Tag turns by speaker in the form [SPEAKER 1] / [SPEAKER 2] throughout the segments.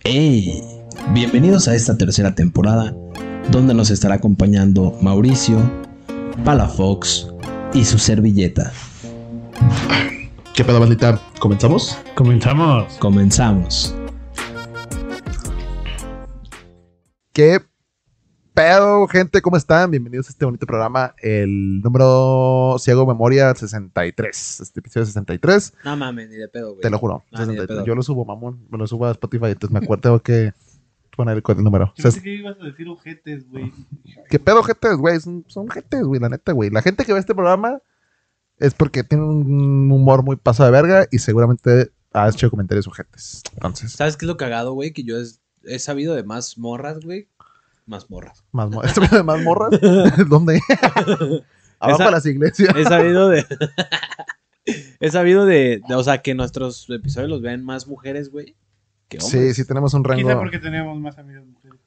[SPEAKER 1] ¡Hey! Bienvenidos a esta tercera temporada, donde nos estará acompañando Mauricio, Palafox y su servilleta.
[SPEAKER 2] ¿Qué pedo, bandita? ¿Comenzamos?
[SPEAKER 3] Comenzamos.
[SPEAKER 1] Comenzamos.
[SPEAKER 2] ¿Qué pedo, gente? ¿Cómo están? Bienvenidos a este bonito programa, el número, si hago memoria, 63. Este episodio 63,
[SPEAKER 1] No mames, ni de pedo, güey.
[SPEAKER 2] te lo juro.
[SPEAKER 1] Ah, ni de
[SPEAKER 2] 63.
[SPEAKER 1] pedo.
[SPEAKER 2] Yo lo subo, mamón. Me lo subo a Spotify, entonces me acuerdo que poner el, el número. O sea,
[SPEAKER 3] que ibas a decir ojetes, güey.
[SPEAKER 2] ¿Qué pedo, jetes, güey? Son, son jetes, güey, la neta, güey. La gente que ve este programa es porque tiene un humor muy pasado de verga y seguramente ha hecho comentarios ojetes. Entonces,
[SPEAKER 1] ¿Sabes qué es lo cagado, güey? Que yo es- he sabido de más morras, güey. Más morras.
[SPEAKER 2] más, mo- ¿Esto viene de más morras? ¿Dónde? Abajo
[SPEAKER 1] Esa-
[SPEAKER 2] de las iglesias.
[SPEAKER 1] He sabido de. he sabido de, de- O sea, que nuestros episodios los ven más mujeres, güey. Que
[SPEAKER 2] Sí,
[SPEAKER 1] hombres.
[SPEAKER 2] sí, tenemos un rango.
[SPEAKER 3] Quizá porque teníamos más amigas mujeres.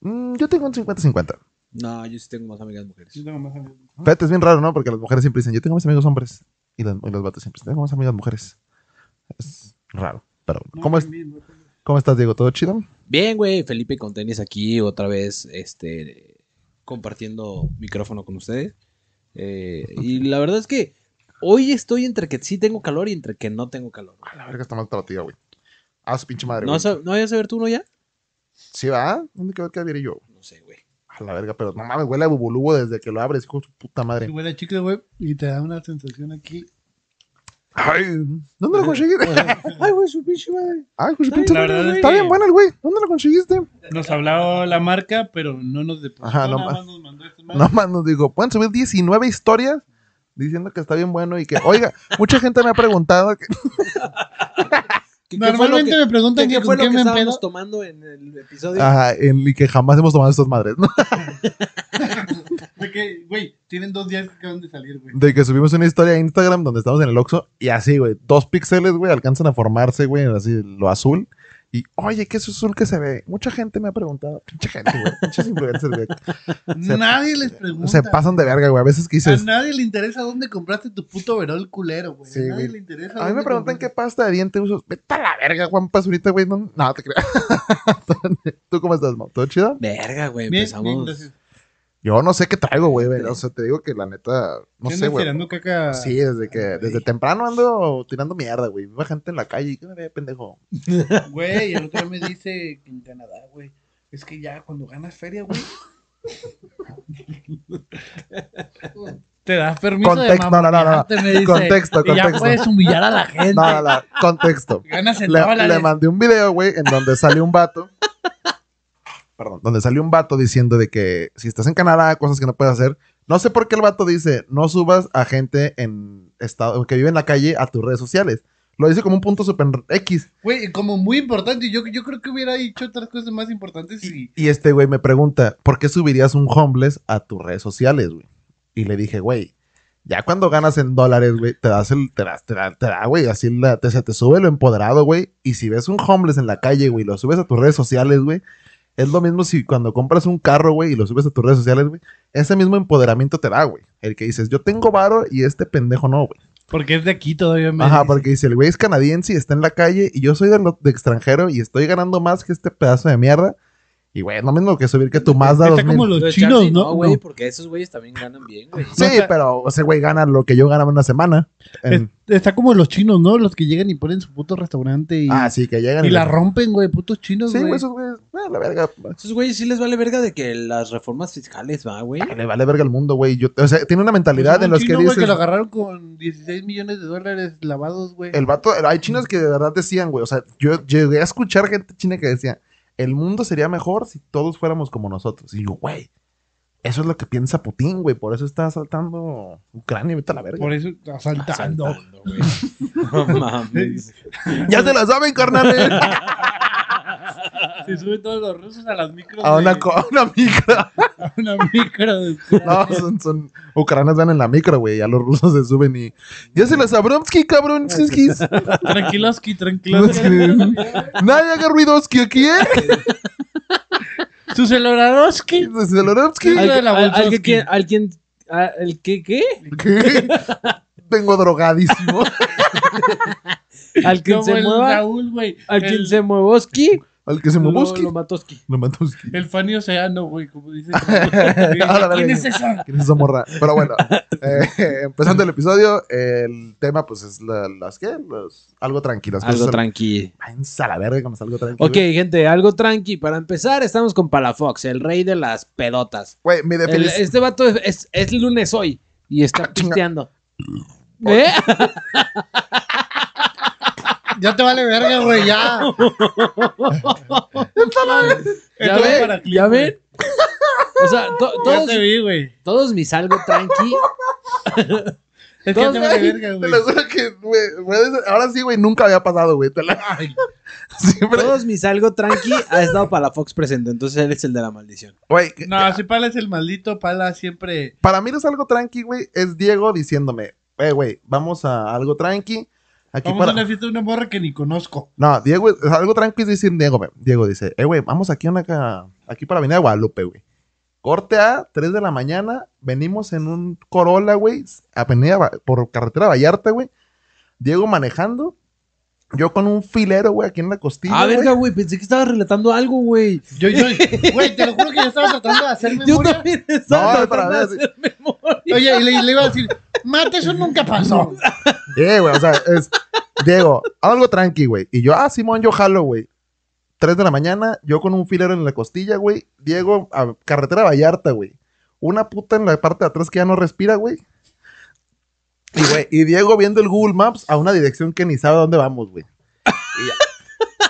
[SPEAKER 2] Mm, yo tengo un 50-50.
[SPEAKER 1] No, yo sí tengo más amigas mujeres.
[SPEAKER 3] Yo tengo más amigas mujeres.
[SPEAKER 2] Fíjate, es bien raro, ¿no? Porque las mujeres siempre dicen, yo tengo mis amigos hombres. Y los, y los vatos siempre dicen, tengo más amigas mujeres. Es raro. Pero,
[SPEAKER 3] No,
[SPEAKER 2] ¿cómo, es-
[SPEAKER 3] también, no, también.
[SPEAKER 2] ¿cómo estás, Diego? ¿Todo chido?
[SPEAKER 1] Bien, güey, Felipe con tenis aquí otra vez, este, compartiendo micrófono con ustedes. Eh, Y la verdad es que hoy estoy entre que sí tengo calor y entre que no tengo calor.
[SPEAKER 2] A la verga está mal tía, güey. Ah, su pinche madre,
[SPEAKER 1] ¿No,
[SPEAKER 2] güey.
[SPEAKER 1] vas a- ¿No vayas a ver tú uno ya?
[SPEAKER 2] ¿Sí va? ¿Dónde quedó que diré yo?
[SPEAKER 1] No sé, güey.
[SPEAKER 2] A la verga, pero no mames, huele a bubulubo desde que lo abres, hijo de su puta
[SPEAKER 3] Que
[SPEAKER 2] madre.
[SPEAKER 3] huele a chicle, güey, y te da una sensación aquí.
[SPEAKER 2] Ay, ¿dónde lo conseguiste?
[SPEAKER 1] Ay, güey, su pinche madre.
[SPEAKER 2] Ay, hijo de su
[SPEAKER 1] Ay,
[SPEAKER 2] pinche
[SPEAKER 3] la
[SPEAKER 2] madre.
[SPEAKER 3] verdad es
[SPEAKER 2] Está
[SPEAKER 3] que-
[SPEAKER 2] bien buena el güey. ¿Dónde lo conseguiste?
[SPEAKER 3] Nos habló la marca, pero no nos depositó.
[SPEAKER 2] Ajá, no
[SPEAKER 3] nada
[SPEAKER 2] más.
[SPEAKER 3] más nos mandó este esta madre.
[SPEAKER 2] Nomás nos dijo, pueden subir 19 historias diciendo que está bien bueno y que, oiga, mucha gente me ha preguntado que
[SPEAKER 1] ¿Qué, qué fue lo que,
[SPEAKER 3] Normalmente me preguntan
[SPEAKER 1] qué-
[SPEAKER 3] que
[SPEAKER 1] qué fue
[SPEAKER 3] con
[SPEAKER 1] lo
[SPEAKER 3] qué
[SPEAKER 1] que
[SPEAKER 3] me
[SPEAKER 1] estábamos
[SPEAKER 3] empedo.
[SPEAKER 1] tomando en el episodio?
[SPEAKER 2] Ajá, en- y que jamás hemos tomado estas madres, ¿no?
[SPEAKER 3] De que, güey, tienen dos días que acaban de salir, güey.
[SPEAKER 2] De que subimos una historia a Instagram donde estamos en el Oxxo y así, güey, dos píxeles, güey, alcanzan a formarse, güey, así, lo azul. Y, oye, ¿qué es eso azul que se ve? Mucha gente me ha preguntado. Pinche gente, güey. Pinches influencers, güey. Se-
[SPEAKER 3] nadie les pregunta. Ah,
[SPEAKER 2] Se pasan de verga, güey. A veces que
[SPEAKER 3] A
[SPEAKER 2] dices,
[SPEAKER 3] nadie le interesa dónde compraste tu puto verol culero, güey.
[SPEAKER 2] Sí,
[SPEAKER 3] a nadie
[SPEAKER 2] güey.
[SPEAKER 3] le interesa.
[SPEAKER 2] a mí
[SPEAKER 3] dónde
[SPEAKER 2] me preguntan qué
[SPEAKER 3] compraste.
[SPEAKER 2] pasta de diente uso. Vete a la verga, Juan Pazurita, güey. No, no te creas. ¿Tú cómo estás, Mau? ¿Todo chido?
[SPEAKER 1] Verga, güey,
[SPEAKER 3] Bien,
[SPEAKER 1] empezamos.
[SPEAKER 3] bien, gracias.
[SPEAKER 2] Yo no sé qué traigo, güey. O sea, te digo que la neta, no
[SPEAKER 3] ¿Qué
[SPEAKER 2] sé,
[SPEAKER 3] andas
[SPEAKER 2] güey.
[SPEAKER 3] tirando caca. Ah,
[SPEAKER 2] Sí, desde que,
[SPEAKER 3] Ay,
[SPEAKER 2] desde temprano ando tirando mierda, güey. Veo gente en la calle y que me ve, pendejo.
[SPEAKER 3] Güey, el otro día me dice que en Canadá, güey, es que ya cuando ganas feria, güey. Te das permiso
[SPEAKER 2] Contexto,
[SPEAKER 3] de
[SPEAKER 2] no, no, no, no.
[SPEAKER 3] mamonearte, me dice,
[SPEAKER 2] Contexto,
[SPEAKER 3] y ya
[SPEAKER 2] contexto.
[SPEAKER 3] puedes humillar a la gente.
[SPEAKER 2] No, no, no, contexto.
[SPEAKER 3] Ganas en
[SPEAKER 2] Le,
[SPEAKER 3] dólares.
[SPEAKER 2] le mandé un video, güey, en donde sale un vato. Perdón, donde salió un vato diciendo de que si estás en Canadá, cosas que no puedes hacer. No sé por qué el vato dice, no subas a gente en estado, que vive en la calle a tus redes sociales. Lo dice como un punto super X.
[SPEAKER 3] Güey, como muy importante. Yo, yo creo que hubiera dicho otras cosas más importantes y.
[SPEAKER 2] Y este güey me pregunta, ¿por qué subirías un homeless a tus redes sociales, güey? Y le dije, güey, ya cuando ganas en dólares, güey, te das el, te das, te da, te da, güey, así la- te, se te sube lo empoderado, güey. Y si ves un homeless en la calle, güey, lo subes a tus redes sociales, güey. Es lo mismo si cuando compras un carro, güey, y lo subes a tus redes sociales, güey. Ese mismo empoderamiento te da, güey. El que dices, yo tengo varo y este pendejo no, güey.
[SPEAKER 3] Porque es de aquí todavía me.
[SPEAKER 2] Ajá,
[SPEAKER 3] dice.
[SPEAKER 2] porque dice, el güey es canadiense y está en la calle y yo soy de, lo- de extranjero y estoy ganando más que este pedazo de mierda. Y, güey, es lo mismo que subir que tu Mazda
[SPEAKER 3] Está
[SPEAKER 2] 2000.
[SPEAKER 3] como los
[SPEAKER 1] Pero
[SPEAKER 3] chinos,
[SPEAKER 1] Charlie,
[SPEAKER 3] ¿no?
[SPEAKER 1] No, güey,
[SPEAKER 3] No.
[SPEAKER 1] porque esos güeyes también ganan bien, güey.
[SPEAKER 2] Sí,
[SPEAKER 3] O sea-
[SPEAKER 2] pero ese güey gana lo que yo ganaba en una semana.
[SPEAKER 3] Es-
[SPEAKER 2] En-
[SPEAKER 3] Está como los chinos, ¿no? Los que llegan y ponen su puto restaurante y,
[SPEAKER 2] Ah, sí, que llegan
[SPEAKER 3] y la rompen, güey. Putos chinos,
[SPEAKER 2] Sí,
[SPEAKER 3] güey.
[SPEAKER 2] güey, esos güeyes, ah, la verga.
[SPEAKER 1] Esos güeyes sí les vale verga de que las reformas fiscales, va, güey.
[SPEAKER 2] Ah, Le vale verga el mundo, güey. Yo- O sea, tiene una mentalidad
[SPEAKER 3] Pues
[SPEAKER 2] en
[SPEAKER 3] un
[SPEAKER 2] los que
[SPEAKER 3] chino, güey,
[SPEAKER 2] dicen...
[SPEAKER 3] lo agarraron con 16 millones de dólares lavados, güey.
[SPEAKER 2] El vato, hay chinos que de verdad decían, güey, o sea, yo llegué a escuchar gente china que decía, el mundo sería mejor si todos fuéramos como nosotros. Y yo, güey, eso es lo que piensa Putin, güey, por eso está asaltando Ucrania, vete a la verga.
[SPEAKER 3] Por eso asaltando.
[SPEAKER 1] Asaltando, güey. No mames.
[SPEAKER 2] Ya se lo saben, eh. carnales.
[SPEAKER 3] Se suben todos los rusos a las micros.
[SPEAKER 2] A una,
[SPEAKER 3] de-
[SPEAKER 2] co- a una micro.
[SPEAKER 3] a una micro. de-
[SPEAKER 2] No, son, son ucranianos van en la micro, güey, ya los rusos se suben y... Ya se las Abromsky, cabrón.
[SPEAKER 3] Tranquiloski, tranquiloski.
[SPEAKER 2] Nadie haga ruidoski aquí, ¿eh?
[SPEAKER 3] Su celularoski.
[SPEAKER 2] Zelorowski.
[SPEAKER 3] Ay, de la
[SPEAKER 1] Al-
[SPEAKER 3] Bolsovsky.
[SPEAKER 1] ¿Alguien que, alguien, a- el que, qué?
[SPEAKER 2] ¿Qué? Vengo drogadísimo.
[SPEAKER 1] Al que
[SPEAKER 3] Como
[SPEAKER 1] se
[SPEAKER 3] el
[SPEAKER 1] mueva,
[SPEAKER 3] Raúl, güey.
[SPEAKER 1] al quien
[SPEAKER 3] El-
[SPEAKER 1] se muevoski,
[SPEAKER 2] Al que se me
[SPEAKER 1] Lo-
[SPEAKER 2] busque.
[SPEAKER 1] Lo Matoski.
[SPEAKER 2] Lo mató Uski.
[SPEAKER 3] El Fanny Oceano, güey, como dice.
[SPEAKER 2] A la
[SPEAKER 3] ¿Quién
[SPEAKER 2] verga.
[SPEAKER 3] es esa?
[SPEAKER 2] ¿Quién es esa morra? Pero bueno, eh, empezando el episodio, el tema pues es la- las que, los, algo tranquilas.
[SPEAKER 1] Algo tranqui.
[SPEAKER 2] Váyanse a la verga con los algo tranquilo.
[SPEAKER 1] Ok, gente, algo tranqui. Para empezar, estamos con Palafox, el rey de las pedotas.
[SPEAKER 2] Güey, mi
[SPEAKER 1] El-
[SPEAKER 2] definición.
[SPEAKER 1] este vato es, es, es lunes hoy y está
[SPEAKER 2] Ah, chinga. Oh.
[SPEAKER 1] pisteando. ¿Eh?
[SPEAKER 4] Ya te vale verga, güey, ya.
[SPEAKER 1] ¿Ya
[SPEAKER 3] Esto es
[SPEAKER 1] ven?
[SPEAKER 3] para clip,
[SPEAKER 1] ¿Ya
[SPEAKER 3] güey.
[SPEAKER 1] ven? O sea, to-
[SPEAKER 3] Ya
[SPEAKER 1] todos,
[SPEAKER 3] te vi, güey.
[SPEAKER 1] todos mis algo tranqui.
[SPEAKER 3] Es que ya te
[SPEAKER 1] Todos-
[SPEAKER 3] vale verga,
[SPEAKER 2] Te
[SPEAKER 3] güey.
[SPEAKER 2] lo juro que, güey, güey, ahora sí, güey, nunca había pasado, güey. Te la-
[SPEAKER 3] Ay,
[SPEAKER 2] Siempre,
[SPEAKER 1] Todos mis algo tranqui ha estado Palafox presente. Entonces él es el de la maldición.
[SPEAKER 2] güey,
[SPEAKER 3] No, si Pala es el maldito, Pala siempre.
[SPEAKER 2] para mí no es algo tranqui, güey. Es Diego diciéndome, eh, güey, vamos a algo tranqui. Aquí
[SPEAKER 3] Vamos
[SPEAKER 2] para...
[SPEAKER 3] a una fiesta de una morra que ni conozco.
[SPEAKER 2] No, Diego, es- algo tranqui es decir Diego, güey. Diego dice, eh, güey, vamos aquí a una ca- aquí para venir a Guadalupe, güey. Corte a 3 de la mañana, venimos en un Corolla, güey, a venir a Va- por carretera Vallarta, güey. Diego manejando, yo con un filero, güey, aquí en la costilla,
[SPEAKER 1] ah,
[SPEAKER 2] güey.
[SPEAKER 1] verga, güey. Pensé que estabas relatando algo, güey.
[SPEAKER 3] Yo, yo,
[SPEAKER 4] Güey, te lo juro que yo estaba tratando de hacer
[SPEAKER 1] Yo
[SPEAKER 4] memoria.
[SPEAKER 1] también estaba
[SPEAKER 2] No,
[SPEAKER 1] tratando
[SPEAKER 2] para
[SPEAKER 1] de
[SPEAKER 2] ver,
[SPEAKER 1] hacer memoria.
[SPEAKER 4] Oye, y le, le iba a decir, mate, eso nunca pasó.
[SPEAKER 2] Eh, güey, o sea, es Diego, algo tranqui, güey. Y yo, ah, Simón, yo jalo, güey. 3 de la mañana, yo con un filero en la costilla, güey. Diego, a carretera Vallarta, güey. Una puta en la parte de atrás que ya no respira, güey. Y, güey, y Diego viendo el Google Maps a una dirección que ni sabe dónde vamos, güey.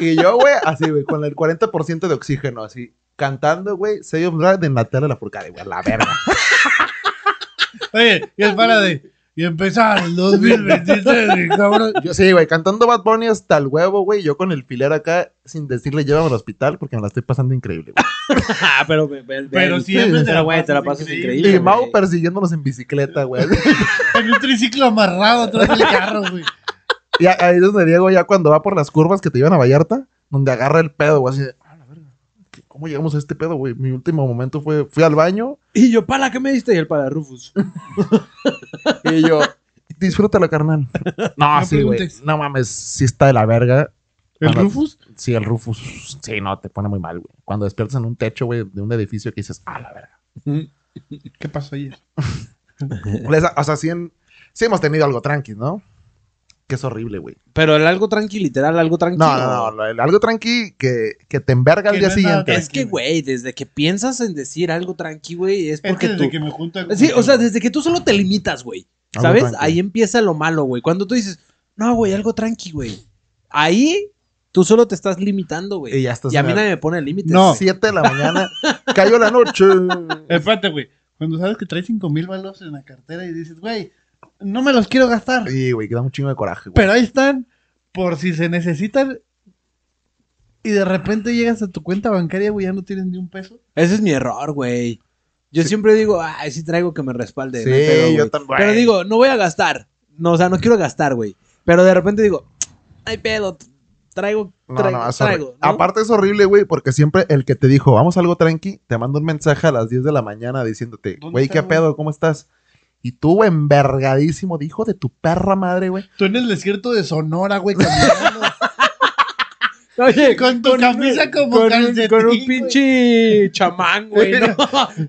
[SPEAKER 2] Y, y yo, güey, así, güey, con el 40% de oxígeno, así, cantando, güey, Say of Drive de Natalia Lafourcade, güey, a la verga.
[SPEAKER 3] oye, y es para de. Y empezar el 2023, cabrón.
[SPEAKER 2] Yo sí, güey, cantando Bad Bunny hasta el huevo, güey. Yo con el filer acá, sin decirle llévame al hospital, porque me la estoy pasando increíble, güey.
[SPEAKER 1] Ah, pero, pero, pero,
[SPEAKER 3] Pero siempre te la
[SPEAKER 1] pero, güey, te la
[SPEAKER 3] pasas
[SPEAKER 1] pasas
[SPEAKER 3] increíble.
[SPEAKER 1] increíble.
[SPEAKER 2] Y Mau
[SPEAKER 1] güey.
[SPEAKER 2] persiguiéndonos en bicicleta, güey.
[SPEAKER 3] En un triciclo amarrado atrás del carro, güey.
[SPEAKER 2] Y a- ahí es donde Diego ya cuando va por las curvas que te llevan a Vallarta, donde agarra el pedo, güey, así de, "Ah, la verga, ¿qué- ¿Cómo llegamos a este pedo, güey? Mi último momento fue, fui al baño
[SPEAKER 1] Y yo, ¿para qué me diste? Y el para Rufus.
[SPEAKER 2] y yo, disfrútalo, carnal. No,
[SPEAKER 3] No
[SPEAKER 2] sí, güey.
[SPEAKER 3] preguntes.
[SPEAKER 2] No mames, sí está de la verga.
[SPEAKER 3] ¿El
[SPEAKER 2] Cuando-
[SPEAKER 3] Rufus?
[SPEAKER 2] Sí, el Rufus, sí, no, te pone muy mal, güey. Cuando despiertas en un techo, güey, de un edificio que dices, ah, la verga.
[SPEAKER 3] ¿Qué pasó ayer?
[SPEAKER 2] Les- O sea, sí, en- sí hemos tenido algo tranqui, ¿no? Que es horrible, güey.
[SPEAKER 1] Pero el algo tranqui, literal, algo tranqui.
[SPEAKER 2] No, no, no, lo- el- algo tranqui que, que te enverga al
[SPEAKER 3] Que
[SPEAKER 2] día
[SPEAKER 3] no es nada
[SPEAKER 2] siguiente.
[SPEAKER 1] Es que, güey, desde que piensas en decir algo tranqui, güey, es
[SPEAKER 3] Es
[SPEAKER 1] porque
[SPEAKER 3] que desde
[SPEAKER 1] tú...
[SPEAKER 3] que me junta.
[SPEAKER 1] Sí, o sea, desde que tú solo te limitas, güey.
[SPEAKER 2] Algo
[SPEAKER 1] ¿Sabes?
[SPEAKER 2] tranqui.
[SPEAKER 1] Ahí empieza lo malo, güey. Cuando tú dices, no, güey, algo tranqui, güey. Ahí tú solo te estás limitando,
[SPEAKER 2] Y
[SPEAKER 1] güey.
[SPEAKER 2] ya estás
[SPEAKER 1] Y a mí
[SPEAKER 2] en
[SPEAKER 1] nadie me pone límites.
[SPEAKER 3] No.
[SPEAKER 2] las 7 de la mañana. cayó la noche.
[SPEAKER 3] Espérate, güey. Cuando sabes que traes 5 mil balos en la cartera y dices, güey, no me los quiero gastar.
[SPEAKER 2] Y, güey, queda un chingo de coraje, güey.
[SPEAKER 3] Pero ahí están, por si se necesitan. Y de repente llegas a tu cuenta bancaria, güey, ya no tienes ni un peso.
[SPEAKER 1] Ese es mi error, güey. Yo siempre digo, ay, sí traigo que me respalde.
[SPEAKER 2] Sí,
[SPEAKER 1] no hay pedo, güey".
[SPEAKER 2] yo también.
[SPEAKER 1] Pero digo, no voy a gastar. No, o sea, no quiero gastar, güey. Pero de repente digo, ay, pedo, traigo,
[SPEAKER 2] No,
[SPEAKER 1] traigo,
[SPEAKER 2] no, es horri-
[SPEAKER 1] traigo. ¿no?
[SPEAKER 2] Aparte es horrible, güey, porque siempre el que te dijo, vamos a algo tranqui, te manda un mensaje a las 10 de la mañana diciéndote,
[SPEAKER 3] ¿Dónde
[SPEAKER 2] güey, ¿qué
[SPEAKER 3] estás, güey?
[SPEAKER 2] pedo? ¿Cómo estás? Y tú, envergadísimo, de hijo de tu perra madre, güey.
[SPEAKER 3] Tú en el desierto de Sonora, güey, caminando.
[SPEAKER 1] Oye,
[SPEAKER 3] Con tu camisa como
[SPEAKER 1] con un-
[SPEAKER 3] calcetín,
[SPEAKER 1] Con un
[SPEAKER 3] güey.
[SPEAKER 1] pinche chamán, güey. ¿no?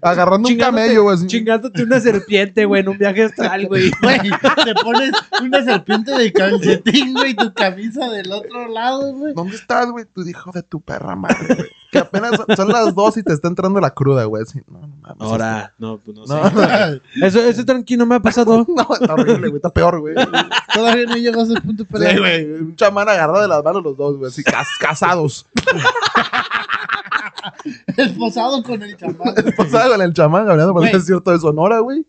[SPEAKER 2] Agarrando un
[SPEAKER 1] Chingándote-
[SPEAKER 2] camello, güey. así.
[SPEAKER 1] Chingándote una serpiente, güey, en un viaje astral, güey.
[SPEAKER 3] Güey, te pones una serpiente de calcetín, güey, y tu camisa del otro lado, güey.
[SPEAKER 2] ¿Dónde estás, güey? Tu hijo de tu perra madre, güey. Que apenas son- son las dos y te está entrando la cruda, güey. Así, no, no mames.
[SPEAKER 1] Ahora, no, pues no sé.
[SPEAKER 2] No, no,
[SPEAKER 1] Eso, eso tranquilo me ha pasado.
[SPEAKER 2] no, está horrible, güey. Está peor, güey. Sí,
[SPEAKER 3] Todavía no llegas a ese punto, pero...
[SPEAKER 2] güey. Un chamán agarrado de las manos los dos, güey. Así, cas- casados.
[SPEAKER 3] Esposado con el chamán. güey.
[SPEAKER 2] Pasado con el chamán hablando por
[SPEAKER 3] Güey.
[SPEAKER 2] el cierto de Sonora, güey.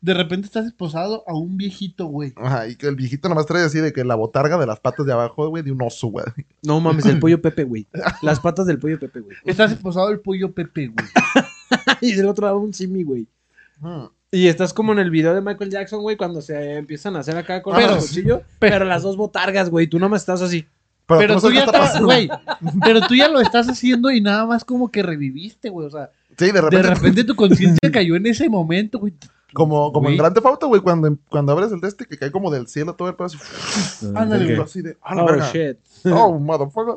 [SPEAKER 3] De repente estás esposado a un viejito, güey.
[SPEAKER 2] Ajá, y que el viejito nomás trae así de que la botarga de las patas de abajo, güey, de un oso, güey.
[SPEAKER 1] No mames, el pollo Pepe, güey. Las patas del pollo Pepe, güey.
[SPEAKER 3] Estás esposado al pollo Pepe, güey.
[SPEAKER 1] Y del otro lado un simi, güey.
[SPEAKER 2] "Hmm".
[SPEAKER 1] Y estás como en el video de Michael Jackson, güey, cuando se empiezan a hacer acá con
[SPEAKER 2] Ah,
[SPEAKER 3] Pero-
[SPEAKER 1] el cuchillo. Pero, las dos botargas, güey, tú nomás estás así.
[SPEAKER 2] Pero,
[SPEAKER 3] Pero
[SPEAKER 2] no
[SPEAKER 3] tú
[SPEAKER 2] sabes
[SPEAKER 3] ya
[SPEAKER 2] qué está
[SPEAKER 3] estabas,
[SPEAKER 2] pasando.
[SPEAKER 3] güey. Pero tú ya lo estás haciendo y nada más como que reviviste, güey. O sea,
[SPEAKER 2] Sí, de
[SPEAKER 3] de
[SPEAKER 2] repente,
[SPEAKER 3] repente tu conciencia cayó en ese momento, güey.
[SPEAKER 2] como, como en
[SPEAKER 3] Güey.
[SPEAKER 2] Grand Theft Auto, güey, cuando, cuando abres el de este que cae como del cielo todo el pedazo.
[SPEAKER 3] Ándale,
[SPEAKER 2] Y
[SPEAKER 3] güey.
[SPEAKER 2] yo así de, ah, la
[SPEAKER 1] Oh,
[SPEAKER 2] verga.
[SPEAKER 1] shit.
[SPEAKER 2] Oh, motherfucker.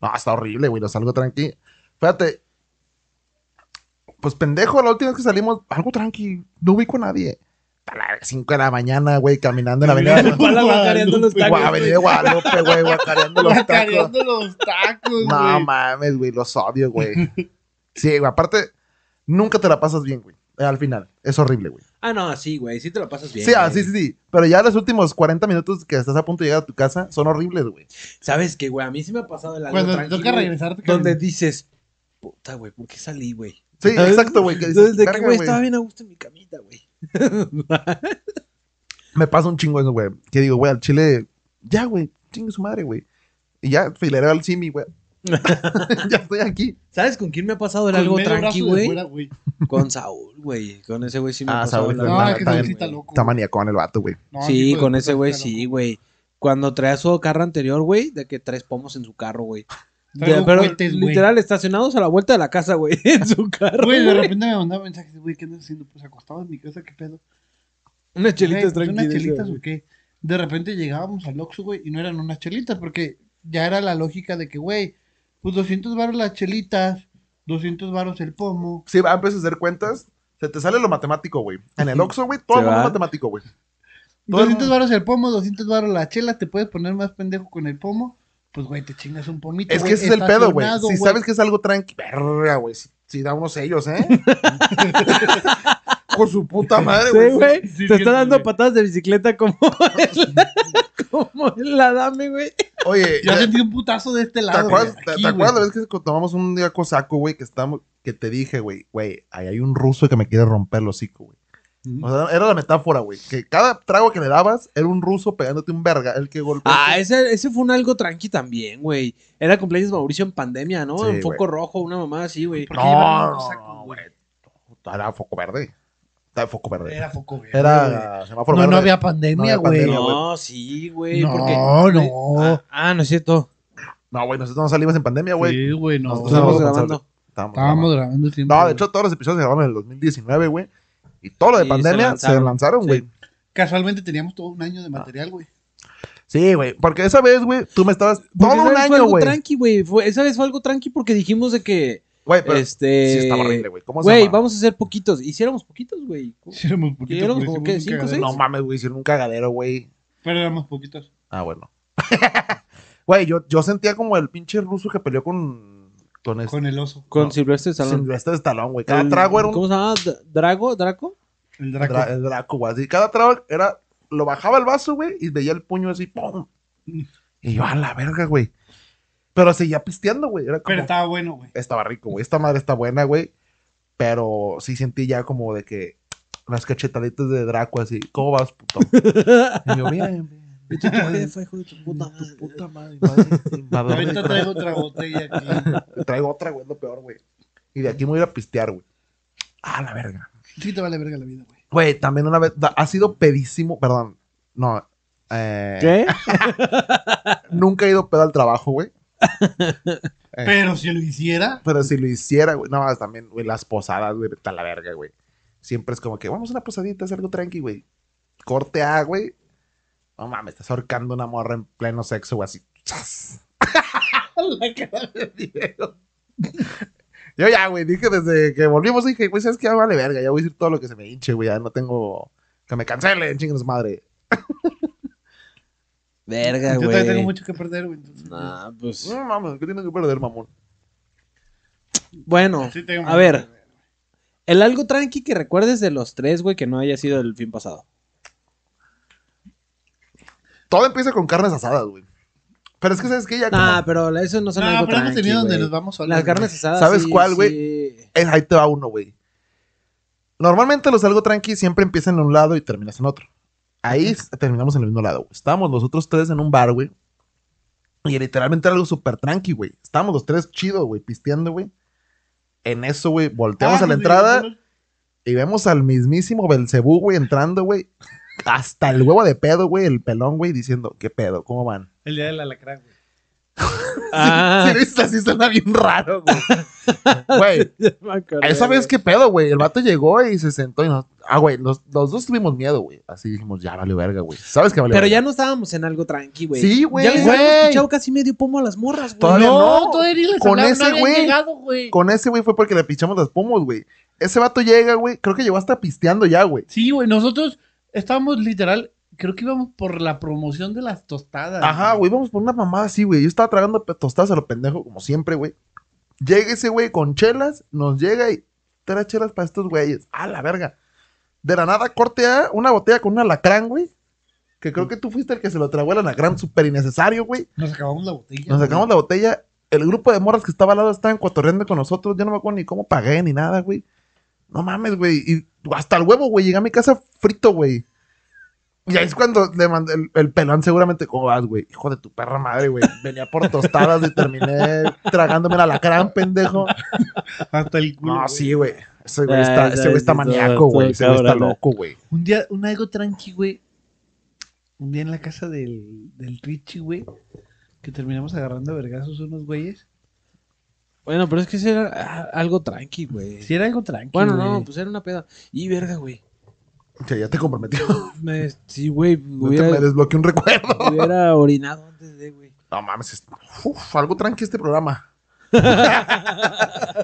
[SPEAKER 2] No, está horrible, güey. Lo salgo tranqui. Fíjate. Pues pendejo, la última vez que salimos, algo tranqui. No ubico a nadie. A las 5 de la mañana, güey, caminando en la avenida.
[SPEAKER 1] Guau, la guacareando los
[SPEAKER 2] Guau,
[SPEAKER 1] tacos,
[SPEAKER 2] avenida Guadalupe, güey, guacareando los tacos.
[SPEAKER 3] Guacareando los tacos,
[SPEAKER 2] No
[SPEAKER 3] güey.
[SPEAKER 2] mames, güey, los odio, güey. Sí, güey, aparte, nunca te la pasas bien, güey. eh, Al final, es horrible, güey.
[SPEAKER 1] Ah, no, sí, güey. Sí te lo pasas bien.
[SPEAKER 2] Sí, ah,
[SPEAKER 1] güey.
[SPEAKER 2] sí, sí, sí. Pero ya los últimos 40 minutos que estás a punto de llegar a tu casa son horribles, güey.
[SPEAKER 1] ¿Sabes qué, güey? A mí sí me ha pasado el algo
[SPEAKER 3] Cuando te
[SPEAKER 1] tranqui,
[SPEAKER 3] toca
[SPEAKER 1] güey,
[SPEAKER 3] regresar, te
[SPEAKER 1] Donde
[SPEAKER 3] caminas.
[SPEAKER 1] dices, puta, güey, ¿por qué salí, güey?
[SPEAKER 2] Sí, exacto, güey. que dices,
[SPEAKER 1] Desde que,
[SPEAKER 2] "Verga,
[SPEAKER 1] güey,
[SPEAKER 2] güey".
[SPEAKER 1] estaba bien a gusto en mi camita, güey.
[SPEAKER 2] Me pasa un chingo eso, güey. Que digo, güey, al chile, ya, güey, chingue su madre, güey. Y ya, filera al simi, güey. ya estoy aquí.
[SPEAKER 1] ¿Sabes con quién me ha pasado el
[SPEAKER 3] Con
[SPEAKER 1] algo
[SPEAKER 3] medio
[SPEAKER 1] tranqui,
[SPEAKER 3] brazo de
[SPEAKER 1] güey?
[SPEAKER 3] fuera, güey.
[SPEAKER 1] Con Saúl, güey. Con ese güey sí me
[SPEAKER 2] Ah,
[SPEAKER 1] ha pasado
[SPEAKER 2] Saúl,
[SPEAKER 1] el
[SPEAKER 2] claro.
[SPEAKER 1] algo
[SPEAKER 3] No, es que
[SPEAKER 2] está
[SPEAKER 3] ese güey
[SPEAKER 2] bien.
[SPEAKER 3] sí está loco.
[SPEAKER 2] Está
[SPEAKER 3] güey.
[SPEAKER 2] maniacón el vato, güey.
[SPEAKER 3] No,
[SPEAKER 1] Sí,
[SPEAKER 3] hijo de
[SPEAKER 1] con
[SPEAKER 3] puta,
[SPEAKER 1] ese güey
[SPEAKER 3] está
[SPEAKER 1] sí,
[SPEAKER 3] loco.
[SPEAKER 1] güey. Cuando traía su carro anterior, güey, de que tres pomos en su carro, güey.
[SPEAKER 3] Traigo
[SPEAKER 1] De- Pero
[SPEAKER 3] cohetes, güey.
[SPEAKER 1] literal estacionados a la vuelta de la casa, güey, en su carro.
[SPEAKER 3] Güey, de
[SPEAKER 1] güey.
[SPEAKER 3] repente me mandaba mensajes, güey, ¿qué andas haciendo? Pues acostado en mi casa, ¿qué pedo?
[SPEAKER 1] Unas chelitas
[SPEAKER 3] Güey, pues,
[SPEAKER 1] tranquilas.
[SPEAKER 3] ¿Unas chelitas
[SPEAKER 1] güey.
[SPEAKER 3] o qué? De repente llegábamos al Oxxo, güey, y no eran unas chelitas, porque ya era la lógica de que, güey, pues 200 baros las chelitas, 200 baros el pomo.
[SPEAKER 2] Sí, va, empiezas a hacer cuentas. Se te sale lo matemático, güey. En el Oxxo, güey, todo
[SPEAKER 1] Se
[SPEAKER 2] el mundo
[SPEAKER 1] va.
[SPEAKER 2] es matemático, güey. Todo el
[SPEAKER 3] 200
[SPEAKER 2] mundo-
[SPEAKER 3] baros el pomo, 200 baros las chelas, te puedes poner más pendejo con el pomo. Pues, güey, te chingas un pomito.
[SPEAKER 2] Es
[SPEAKER 3] güey,
[SPEAKER 2] que ese es el pedo, güey.
[SPEAKER 3] estacionado,
[SPEAKER 2] Si sabes que es algo tranqui, verga, güey. Si, si da unos sellos, ¿eh? Con su puta madre, güey.
[SPEAKER 1] Sí, güey.
[SPEAKER 3] Sí,
[SPEAKER 1] Te
[SPEAKER 3] sí,
[SPEAKER 1] está dando
[SPEAKER 3] güey.
[SPEAKER 1] patadas de bicicleta como el, como el Adame, güey.
[SPEAKER 2] Oye,
[SPEAKER 3] Yo
[SPEAKER 2] ya-
[SPEAKER 3] sentí un putazo de este
[SPEAKER 2] ¿Te
[SPEAKER 3] lado.
[SPEAKER 2] acuerdas,
[SPEAKER 3] güey,
[SPEAKER 2] te-
[SPEAKER 3] aquí,
[SPEAKER 2] te acuerdas la
[SPEAKER 3] güey.
[SPEAKER 2] vez que tomamos un día cosaco, güey? Que estamos, que te dije, güey, güey, ahí hay un ruso que me quiere romper el hocico, güey. O sea, era la metáfora, güey. Que cada trago que le dabas era un ruso pegándote un verga, el que golpeó.
[SPEAKER 1] Ah, ese, ese fue un algo tranqui también, güey. Era cumpleaños de Mauricio en pandemia, ¿no?
[SPEAKER 2] Sí,
[SPEAKER 1] en foco rojo, una mamá así, güey.
[SPEAKER 3] ¿Por qué llevaban
[SPEAKER 2] no,
[SPEAKER 3] un
[SPEAKER 2] no,
[SPEAKER 3] cosaco,
[SPEAKER 2] no,
[SPEAKER 3] güey?
[SPEAKER 2] güey. Era foco verde. Era foco verde.
[SPEAKER 3] Era foco, güey.
[SPEAKER 2] Era semáforo
[SPEAKER 3] No, no
[SPEAKER 2] verde.
[SPEAKER 3] había pandemia,
[SPEAKER 2] No había
[SPEAKER 3] güey.
[SPEAKER 2] pandemia,
[SPEAKER 1] No, sí, güey.
[SPEAKER 3] No,
[SPEAKER 1] porque-
[SPEAKER 3] no.
[SPEAKER 1] Ah, ah, no es cierto.
[SPEAKER 2] No, güey, nosotros no salimos en pandemia, güey.
[SPEAKER 3] Sí, güey, no.
[SPEAKER 2] Nosotros
[SPEAKER 1] Estamos
[SPEAKER 2] vamos a pasar-
[SPEAKER 1] grabando.
[SPEAKER 2] Estábamos grabando.
[SPEAKER 3] Estábamos grabando tiempo.
[SPEAKER 2] No, de
[SPEAKER 3] güey.
[SPEAKER 2] hecho, todos los episodios se grabaron en el 2019, güey. Y todo lo de
[SPEAKER 1] Sí, se
[SPEAKER 2] pandemia se
[SPEAKER 1] lanzaron.
[SPEAKER 2] lanzaron,
[SPEAKER 1] Sí.
[SPEAKER 2] güey.
[SPEAKER 3] Casualmente teníamos todo un año de material, güey.
[SPEAKER 2] Sí, güey. Porque esa vez, güey, tú me estabas.
[SPEAKER 1] Porque
[SPEAKER 2] Todo
[SPEAKER 1] esa
[SPEAKER 2] un
[SPEAKER 1] vez fue
[SPEAKER 2] año,
[SPEAKER 1] algo
[SPEAKER 2] güey.
[SPEAKER 1] tranqui, güey. Fue- Esa vez fue algo tranqui porque dijimos de que,
[SPEAKER 2] Güey, pero.
[SPEAKER 1] este...
[SPEAKER 2] Sí, estaba horrible, güey. ¿Cómo se
[SPEAKER 1] Güey,
[SPEAKER 2] llama?
[SPEAKER 1] vamos a hacer poquitos. Hiciéramos poquitos, güey.
[SPEAKER 3] Hiciéramos poquitos.
[SPEAKER 1] Hicieron como
[SPEAKER 3] pero hicimos
[SPEAKER 1] que
[SPEAKER 3] un
[SPEAKER 1] cinco,
[SPEAKER 3] cagadero.
[SPEAKER 1] seis.
[SPEAKER 2] No mames, güey, hicieron un cagadero, güey.
[SPEAKER 3] Pero éramos poquitos.
[SPEAKER 2] Ah, bueno. Güey, yo, yo sentía como el pinche ruso que peleó con. Con este.
[SPEAKER 3] Con el oso.
[SPEAKER 1] Con
[SPEAKER 2] No.
[SPEAKER 1] Silvestre Salón.
[SPEAKER 2] Silvestre Stallone, güey. Cada trago era un.
[SPEAKER 1] ¿Cómo se llama? D- ¿Drago? ¿Draco?
[SPEAKER 3] El draco.
[SPEAKER 2] Dra- el Draco, güey. Así, cada trago era. Lo bajaba el vaso, güey, y veía el puño así, ¡pum! Y yo, a la verga, güey. Pero seguía pisteando, güey. Era como.
[SPEAKER 3] Pero estaba bueno, güey.
[SPEAKER 2] Estaba rico, güey. Esta madre está buena, güey. Pero sí sentí ya como de que. Las cachetaditas de Draco, así. ¿Cómo vas, puto? Y yo, bien, bien.
[SPEAKER 1] Y tú,
[SPEAKER 3] Ah,
[SPEAKER 1] güey, fue hijo de tu puta madre.
[SPEAKER 2] Puta madre, madre, madre.
[SPEAKER 3] Ahorita traigo otra botella aquí.
[SPEAKER 2] Traigo otra, güey, es lo peor, güey. Y de aquí me voy a ir a pistear, güey. Ah, la verga.
[SPEAKER 3] Sí te vale verga la vida, güey.
[SPEAKER 2] Güey, también una vez. da- Ha sido pedísimo. Perdón. No. eh,
[SPEAKER 1] ¿Qué?
[SPEAKER 2] Nunca he ido pedo al trabajo, güey.
[SPEAKER 3] Pero si lo hiciera,
[SPEAKER 2] Pero si lo hiciera, güey. No, también, güey, las posadas, güey, está la verga, güey. Siempre es como que, vamos a una posadita, es algo tranqui, güey. Corte A, güey. No mames, estás ahorcando una morra en pleno sexo, güey, así. ¡Chas! la cara de Diego. Yo ya, güey, dije desde que volvimos, dije, güey, ¿sabes qué? Ya vale verga, ya voy a decir todo lo que se me hinche, güey, ya no tengo... Que me cancelen, chinguen su madre.
[SPEAKER 1] Verga,
[SPEAKER 3] yo todavía tengo
[SPEAKER 1] güey.
[SPEAKER 3] mucho que perder, güey. entonces,
[SPEAKER 1] Nah, pues...
[SPEAKER 2] No Mm, mames, ¿qué tienes que perder, mamón?
[SPEAKER 1] Bueno,
[SPEAKER 3] sí tengo
[SPEAKER 1] A
[SPEAKER 3] mucho
[SPEAKER 1] ver.
[SPEAKER 3] que perder.
[SPEAKER 1] el algo tranqui que recuerdes de los tres, güey, que no haya sido el fin pasado.
[SPEAKER 2] Todo empieza con carnes asadas, güey. Pero es que, ¿sabes qué?
[SPEAKER 1] Ah,
[SPEAKER 2] Ya como...
[SPEAKER 1] Nah, pero eso no son
[SPEAKER 3] No,
[SPEAKER 1] algo
[SPEAKER 3] pero hemos
[SPEAKER 1] tranqui,
[SPEAKER 3] tenido donde
[SPEAKER 1] güey.
[SPEAKER 3] nos vamos solos.
[SPEAKER 1] Las
[SPEAKER 3] güey.
[SPEAKER 1] carnes asadas.
[SPEAKER 2] ¿Sabes
[SPEAKER 1] sí,
[SPEAKER 2] cuál, güey?
[SPEAKER 1] sí.
[SPEAKER 2] Eh, ahí te va uno, güey. Normalmente los algo tranqui siempre empiezan en un lado y terminas en otro. Ahí s- terminamos en el mismo lado, güey. Estábamos los otros tres en un bar, güey. Y literalmente era algo súper tranqui, güey. Estábamos los tres chido, güey, pisteando, güey. En eso, güey, volteamos
[SPEAKER 3] Ah,
[SPEAKER 2] a la
[SPEAKER 3] pues,
[SPEAKER 2] entrada
[SPEAKER 3] digamos,
[SPEAKER 2] y vemos al mismísimo Belcebú, güey, entrando, güey. Hasta el huevo de pedo, güey, el pelón, güey, diciendo, ¿qué pedo? ¿Cómo van?
[SPEAKER 3] El día del alacrán, güey.
[SPEAKER 2] Si
[SPEAKER 1] Ah,
[SPEAKER 2] lo viste así, suena bien raro, güey. Güey,
[SPEAKER 1] me acordé,
[SPEAKER 2] esa vez
[SPEAKER 1] güey.
[SPEAKER 2] qué pedo, güey. El vato llegó y se sentó y nos. Ah, güey, los, los dos tuvimos miedo, güey. Así dijimos, ya vale verga, güey. ¿Sabes qué vale
[SPEAKER 1] Pero
[SPEAKER 2] verga?
[SPEAKER 1] ya no estábamos en algo tranqui, güey.
[SPEAKER 2] Sí, güey.
[SPEAKER 1] Ya les
[SPEAKER 2] Güey.
[SPEAKER 1] habíamos pichado casi medio pomo a las morras, güey.
[SPEAKER 2] Todavía no.
[SPEAKER 3] todavía ni les
[SPEAKER 2] Con
[SPEAKER 3] hablaban,
[SPEAKER 2] ese
[SPEAKER 3] no habían
[SPEAKER 2] güey.
[SPEAKER 3] llegado, güey.
[SPEAKER 2] Con ese, güey, fue porque le pichamos las pomos, güey. Ese vato llega, güey. Creo que llegó hasta pisteando ya, güey.
[SPEAKER 3] Sí, güey, nosotros estábamos literal, creo que íbamos por la promoción de las tostadas.
[SPEAKER 2] Ajá, güey, vamos por una mamada así, güey. Yo estaba tragando pe- tostadas a lo pendejo, como siempre, güey. Llega ese güey con chelas, nos llega y trae chelas para estos güeyes. A la verga. De la nada cortea una botella con un alacrán, güey. Que creo que tú fuiste el que se lo tragó el alacrán, súper innecesario, güey.
[SPEAKER 3] Nos acabamos la botella.
[SPEAKER 2] Nos sacamos la botella. El grupo de morras que estaba al lado estaban cotorreando con nosotros. Yo no me acuerdo ni cómo pagué ni nada, güey. No mames, güey. Y hasta el huevo, güey. Llegué a mi casa frito, güey. Y ahí es cuando le mandé el, el pelón seguramente. ¿Cómo vas, güey? Hijo de tu perra madre, güey. Venía por tostadas y terminé tragándome la lacrán, pendejo.
[SPEAKER 3] Hasta el culo.
[SPEAKER 2] No,
[SPEAKER 3] güey.
[SPEAKER 2] Ah, sí, güey. Ese güey está,
[SPEAKER 1] Ah,
[SPEAKER 2] ese güey está
[SPEAKER 1] está-
[SPEAKER 2] maníaco, güey. Ese
[SPEAKER 1] está
[SPEAKER 2] güey está
[SPEAKER 1] cabrón,
[SPEAKER 2] loco, güey.
[SPEAKER 3] Un día, un algo tranqui, güey. Un día en la casa del, del Richie, güey. Que terminamos agarrando a vergazos unos güeyes.
[SPEAKER 1] Bueno, pero es que sí era ah, algo tranqui, güey.
[SPEAKER 3] Si era algo tranqui.
[SPEAKER 1] bueno,
[SPEAKER 3] güey.
[SPEAKER 1] no, pues era una peda. Y verga, güey.
[SPEAKER 2] O sea, ya te comprometió.
[SPEAKER 1] Me- sí, güey.
[SPEAKER 2] No te- Me
[SPEAKER 1] Hubiera,
[SPEAKER 2] desbloqueé un recuerdo.
[SPEAKER 1] hubiera orinado antes de, güey.
[SPEAKER 2] No mames. es- Uf, algo tranqui este programa.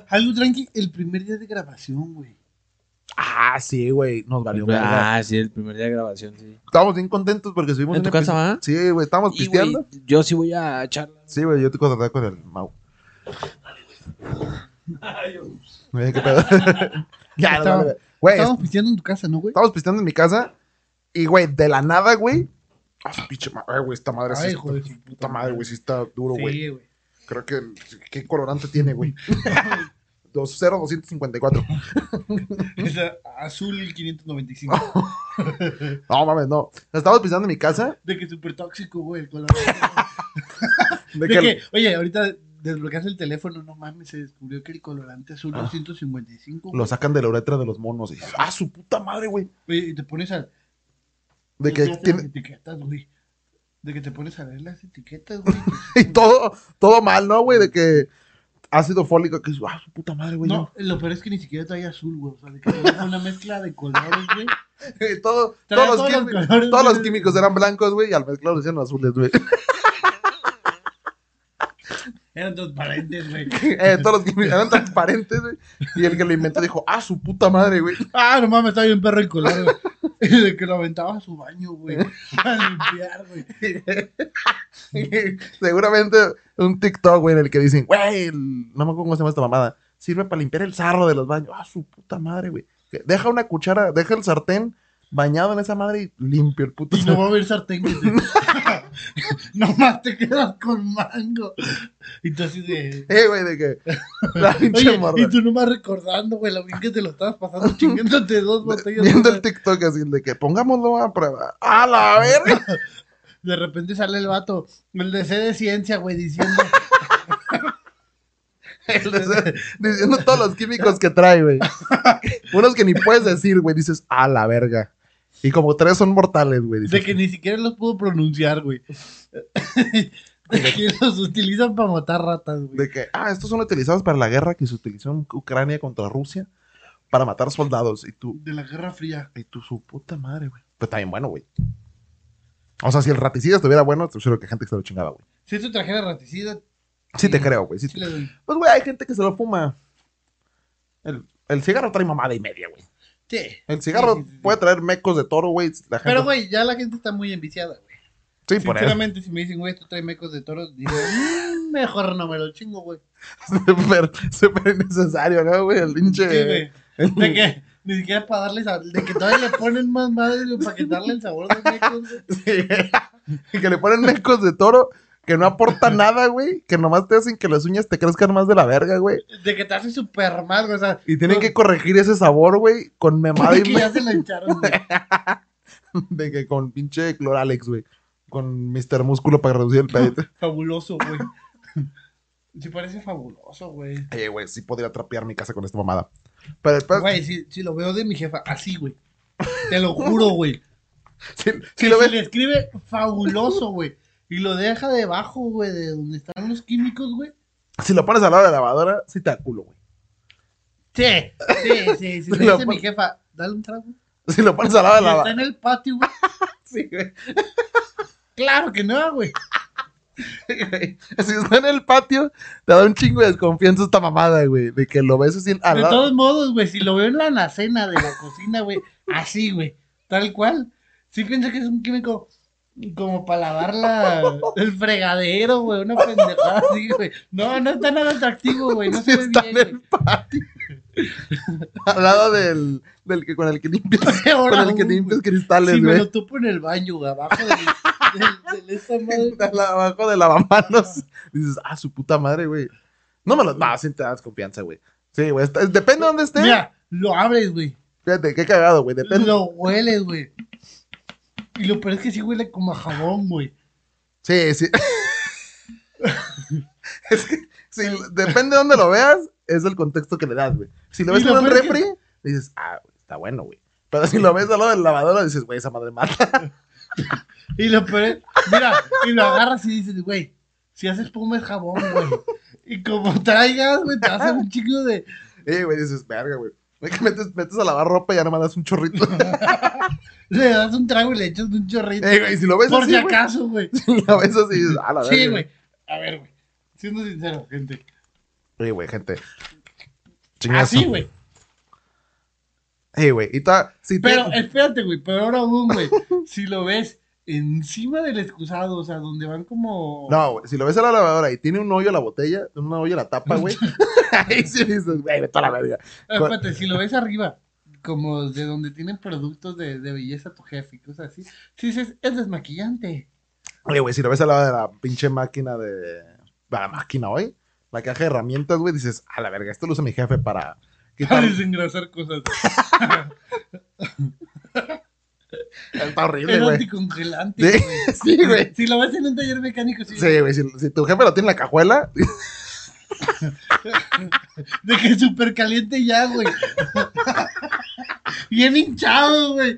[SPEAKER 3] Algo tranqui el primer día de grabación, güey.
[SPEAKER 2] Ah, sí, güey. Nos valió verga.
[SPEAKER 1] Ah, sí, el primer día de grabación, sí.
[SPEAKER 2] Estábamos bien contentos porque subimos.
[SPEAKER 1] ¿En
[SPEAKER 2] un
[SPEAKER 1] tu casa,
[SPEAKER 2] episodio-
[SPEAKER 1] va?
[SPEAKER 2] Sí, güey. Estábamos
[SPEAKER 1] Y, güey,
[SPEAKER 2] pisteando.
[SPEAKER 1] yo sí voy a echar.
[SPEAKER 2] Sí, güey. Yo te contraté con el Mau. Ay, qué pedo. ya, no,
[SPEAKER 3] Estaba-
[SPEAKER 2] vale, verga. Güey,
[SPEAKER 3] Estábamos pisteando en tu casa, ¿no, güey?
[SPEAKER 2] estábamos pisteando en mi casa. Y, güey, de la nada, güey. Ah, su pinche madre, Ay, güey. Esta madre sí.
[SPEAKER 3] Ay, hijo de
[SPEAKER 2] está-
[SPEAKER 3] su
[SPEAKER 2] Esta madre, güey. Sí está duro,
[SPEAKER 3] Sí,
[SPEAKER 2] güey.
[SPEAKER 3] güey.
[SPEAKER 2] Creo que. el- ¿Qué colorante tiene, güey? 0,254.
[SPEAKER 3] Esa azul 595.
[SPEAKER 2] No mames, no. Estábamos pisteando en mi casa.
[SPEAKER 3] De que súper tóxico, güey. el color.
[SPEAKER 2] De
[SPEAKER 3] De
[SPEAKER 2] que el-
[SPEAKER 3] que, oye, ahorita desbloqueaste el teléfono, no mames, se descubrió que el colorante azul
[SPEAKER 2] Ah.
[SPEAKER 3] 255.
[SPEAKER 2] Lo
[SPEAKER 3] güey.
[SPEAKER 2] sacan de la uretra de los monos. Y, ah, su puta madre, güey.
[SPEAKER 3] Oye, y te pones a.
[SPEAKER 2] De
[SPEAKER 3] te
[SPEAKER 2] que
[SPEAKER 3] hacen las
[SPEAKER 2] tiene.
[SPEAKER 3] etiquetas, güey. De que te pones a ver las etiquetas, güey.
[SPEAKER 2] Y todo, todo mal, ¿no, güey? De que ácido fólico. Que, es- ah, su puta madre, güey.
[SPEAKER 3] No, lo peor es que ni siquiera trae azul, güey. O sea, de que fue una mezcla de colores, güey.
[SPEAKER 2] Todo-
[SPEAKER 3] Trae
[SPEAKER 2] todos, los
[SPEAKER 3] todos los
[SPEAKER 2] químicos,
[SPEAKER 3] colores,
[SPEAKER 2] todos
[SPEAKER 3] güey.
[SPEAKER 2] los químicos eran blancos, güey. Y al mezclar los hicieron azules, güey.
[SPEAKER 3] Eran transparentes, güey.
[SPEAKER 2] Eh, todos los químicos eran transparentes, güey. Y el que lo inventó dijo, ah, su puta madre, güey.
[SPEAKER 3] Ah, no mames, está bien perro el color, güey. Y De que lo aventaba a su baño, güey. Para limpiar, güey.
[SPEAKER 2] Seguramente un TikTok, güey, en el que dicen, güey, el- no me acuerdo cómo se llama esta mamada. Sirve para limpiar el sarro de los baños. Ah, su puta madre, güey. Que Deja una cuchara, deja el sartén bañado en esa madre y limpio el puto
[SPEAKER 3] Y no va a haber sartén que te... Nomás te quedas con mango. Y tú así de...
[SPEAKER 2] Eh, güey, de que. La pinche
[SPEAKER 3] Oye,
[SPEAKER 2] morra.
[SPEAKER 3] y tú nomás recordando, güey, lo bien que te lo estabas pasando chingándote dos botellas.
[SPEAKER 2] Viendo
[SPEAKER 3] de-
[SPEAKER 2] el TikTok así, de que pongámoslo a prueba. ¡A la verga!
[SPEAKER 3] De repente sale el vato, el de C de ciencia, güey, diciendo...
[SPEAKER 2] Diciendo todos los químicos que trae, güey. Unos que ni puedes decir, güey. Dices, ¡a la verga! Y como tres son mortales, güey.
[SPEAKER 3] De
[SPEAKER 2] Dices,
[SPEAKER 3] que ni siquiera los pudo pronunciar, güey. De que los utilizan para matar ratas, güey.
[SPEAKER 2] de que, ah, estos son utilizados para la guerra que se utilizó en Ucrania contra Rusia para matar soldados. Y tú,
[SPEAKER 3] De la Guerra Fría.
[SPEAKER 2] y tú, su puta madre, güey. Pero está bien bueno, güey. O sea, si el raticida estuviera bueno, te juro que gente que se lo chingaba, güey.
[SPEAKER 3] Si esto trajera raticida,
[SPEAKER 2] Sí te creo, güey. Sí
[SPEAKER 3] sí
[SPEAKER 2] te-
[SPEAKER 3] le doy.
[SPEAKER 2] Pues, güey, hay gente que se lo fuma. El, el cigarro trae mamada y media, güey.
[SPEAKER 3] Sí.
[SPEAKER 2] El cigarro
[SPEAKER 3] Sí, sí, sí.
[SPEAKER 2] puede traer mecos de toro, güey. La gente...
[SPEAKER 3] Pero, güey, ya la gente está muy enviciada, güey.
[SPEAKER 2] sí, por eso.
[SPEAKER 3] Sinceramente, si me dicen, güey, esto trae mecos de toros, digo, "Mm, mejor no me lo chingo, güey.
[SPEAKER 2] Súper, súper innecesario, ¿no, güey? El
[SPEAKER 3] Sí,
[SPEAKER 2] pinche.
[SPEAKER 3] güey. De que ni siquiera para darle sabor, de que todavía le ponen más madre, güey, para quitarle el sabor de mecos, güey.
[SPEAKER 2] Sí, güey. que le ponen mecos de toro que no aporta nada, güey. Que nomás te hacen que las uñas te crezcan más de la verga, güey.
[SPEAKER 3] De que te hace súper mal, güey. O sea,
[SPEAKER 2] Y tienen
[SPEAKER 3] no-
[SPEAKER 2] que corregir ese sabor, güey, con memada
[SPEAKER 3] de
[SPEAKER 2] y
[SPEAKER 3] que ya se la hincharon, güey.
[SPEAKER 2] me- de que con pinche cloralex, güey. Con Mr. Músculo para reducir el pedito.
[SPEAKER 3] Fabuloso, güey. Sí parece fabuloso, güey.
[SPEAKER 2] Eh, güey, sí podría trapear mi casa con esta mamada. Pero después,
[SPEAKER 3] Güey, si, si lo veo de mi jefa, así, güey. Te lo juro, güey.
[SPEAKER 2] si, si
[SPEAKER 3] Que
[SPEAKER 2] lo
[SPEAKER 3] si
[SPEAKER 2] ves,
[SPEAKER 3] le escribe fabuloso, güey. Y lo deja debajo, güey, de donde están los químicos, güey.
[SPEAKER 2] Si lo pones al lado de la lavadora, sí te da culo, güey.
[SPEAKER 3] Sí, sí, sí. sí me
[SPEAKER 2] Lo
[SPEAKER 3] dice mi
[SPEAKER 2] pon-
[SPEAKER 3] jefa, dale un trago.
[SPEAKER 2] Si lo pones al lado de la
[SPEAKER 3] Está
[SPEAKER 2] lavadora.
[SPEAKER 3] en el patio, güey.
[SPEAKER 2] Sí, güey.
[SPEAKER 3] Claro que no, güey.
[SPEAKER 2] Si está en el patio, te da un chingo de desconfianza esta mamada, güey. De que lo ves así al
[SPEAKER 3] De
[SPEAKER 2] lado.
[SPEAKER 3] todos modos, güey, si lo veo en la alacena de la cocina, güey, así, güey, tal cual. Sí pienso que es un químico como para lavar la, el fregadero, güey, una pendejada así, güey. No, no está nada atractivo, güey, no
[SPEAKER 2] Sí
[SPEAKER 3] se ve
[SPEAKER 2] está en
[SPEAKER 3] bien,
[SPEAKER 2] el
[SPEAKER 3] güey.
[SPEAKER 2] patio. al lado del, del que con el que limpias, con
[SPEAKER 3] Ahora,
[SPEAKER 2] el que
[SPEAKER 3] güey,
[SPEAKER 2] limpias cristales,
[SPEAKER 3] Si me
[SPEAKER 2] güey.
[SPEAKER 3] lo tupo en el baño, güey, abajo del, del, del- esa madre,
[SPEAKER 2] Al- Abajo de lavamanos. Dices, ah, su puta madre, güey. No me lo. No, sí te das confianza, güey. Sí, güey. está- Depende de dónde esté.
[SPEAKER 3] Mira, lo abres, güey.
[SPEAKER 2] Fíjate, qué cagado, güey. Depende.
[SPEAKER 3] Lo hueles, güey. Y lo peor es que sí huele como a jabón, güey.
[SPEAKER 2] Sí, sí. es que, sí, depende de dónde lo veas, es el contexto que le das, güey. Si lo
[SPEAKER 3] Y
[SPEAKER 2] ves en
[SPEAKER 3] lo
[SPEAKER 2] un
[SPEAKER 3] peor es que-
[SPEAKER 2] refri, dices, ah, güey, está bueno, güey. Pero si lo ves al lado del lavadora, dices, güey, esa madre mata.
[SPEAKER 3] Y lo peor es- mira, y lo agarras y dices, güey, si haces espuma es jabón, güey. Y como traigas, güey, te hace un chingo de.
[SPEAKER 2] Y, Eh, güey, dices, verga, güey. Güey, que metes, metes a lavar ropa y ya nomás das un chorrito.
[SPEAKER 3] Le das un trago y le echas un chorrito.
[SPEAKER 2] Eh, güey, si lo ves
[SPEAKER 3] por
[SPEAKER 2] así,
[SPEAKER 3] si
[SPEAKER 2] güey,
[SPEAKER 3] acaso, güey.
[SPEAKER 2] si lo ves así, dices, ah, la verga.
[SPEAKER 3] Sí, güey. A ver, güey. Siendo sincero, gente.
[SPEAKER 2] Sí, güey, gente. Chingazo.
[SPEAKER 3] Así, güey.
[SPEAKER 2] Sí, güey. Y ta, si te-
[SPEAKER 3] Pero eh, espérate, güey. Pero ahora aún, güey. Si lo ves encima del excusado, o sea, donde van como.
[SPEAKER 2] No, güey, si lo ves a la lavadora y tiene un hoyo la botella, un hoyo la tapa, güey. Ahí sí dices, güey, vete a la verga.
[SPEAKER 3] Ah, Espérate, si lo ves arriba, como de donde tienen productos de, de belleza tu jefe y cosas así, si dices, es desmaquillante.
[SPEAKER 2] Oye, güey, si lo ves al lado de la pinche máquina de. La máquina hoy, la caja de herramientas, güey, dices, a la verga, esto lo usa mi jefe para
[SPEAKER 3] Para
[SPEAKER 2] quitar.
[SPEAKER 3] desengrasar cosas.
[SPEAKER 2] Está horrible,
[SPEAKER 3] Es
[SPEAKER 2] güey.
[SPEAKER 3] anticongelante.
[SPEAKER 2] Sí,
[SPEAKER 3] güey.
[SPEAKER 2] sí, güey.
[SPEAKER 3] Si lo ves en un taller mecánico, sí.
[SPEAKER 2] Sí, güey, si, si tu jefe lo tiene en la cajuela,
[SPEAKER 3] De que es súper caliente ya, güey. Bien hinchado, güey.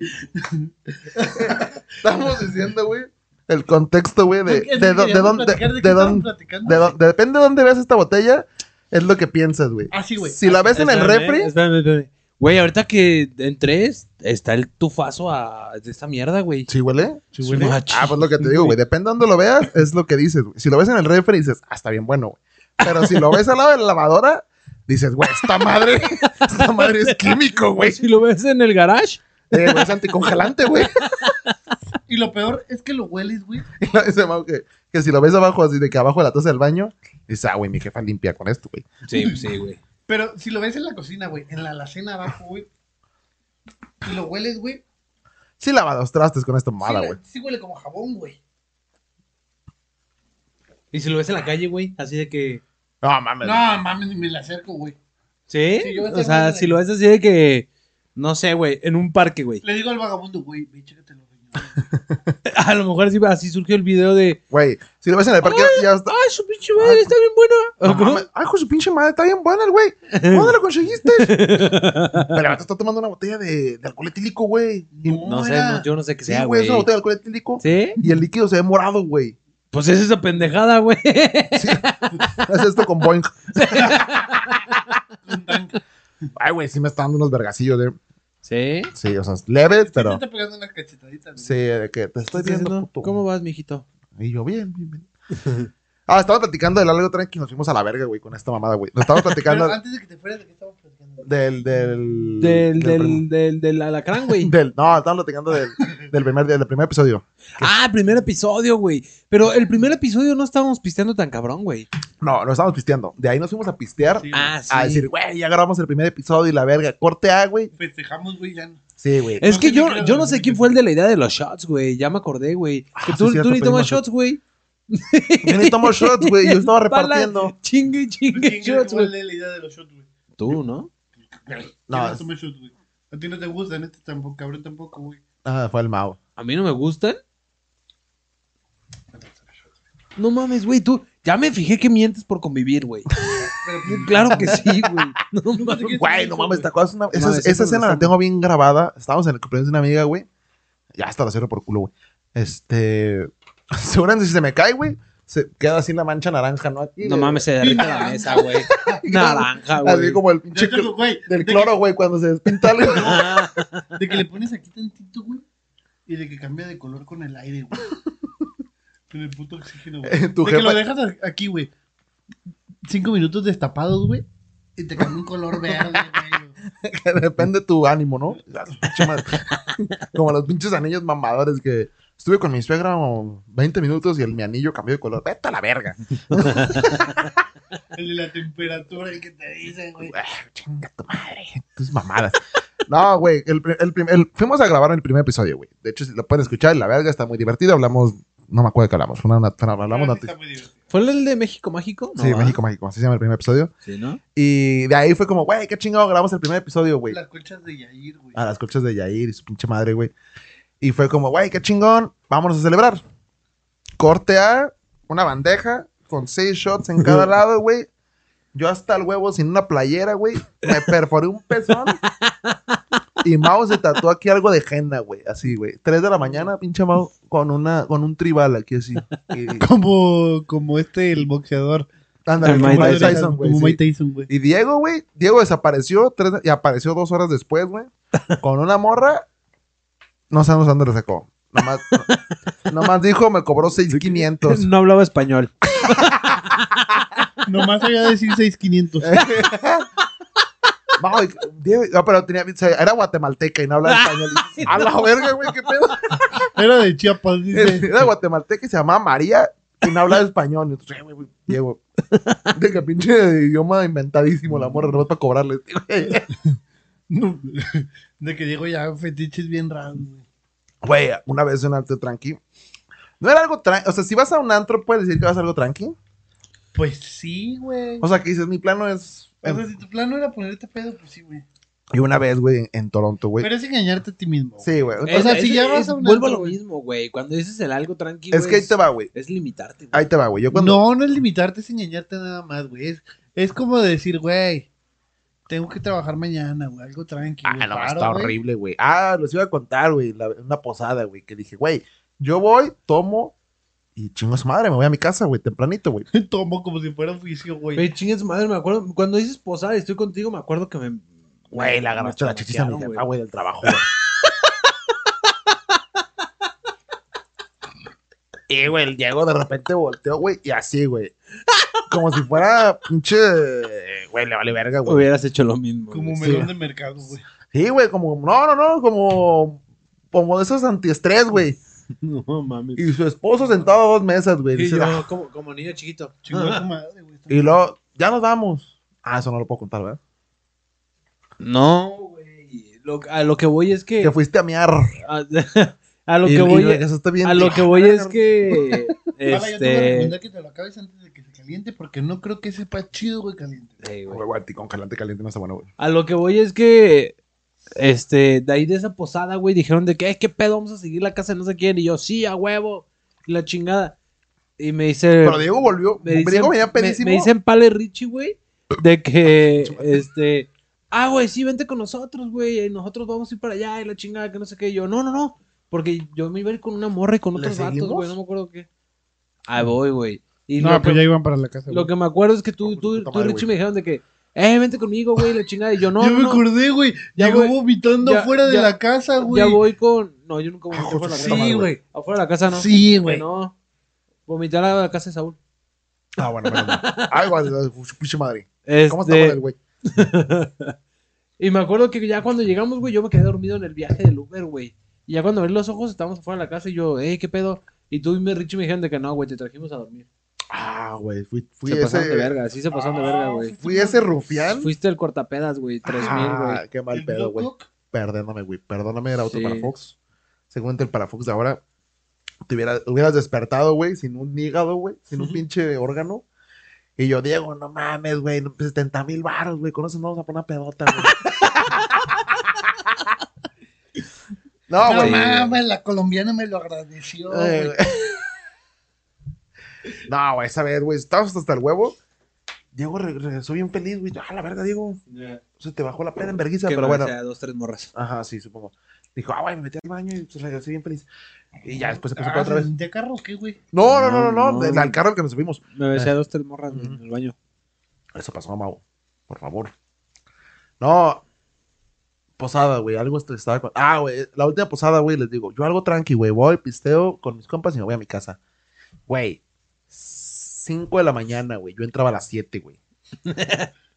[SPEAKER 2] estamos diciendo, güey, el contexto, güey, de,
[SPEAKER 3] Es
[SPEAKER 2] de,
[SPEAKER 3] que
[SPEAKER 2] do- de
[SPEAKER 3] queríamos
[SPEAKER 2] dónde.
[SPEAKER 3] platicar
[SPEAKER 2] De
[SPEAKER 3] qué estaban
[SPEAKER 2] dónde.
[SPEAKER 3] platicando.
[SPEAKER 2] de dónde- de- depende de dónde veas esta botella, es lo que piensas, güey.
[SPEAKER 3] Así, Ah, güey.
[SPEAKER 2] Si la ves en el
[SPEAKER 1] Espérame,
[SPEAKER 2] refri,
[SPEAKER 1] espérame, espérame. Güey, ahorita que entré, está el tufazo a de esta mierda, güey.
[SPEAKER 2] ¿sí huele?
[SPEAKER 1] Sí, huele.
[SPEAKER 2] Ah, pues lo que te digo, güey. Depende de dónde lo veas, es lo que dices, güey. Si lo ves en el refri, dices, ah, está bien bueno, güey. Pero si lo ves al lado de la lavadora, dices, güey, esta madre, esta madre es químico, güey.
[SPEAKER 1] Si lo ves en el garage,
[SPEAKER 2] Eh, güey, es anticongelante, güey.
[SPEAKER 3] Y lo peor es que lo hueles, güey.
[SPEAKER 2] Y lo dice, Mau, que, que si lo ves abajo, así de que abajo de la taza del baño, dices, ah, güey, mi jefa limpia con esto, güey.
[SPEAKER 1] sí, pues sí, güey.
[SPEAKER 3] Pero si lo ves en la cocina, güey. En la alacena abajo, güey. Y lo hueles, güey.
[SPEAKER 2] Sí lava los trastes con esta mamada,
[SPEAKER 3] sí,
[SPEAKER 2] güey.
[SPEAKER 3] sí huele como jabón, güey.
[SPEAKER 1] Y si lo ves en la calle, güey, así de que.
[SPEAKER 2] No, mames.
[SPEAKER 3] No, mames, ni me la acerco, güey.
[SPEAKER 1] ¿Sí?
[SPEAKER 3] Sí, yo voy a
[SPEAKER 1] o
[SPEAKER 3] estar
[SPEAKER 1] sea,
[SPEAKER 3] viendo
[SPEAKER 1] si
[SPEAKER 3] de-
[SPEAKER 1] lo ves así de que. No sé, güey, en un parque, güey.
[SPEAKER 3] Le digo al vagabundo, güey, ve, chécatelo, güey.
[SPEAKER 1] A lo mejor así, así surgió el video de.
[SPEAKER 2] Güey, si lo ves en el parque, ya está.
[SPEAKER 1] ¡Ay, su pinche madre, está bien buena!
[SPEAKER 2] Ah, No,
[SPEAKER 1] ¿O cómo?
[SPEAKER 2] mames. Ay, hijo de su pinche madre, está bien buena el güey. ¿Dónde lo conseguiste? Pero te está tomando una botella de, de alcohol etílico, güey. Y-
[SPEAKER 1] No sé,
[SPEAKER 3] era-
[SPEAKER 1] no, yo no sé qué
[SPEAKER 2] Sí,
[SPEAKER 1] sea,
[SPEAKER 2] güey,
[SPEAKER 1] güey.
[SPEAKER 2] es una botella de alcohol etílico.
[SPEAKER 1] ¿Sí?
[SPEAKER 2] Y el líquido se ve morado, güey.
[SPEAKER 1] Pues es esa pendejada, güey.
[SPEAKER 2] Sí. Haz esto con Boeing.
[SPEAKER 3] Un tanque.
[SPEAKER 2] Ay, güey, sí me está dando unos vergacillos de.
[SPEAKER 1] ¿Sí?
[SPEAKER 2] Sí, o sea, leves,
[SPEAKER 3] Sí
[SPEAKER 2] pero.
[SPEAKER 3] te está pegando unas cachetaditas, güey.
[SPEAKER 2] Sí, de que te estoy
[SPEAKER 1] Estás diciendo,
[SPEAKER 2] viendo. puto.
[SPEAKER 1] ¿Cómo vas, mijito?
[SPEAKER 2] Y yo, bien, bien, bien. Ah, estaba platicando del algo tranqui y nos fuimos a la verga, güey, con esta mamada, güey. Estaba
[SPEAKER 3] Pero
[SPEAKER 2] platicando
[SPEAKER 3] antes de que te fueras, ¿de qué estamos platicando?
[SPEAKER 2] del, del.
[SPEAKER 1] Del,
[SPEAKER 2] prim-
[SPEAKER 1] del, del, del alacrán, güey.
[SPEAKER 2] del- no, estábamos platicando del, del, primer, del primer episodio.
[SPEAKER 1] Ah, primer episodio, güey. Pero el primer episodio no estábamos pisteando tan cabrón, güey.
[SPEAKER 2] No, nos estábamos pisteando. De ahí nos fuimos a pistear.
[SPEAKER 3] Sí,
[SPEAKER 1] Ah, sí.
[SPEAKER 2] A decir, güey, ya grabamos el primer episodio y la verga. Corte A, güey.
[SPEAKER 3] güey. Festejamos, güey, ya. no.
[SPEAKER 2] Sí, güey.
[SPEAKER 1] Es
[SPEAKER 3] No
[SPEAKER 1] que
[SPEAKER 3] sé ni
[SPEAKER 1] yo,
[SPEAKER 3] qué
[SPEAKER 1] yo
[SPEAKER 3] era,
[SPEAKER 1] no sé
[SPEAKER 3] ni
[SPEAKER 1] quién
[SPEAKER 3] qué
[SPEAKER 1] fue el de la idea de los shots, güey. Ya me acordé, güey. Que
[SPEAKER 2] Ah, sí,
[SPEAKER 1] tú,
[SPEAKER 2] cierto,
[SPEAKER 1] tú ni tomas
[SPEAKER 2] pedimos shots.
[SPEAKER 1] shots, güey.
[SPEAKER 2] Yo ni tomo shots, güey. Yo estaba
[SPEAKER 1] Pala.
[SPEAKER 2] repartiendo.
[SPEAKER 1] Chingue, chingue
[SPEAKER 3] ¿Quién crees
[SPEAKER 1] shots,
[SPEAKER 3] que
[SPEAKER 1] güey.
[SPEAKER 3] vale la idea de los shots, güey?
[SPEAKER 1] Tú, ¿no?
[SPEAKER 3] ¿Quién
[SPEAKER 2] No,
[SPEAKER 3] No,
[SPEAKER 2] es-
[SPEAKER 3] toma shots, güey. A ti no te gustan, este tampoco, cabrón, tampoco, güey.
[SPEAKER 2] Ah, fue el Mao.
[SPEAKER 1] A mí no me gustan. No mames, güey. Tú ya me fijé que mientes por convivir, güey.
[SPEAKER 3] Pero, pues,
[SPEAKER 1] Claro que sí, güey. No mames.
[SPEAKER 3] ¿qué
[SPEAKER 2] Güey,
[SPEAKER 3] hizo,
[SPEAKER 2] no mames,
[SPEAKER 3] güey?
[SPEAKER 2] ¿te acuerdas? una- esa
[SPEAKER 1] mames,
[SPEAKER 2] esa escena
[SPEAKER 1] siempre nos
[SPEAKER 2] la
[SPEAKER 1] estamos-
[SPEAKER 2] tengo bien grabada. Estábamos en el cumpleaños de una amiga, güey. Ya hasta la cero por culo, güey. Este. Seguramente si se me cae, güey, se queda así la mancha naranja, ¿no? Aquí,
[SPEAKER 1] No
[SPEAKER 2] de-
[SPEAKER 1] mames, se derrite la
[SPEAKER 3] naranja.
[SPEAKER 1] mesa, güey. Naranja,
[SPEAKER 2] Así
[SPEAKER 1] güey.
[SPEAKER 2] como el pinche
[SPEAKER 3] Yo tengo, güey,
[SPEAKER 2] del
[SPEAKER 3] de que-
[SPEAKER 2] cloro, güey, cuando se despinta algo.
[SPEAKER 1] Ah,
[SPEAKER 3] De que le pones aquí tantito, güey. Y de que cambia de color con el aire, güey. Con el puto oxígeno, güey.
[SPEAKER 2] Eh, Tu
[SPEAKER 3] de que lo
[SPEAKER 2] jefa-
[SPEAKER 3] dejas a- aquí, güey. Cinco minutos destapados, güey. Y te cambia un color verde, güey.
[SPEAKER 2] que depende de tu ánimo, ¿no? La pinche madre. Como los pinches anillos mamadores que estuve con mi suegra como 20 minutos y el, mi anillo cambió de color. Vete a la verga.
[SPEAKER 3] El de la temperatura, el que te dicen, güey.
[SPEAKER 2] Ah, Chinga tu madre. Tus mamadas. No, güey. El, pri- el, prim- el- fuimos a grabar el primer episodio, güey. De hecho, si lo pueden escuchar, la verga está muy divertido. Hablamos, no me acuerdo de qué hablamos. Fue una, una- hablamos
[SPEAKER 3] Ahora
[SPEAKER 2] de
[SPEAKER 3] sí está muy divertido.
[SPEAKER 1] ¿Fue el de México Mágico? No,
[SPEAKER 2] Sí,
[SPEAKER 1] ¿va?
[SPEAKER 2] México, México. Así se llama el primer episodio.
[SPEAKER 1] Sí, ¿no?
[SPEAKER 2] Y de ahí fue como, güey, qué chingado grabamos el primer episodio, güey.
[SPEAKER 3] Las colchas de Yair, güey.
[SPEAKER 2] a las colchas de Yair y su pinche madre, güey. Y fue como, güey, qué chingón, vámonos a celebrar. Corte a una bandeja con seis shots en cada lado, güey. Yo hasta el huevo sin una playera, güey. Me perforé un pezón. Y Mao se tatuó aquí algo de henna, güey. Así, güey. Tres de la mañana, pinche Mao, con, una, con un tribal aquí así. Y,
[SPEAKER 3] Como, como este, el boxeador.
[SPEAKER 2] ándale,
[SPEAKER 1] El
[SPEAKER 2] como
[SPEAKER 1] Mike
[SPEAKER 2] Mike
[SPEAKER 1] Tyson,
[SPEAKER 2] Tyson, güey. sí.
[SPEAKER 3] Tyson, güey.
[SPEAKER 2] Y Diego, güey, Diego desapareció tres, y apareció dos horas después, güey, con una morra. No sabemos dónde lo sacó. Nomás, nomás dijo, me cobró 6,500.
[SPEAKER 1] No hablaba español.
[SPEAKER 3] Nomás voy a decir 6500.
[SPEAKER 2] No, y- Diego, no, pero tenía, o sea, era guatemalteca y no hablaba español. Y- A la verga, güey, qué pedo.
[SPEAKER 3] Era de Chiapas, dice.
[SPEAKER 2] Era guatemalteca y se llamaba María y no hablaba español. Y entonces, "Eh, güey, güey, Diego, de que pinche idioma inventadísimo la morra, nomás para cobrarle.
[SPEAKER 3] No. De que Diego ya fetiches bien raros, güey.
[SPEAKER 2] Güey, una vez en un antro tranqui. No era algo tranqui. O sea, si vas a un antro, puedes decir que vas a algo tranqui.
[SPEAKER 3] Pues sí, güey.
[SPEAKER 2] O sea, que dices, mi plano es. em,
[SPEAKER 3] O sea, em- si tu plan no era ponerte pedo, pues sí, güey.
[SPEAKER 2] Y una vez, güey, en Toronto, güey.
[SPEAKER 3] Pero es engañarte a ti mismo. güey.
[SPEAKER 2] Sí, güey.
[SPEAKER 1] Es-
[SPEAKER 3] sea, si
[SPEAKER 1] es-
[SPEAKER 3] ya vas
[SPEAKER 1] es-
[SPEAKER 3] a un
[SPEAKER 1] Vuelvo a lo
[SPEAKER 3] antro, güey.
[SPEAKER 1] mismo, güey. Cuando dices el algo tranquilo.
[SPEAKER 2] Es que ahí te va, güey.
[SPEAKER 1] Es limitarte, güey.
[SPEAKER 2] Ahí te va, güey. Yo cuando.
[SPEAKER 3] No, no es limitarte, es engañarte nada más, güey. Es, es como decir, güey, tengo que trabajar mañana, güey. Algo tranquilo.
[SPEAKER 2] ah, no,
[SPEAKER 3] paro,
[SPEAKER 2] está
[SPEAKER 3] güey.
[SPEAKER 2] horrible, güey. Ah, los iba a contar, güey. la- Una posada, güey. Que dije, güey, yo voy, tomo y chingo a su madre, me voy a mi casa, güey, tempranito, güey.
[SPEAKER 3] Tomo como si fuera oficio, güey.
[SPEAKER 1] Güey, chingue su madre, me acuerdo. Cuando dices posada y estoy contigo, me acuerdo que me.
[SPEAKER 2] Güey, la
[SPEAKER 1] me
[SPEAKER 2] agarraste la chichis a mi
[SPEAKER 1] chamaquearon,
[SPEAKER 2] jefa,
[SPEAKER 1] güey.
[SPEAKER 2] güey, del trabajo, güey. Y, güey, el Diego de repente volteó, güey, y así, güey. Como si fuera pinche. Güey, le vale verga, güey.
[SPEAKER 1] Hubieras hecho lo mismo.
[SPEAKER 3] Como
[SPEAKER 1] güey.
[SPEAKER 2] me-
[SPEAKER 3] melón de mercado, güey.
[SPEAKER 2] Sí, güey, como. No, no, no, como. Como de esos antiestrés, güey.
[SPEAKER 1] No mames.
[SPEAKER 2] Y su esposo sentado a dos mesas, güey.
[SPEAKER 1] Y
[SPEAKER 2] Dice,
[SPEAKER 1] yo,
[SPEAKER 2] "Ah".
[SPEAKER 1] como, como niño chiquito.
[SPEAKER 3] Chingó a
[SPEAKER 1] Ah.
[SPEAKER 3] tu madre, güey.
[SPEAKER 2] Y luego, ya nos vamos. Ah, eso no lo puedo contar, ¿verdad?
[SPEAKER 1] No, güey. Lo- a lo que voy es que.
[SPEAKER 2] Que fuiste a miar.
[SPEAKER 1] a, a lo
[SPEAKER 2] Y-
[SPEAKER 1] que
[SPEAKER 2] y
[SPEAKER 1] voy.
[SPEAKER 2] regresaste bien Ah,
[SPEAKER 1] a lo que voy es que.
[SPEAKER 3] Ahora yo te voy a
[SPEAKER 1] este.
[SPEAKER 3] recomendar que te lo acabes antes de que se caliente, porque no creo que sepa chido, güey, caliente.
[SPEAKER 1] Ey, güey.
[SPEAKER 2] Güey, güey, con caliente, caliente no está bueno, güey.
[SPEAKER 1] A lo que voy es que. Este, de ahí de esa posada, güey, dijeron de que, "Ay, qué pedo, vamos a seguir la casa de no sé quién. Y yo, sí, a huevo. Y la chingada. Y me dice.
[SPEAKER 2] Pero Diego volvió.
[SPEAKER 1] me dicen,
[SPEAKER 2] Diego venía
[SPEAKER 1] me,
[SPEAKER 2] pedísimo.
[SPEAKER 1] me dicen Pale Richie, güey, de que, este, ah, güey, sí, vente con nosotros, güey, y nosotros vamos a ir para allá y la chingada, que no sé qué. Y yo, no, no, no, porque yo me iba a ir con una morra y con
[SPEAKER 2] ¿Le
[SPEAKER 1] otros vatos,
[SPEAKER 2] seguimos?
[SPEAKER 1] güey, no me acuerdo qué. Ah, voy, güey. Y
[SPEAKER 3] No,
[SPEAKER 1] lo,
[SPEAKER 3] pues ya
[SPEAKER 1] que,
[SPEAKER 3] iban para la casa.
[SPEAKER 1] lo
[SPEAKER 3] güey.
[SPEAKER 1] que me acuerdo es que tú,
[SPEAKER 2] Por
[SPEAKER 1] tú,
[SPEAKER 2] puta
[SPEAKER 1] tú y
[SPEAKER 2] madre,
[SPEAKER 1] Richie
[SPEAKER 2] güey.
[SPEAKER 1] me dijeron de que, eh, vente conmigo, güey, la chingada. Y yo, no,
[SPEAKER 3] yo me
[SPEAKER 1] no, no,
[SPEAKER 3] acordé, güey.
[SPEAKER 1] Ya
[SPEAKER 3] Llegó
[SPEAKER 1] voy-
[SPEAKER 3] vomitando
[SPEAKER 1] ya-
[SPEAKER 3] afuera de
[SPEAKER 1] ya-
[SPEAKER 3] la casa, güey.
[SPEAKER 1] ya voy con, no, yo nunca vomité
[SPEAKER 2] Ah,
[SPEAKER 1] afuera de
[SPEAKER 2] puta
[SPEAKER 1] la casa.
[SPEAKER 3] Sí,
[SPEAKER 2] madre,
[SPEAKER 3] güey.
[SPEAKER 1] Afuera de la casa, no.
[SPEAKER 3] Sí, güey.
[SPEAKER 1] No, vomité a la casa de Saúl.
[SPEAKER 2] Ah, bueno, bueno. bueno. Ay, güey, su pinche madre. ¿Cómo está bueno
[SPEAKER 1] Este,
[SPEAKER 2] el güey?
[SPEAKER 1] Y me acuerdo que ya cuando llegamos, güey, yo me quedé dormido en el viaje del Uber, güey. Y ya cuando abrí los ojos, estábamos afuera de la casa y yo, eh, ¿qué pedo? Y tú y mi Richie me dijeron de que no, güey, te trajimos a dormir.
[SPEAKER 2] Ah, güey, fui, fui
[SPEAKER 1] se pasaron de
[SPEAKER 2] ese.
[SPEAKER 1] verga, sí se pasaron de verga, güey.
[SPEAKER 2] Fui ese rufián.
[SPEAKER 1] Fuiste el cortapedas, güey, 3000,
[SPEAKER 2] Ah,
[SPEAKER 1] güey.
[SPEAKER 2] qué mal pedo, güey. Perdóname, güey. Perdóname, era otro
[SPEAKER 1] Sí.
[SPEAKER 2] parafox. Seguramente el parafox de ahora te hubiera- hubieras despertado, güey, sin un hígado, güey, sin un pinche órgano. Y yo, Diego, no mames, güey, 70 mil baros, güey, con eso nos vamos a poner una pedota, güey. no,
[SPEAKER 3] No
[SPEAKER 2] Ah, güey.
[SPEAKER 3] mames, la colombiana me lo agradeció.
[SPEAKER 2] Ay,
[SPEAKER 3] güey.
[SPEAKER 2] güey. No, güey, esa vez, güey, estábamos hasta el huevo. Diego re- regresó bien feliz, güey. Ah, la verdad, Diego, se te bajó la peda en vergüenza,
[SPEAKER 1] Que
[SPEAKER 2] pero bueno.
[SPEAKER 1] dos, tres morras.
[SPEAKER 2] Ajá, sí, supongo. Dijo, ah, güey, me metí al baño y pues, regresé bien feliz. Y ya después Pues se puso
[SPEAKER 3] Ah,
[SPEAKER 2] otra vez.
[SPEAKER 3] ¿De carro qué, güey?
[SPEAKER 2] No, no, no, no, no,
[SPEAKER 1] No, no.
[SPEAKER 2] del- al carro al que nos subimos.
[SPEAKER 1] Me besé a dos, tres morras
[SPEAKER 2] Ujú.
[SPEAKER 1] en el baño.
[SPEAKER 2] Eso pasó, Mau. Por favor. No. Posada, güey. Algo est- estaba. con- Ah, güey. La última posada, güey, les digo. Yo algo tranqui, güey. Voy, pisteo con mis compas y me voy a mi casa. Güey. 5 de la mañana, güey. Yo entraba a las 7, güey.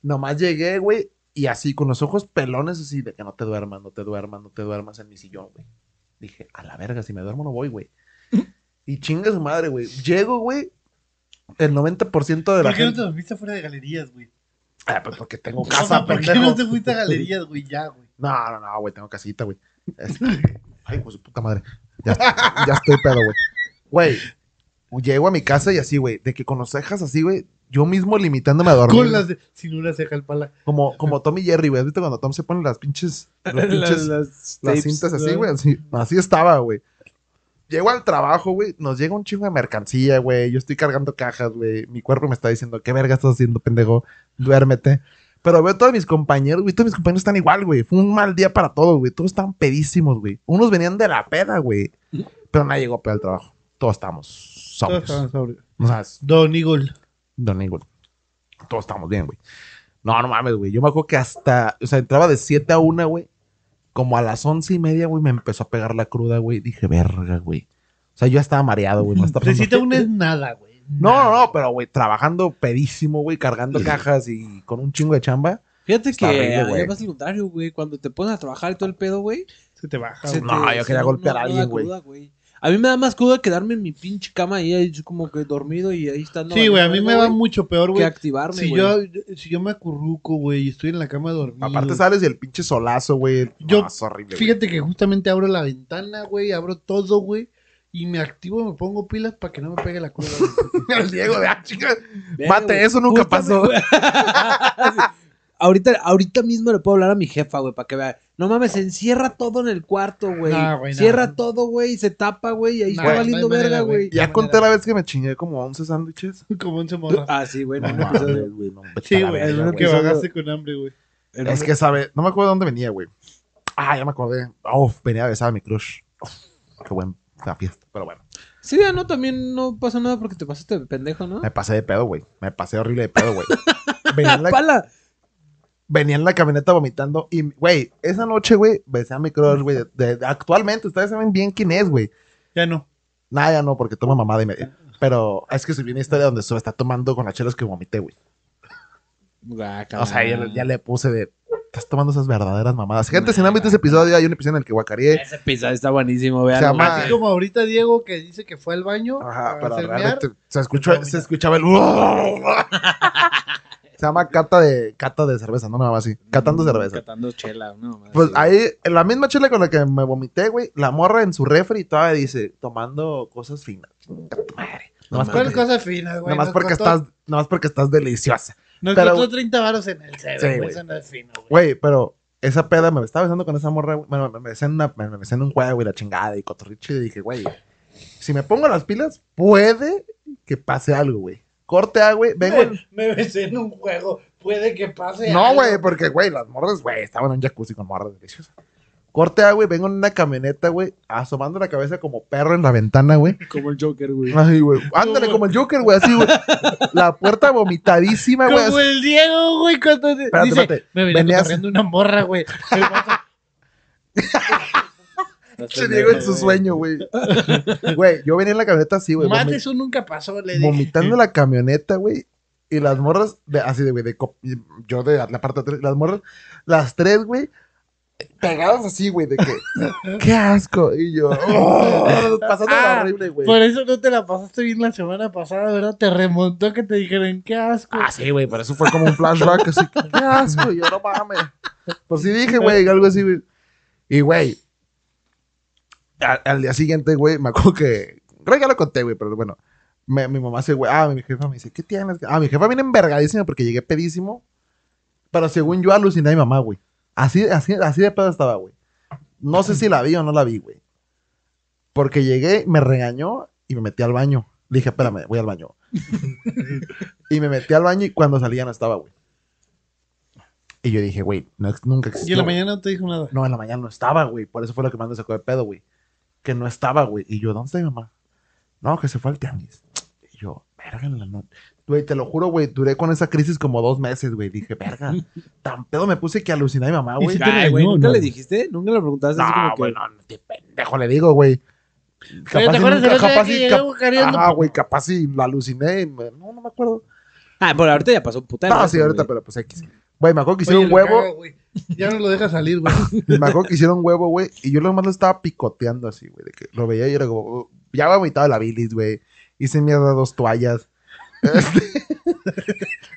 [SPEAKER 2] Nomás llegué, güey. Y así, con los ojos pelones, así de que no te duermas, no te duermas, no te duermas en mi sillón, güey. Dije, a la verga, si me duermo no voy, güey. Y chinga su madre, güey. Llego, güey. El 90% de la
[SPEAKER 3] ¿Por qué no
[SPEAKER 2] gente.
[SPEAKER 3] te dormiste fuera de galerías, güey?
[SPEAKER 2] Ah, pues porque tengo
[SPEAKER 3] O sea,
[SPEAKER 2] casa,
[SPEAKER 3] ¿por qué
[SPEAKER 2] pendejo.
[SPEAKER 3] no te fuiste a galerías, güey? Ya, güey.
[SPEAKER 2] No, no, no, güey, tengo casita, güey. Este, Ay, pues puta madre. Ya, ya estoy pedo, güey. Güey, llego a mi casa y así, güey, de que con las cejas así, güey, yo mismo limitándome a dormir.
[SPEAKER 3] Con las de... Sin una ceja al pala.
[SPEAKER 2] Como, como Tom y Jerry, güey. ¿Has visto cuando Tom se pone las pinches, los pinches- las,
[SPEAKER 1] tapes,
[SPEAKER 2] cintas así,
[SPEAKER 1] ¿verdad?
[SPEAKER 2] güey? Así, así estaba, güey. Llego al trabajo, güey, nos llega un chingo de mercancía, güey. Yo estoy cargando cajas, güey. Mi cuerpo me está diciendo, ¿qué verga estás haciendo, pendejo? Duérmete. Pero veo a todos mis compañeros, güey. Todos mis compañeros están igual, güey. Fue un mal día para todos, güey. Todos estaban pedísimos, güey. Unos venían de la peda, güey. Pero nadie llegó pedo al trabajo. Todos estábamos sobrios. O sea,
[SPEAKER 3] Don Eagle.
[SPEAKER 2] Don Eagle. Todos estamos bien, güey. No, no mames, güey. Yo me acuerdo que hasta, o sea, entraba de 7 a 1, güey. Como a las once y media, güey, me empezó a pegar la cruda, güey. Dije, verga, güey. O sea, yo ya estaba mareado, güey. No, estaba
[SPEAKER 3] Te cita una es nada, güey.
[SPEAKER 2] no, no,
[SPEAKER 3] Nada.
[SPEAKER 2] no, pero, güey, trabajando pedísimo, güey, cargando cajas y con un chingo de chamba.
[SPEAKER 1] Fíjate
[SPEAKER 2] Está
[SPEAKER 1] que
[SPEAKER 2] horrible, güey.
[SPEAKER 1] ya pasa lo contrario, güey. Cuando te pones a trabajar y todo el pedo, güey.
[SPEAKER 3] Se te baja,
[SPEAKER 1] se
[SPEAKER 3] güey.
[SPEAKER 2] No,
[SPEAKER 1] te-
[SPEAKER 2] yo
[SPEAKER 1] se
[SPEAKER 2] quería golpear a
[SPEAKER 1] da
[SPEAKER 2] alguien, güey.
[SPEAKER 1] cruda, A mí me da más cruda quedarme en mi pinche cama y ahí como que dormido y ahí estando.
[SPEAKER 3] Sí, güey, a mí me va
[SPEAKER 1] güey,
[SPEAKER 3] mucho peor,
[SPEAKER 1] Que
[SPEAKER 3] güey.
[SPEAKER 1] activarme,
[SPEAKER 3] Si
[SPEAKER 1] güey.
[SPEAKER 3] yo, si yo me acurruco, güey, y estoy en la cama dormido.
[SPEAKER 2] Aparte sales y el pinche solazo, güey. No,
[SPEAKER 3] Yo-
[SPEAKER 2] es horrible, güey.
[SPEAKER 3] Fíjate que justamente abro la ventana, güey, abro todo, güey, y me activo, me pongo pilas para que no me pegue la cruda. güey.
[SPEAKER 2] El Diego de, ah, chica.
[SPEAKER 1] Verga,
[SPEAKER 2] Mate,
[SPEAKER 1] güey.
[SPEAKER 2] eso nunca
[SPEAKER 1] Justamente,
[SPEAKER 2] pasó.
[SPEAKER 1] güey. Sí. Ahorita, ahorita mismo le puedo hablar a mi jefa, güey, para que vea. No mames, encierra todo en el cuarto, güey.
[SPEAKER 3] No, güey, no.
[SPEAKER 1] Cierra todo, güey, y se tapa, güey, y ahí
[SPEAKER 3] No,
[SPEAKER 1] está
[SPEAKER 3] güey,
[SPEAKER 1] valiendo
[SPEAKER 3] no hay
[SPEAKER 1] verga,
[SPEAKER 3] manera,
[SPEAKER 1] güey.
[SPEAKER 2] Ya conté la vez que me chingué como 11 sándwiches.
[SPEAKER 3] Como un morra.
[SPEAKER 1] Ah, sí, güey, no,
[SPEAKER 2] No
[SPEAKER 1] no, pues,
[SPEAKER 2] mames, güey, no, vete
[SPEAKER 3] Sí,
[SPEAKER 2] a la
[SPEAKER 3] güey,
[SPEAKER 2] verga,
[SPEAKER 3] el uno
[SPEAKER 2] güey.
[SPEAKER 3] que
[SPEAKER 1] Eso no-
[SPEAKER 3] bagaste con hambre, güey.
[SPEAKER 1] en
[SPEAKER 2] Es
[SPEAKER 1] un-
[SPEAKER 2] que sabe, no me acuerdo de dónde venía, güey. Ah, ya me acordé. Oh, venía a besar a mi crush. Uf, qué buena fiesta. Pero bueno,
[SPEAKER 1] Sí, ya no, también no pasa nada porque te pasaste de pendejo, ¿no?
[SPEAKER 2] me pasé de pedo, güey. Me pasé horrible de pedo, güey. Venía en la,
[SPEAKER 1] Pala.
[SPEAKER 2] venía en la camioneta vomitando y, güey, esa noche, güey, besé a mi crush, güey. de- de- actualmente, ustedes saben bien quién es, güey.
[SPEAKER 3] Ya no.
[SPEAKER 2] Nada, ya no, porque toma mamada y me... Pero es que subí una historia donde se está tomando con las chelas que vomité, güey.
[SPEAKER 1] Ah,
[SPEAKER 2] O sea, ya, le- ya le puse de... Estás tomando esas verdaderas mamadas. Gente, si no han visto ese episodio, hay un episodio en el que guacareé.
[SPEAKER 1] Ese episodio está buenísimo, vean.
[SPEAKER 2] Se llama-
[SPEAKER 3] Así como ahorita Diego que dice que fue al baño
[SPEAKER 2] Ah, eh. Ajá,
[SPEAKER 3] a
[SPEAKER 2] pero
[SPEAKER 3] hacer
[SPEAKER 2] realmente
[SPEAKER 3] mear.
[SPEAKER 2] se, escuchó,
[SPEAKER 3] Pero
[SPEAKER 2] se escuchaba el. se llama cata de, cata de cerveza, no nada más así. Catando cerveza.
[SPEAKER 1] Mm, Catando chela, no. madre,
[SPEAKER 2] Pues
[SPEAKER 1] sí.
[SPEAKER 2] ahí, en la misma chela con la que me vomité, güey, la morra en su refri todavía dice, tomando cosas finas. Chinga tu madre.
[SPEAKER 1] No
[SPEAKER 2] Nomás
[SPEAKER 3] ¿Cuál
[SPEAKER 1] mames.
[SPEAKER 2] porque,
[SPEAKER 3] cosa fina, güey?
[SPEAKER 2] nomás
[SPEAKER 3] Nos
[SPEAKER 2] porque
[SPEAKER 3] costó-
[SPEAKER 2] estás, nomás porque estás deliciosa.
[SPEAKER 3] Nos
[SPEAKER 2] pero-
[SPEAKER 3] costó 30 varos en el
[SPEAKER 2] Sí,
[SPEAKER 3] Seven, güey,
[SPEAKER 2] güey.
[SPEAKER 3] eso no es fino, güey.
[SPEAKER 2] Güey, pero esa peda me estaba besando con esa morra, güey. Bueno, me besé en, una, me, me besé en un juego y la chingada y cotorriche y dije, güey, si me pongo las pilas, puede que pase algo, güey. Corte A, güey, vengo en-
[SPEAKER 3] Me, me besé en un juego, puede que pase
[SPEAKER 2] No,
[SPEAKER 3] algo.
[SPEAKER 2] güey, porque, güey, las morras, güey, estaban en un jacuzzi con morras deliciosas. Corte A, güey, vengo en una camioneta, güey, asomando la cabeza como perro en la ventana, güey.
[SPEAKER 1] Como el Joker, güey.
[SPEAKER 2] Ay, güey, ándale como el Joker, güey, así, güey. La puerta vomitadísima, güey.
[SPEAKER 3] Como
[SPEAKER 2] así.
[SPEAKER 3] el Diego, güey, cuando te-
[SPEAKER 2] Espérate,
[SPEAKER 3] dice,
[SPEAKER 2] espérate.
[SPEAKER 3] me venía
[SPEAKER 2] Venías-
[SPEAKER 3] corriendo una morra, güey. El vato,
[SPEAKER 2] Se Diego en su sueño, güey. Güey, yo venía en la camioneta así, güey,
[SPEAKER 3] Mate,
[SPEAKER 2] vomi-
[SPEAKER 3] eso nunca pasó, le dije.
[SPEAKER 2] vomitando la camioneta, güey. Y las morras, de- así de, güey, de cop- y yo de la parte de atrás, las morras, las tres, güey, pegadas así, güey, de que, qué asco. Y yo, oh, pasándola
[SPEAKER 3] Ah,
[SPEAKER 2] horrible, güey.
[SPEAKER 3] Por eso no te la pasaste bien la semana pasada, ¿verdad? Te remontó que te dijeron, qué asco.
[SPEAKER 2] Ah, sí, güey, pero eso fue como un flashback, así, qué asco, yo no mames. Pues sí dije, güey, algo así, güey. Y, güey, al, al día siguiente, güey, me acuerdo que, creo que ya lo conté, güey, pero bueno, me- mi mamá se, güey, ah, mi jefa me dice, ¿qué tienes? Ah, mi jefa viene envergadísima porque llegué pedísimo, pero según yo aluciné a mi mamá, güey. Así, así, así de pedo estaba, güey. No sé si la vi o no la vi, güey. Porque llegué, me regañó y me metí al baño. Le dije, espérame, voy al baño. Y me metí al baño y cuando salía no estaba, güey. Y yo dije, güey, no ex- nunca
[SPEAKER 3] Y
[SPEAKER 2] existió.
[SPEAKER 3] en la
[SPEAKER 2] güey.
[SPEAKER 3] mañana no te dijo nada.
[SPEAKER 2] No, en la mañana no estaba, güey. Por eso fue lo que más me sacó de pedo, güey. Que no estaba, güey. Y yo, ¿dónde está mi mamá? No, que se fue al tianguis. Y yo, verga, en la noche. Güey, te lo juro, güey, duré con esa crisis como dos meses, güey. Dije, verga, tan pedo me puse que aluciné a mi mamá,
[SPEAKER 3] ¿Y
[SPEAKER 2] güey.
[SPEAKER 3] si te
[SPEAKER 1] Ay, güey,
[SPEAKER 3] regañó,
[SPEAKER 1] ¿nunca
[SPEAKER 3] no?
[SPEAKER 1] le dijiste? ¿Nunca le preguntaste? así
[SPEAKER 2] No,
[SPEAKER 1] como que-
[SPEAKER 2] güey, no, no, te pendejo, le digo, güey.
[SPEAKER 3] Oye,
[SPEAKER 2] y
[SPEAKER 3] ¿Te acuerdas de
[SPEAKER 2] nunca-
[SPEAKER 3] la otra vez
[SPEAKER 2] capaz
[SPEAKER 3] que
[SPEAKER 2] y cap-
[SPEAKER 3] llegaba cargando?
[SPEAKER 2] Ajá, güey, capaz si la aluciné. y me- No, no me acuerdo.
[SPEAKER 1] Ah, pero ahorita ya pasó un putero.
[SPEAKER 2] No,
[SPEAKER 1] eso,
[SPEAKER 2] sí, ahorita,
[SPEAKER 1] güey.
[SPEAKER 2] pero pues X. Güey, me acuerdo que
[SPEAKER 3] Oye,
[SPEAKER 2] hicieron
[SPEAKER 3] lo
[SPEAKER 2] huevo.
[SPEAKER 3] cago, güey. Ya no lo deja salir, güey.
[SPEAKER 2] Y me acuerdo que hicieron huevo, güey. Y yo lo más lo estaba picoteando así, güey. De que lo veía y era como, "Oh, ya había vomitado la bilis, güey. Hice mierda dos toallas. Este,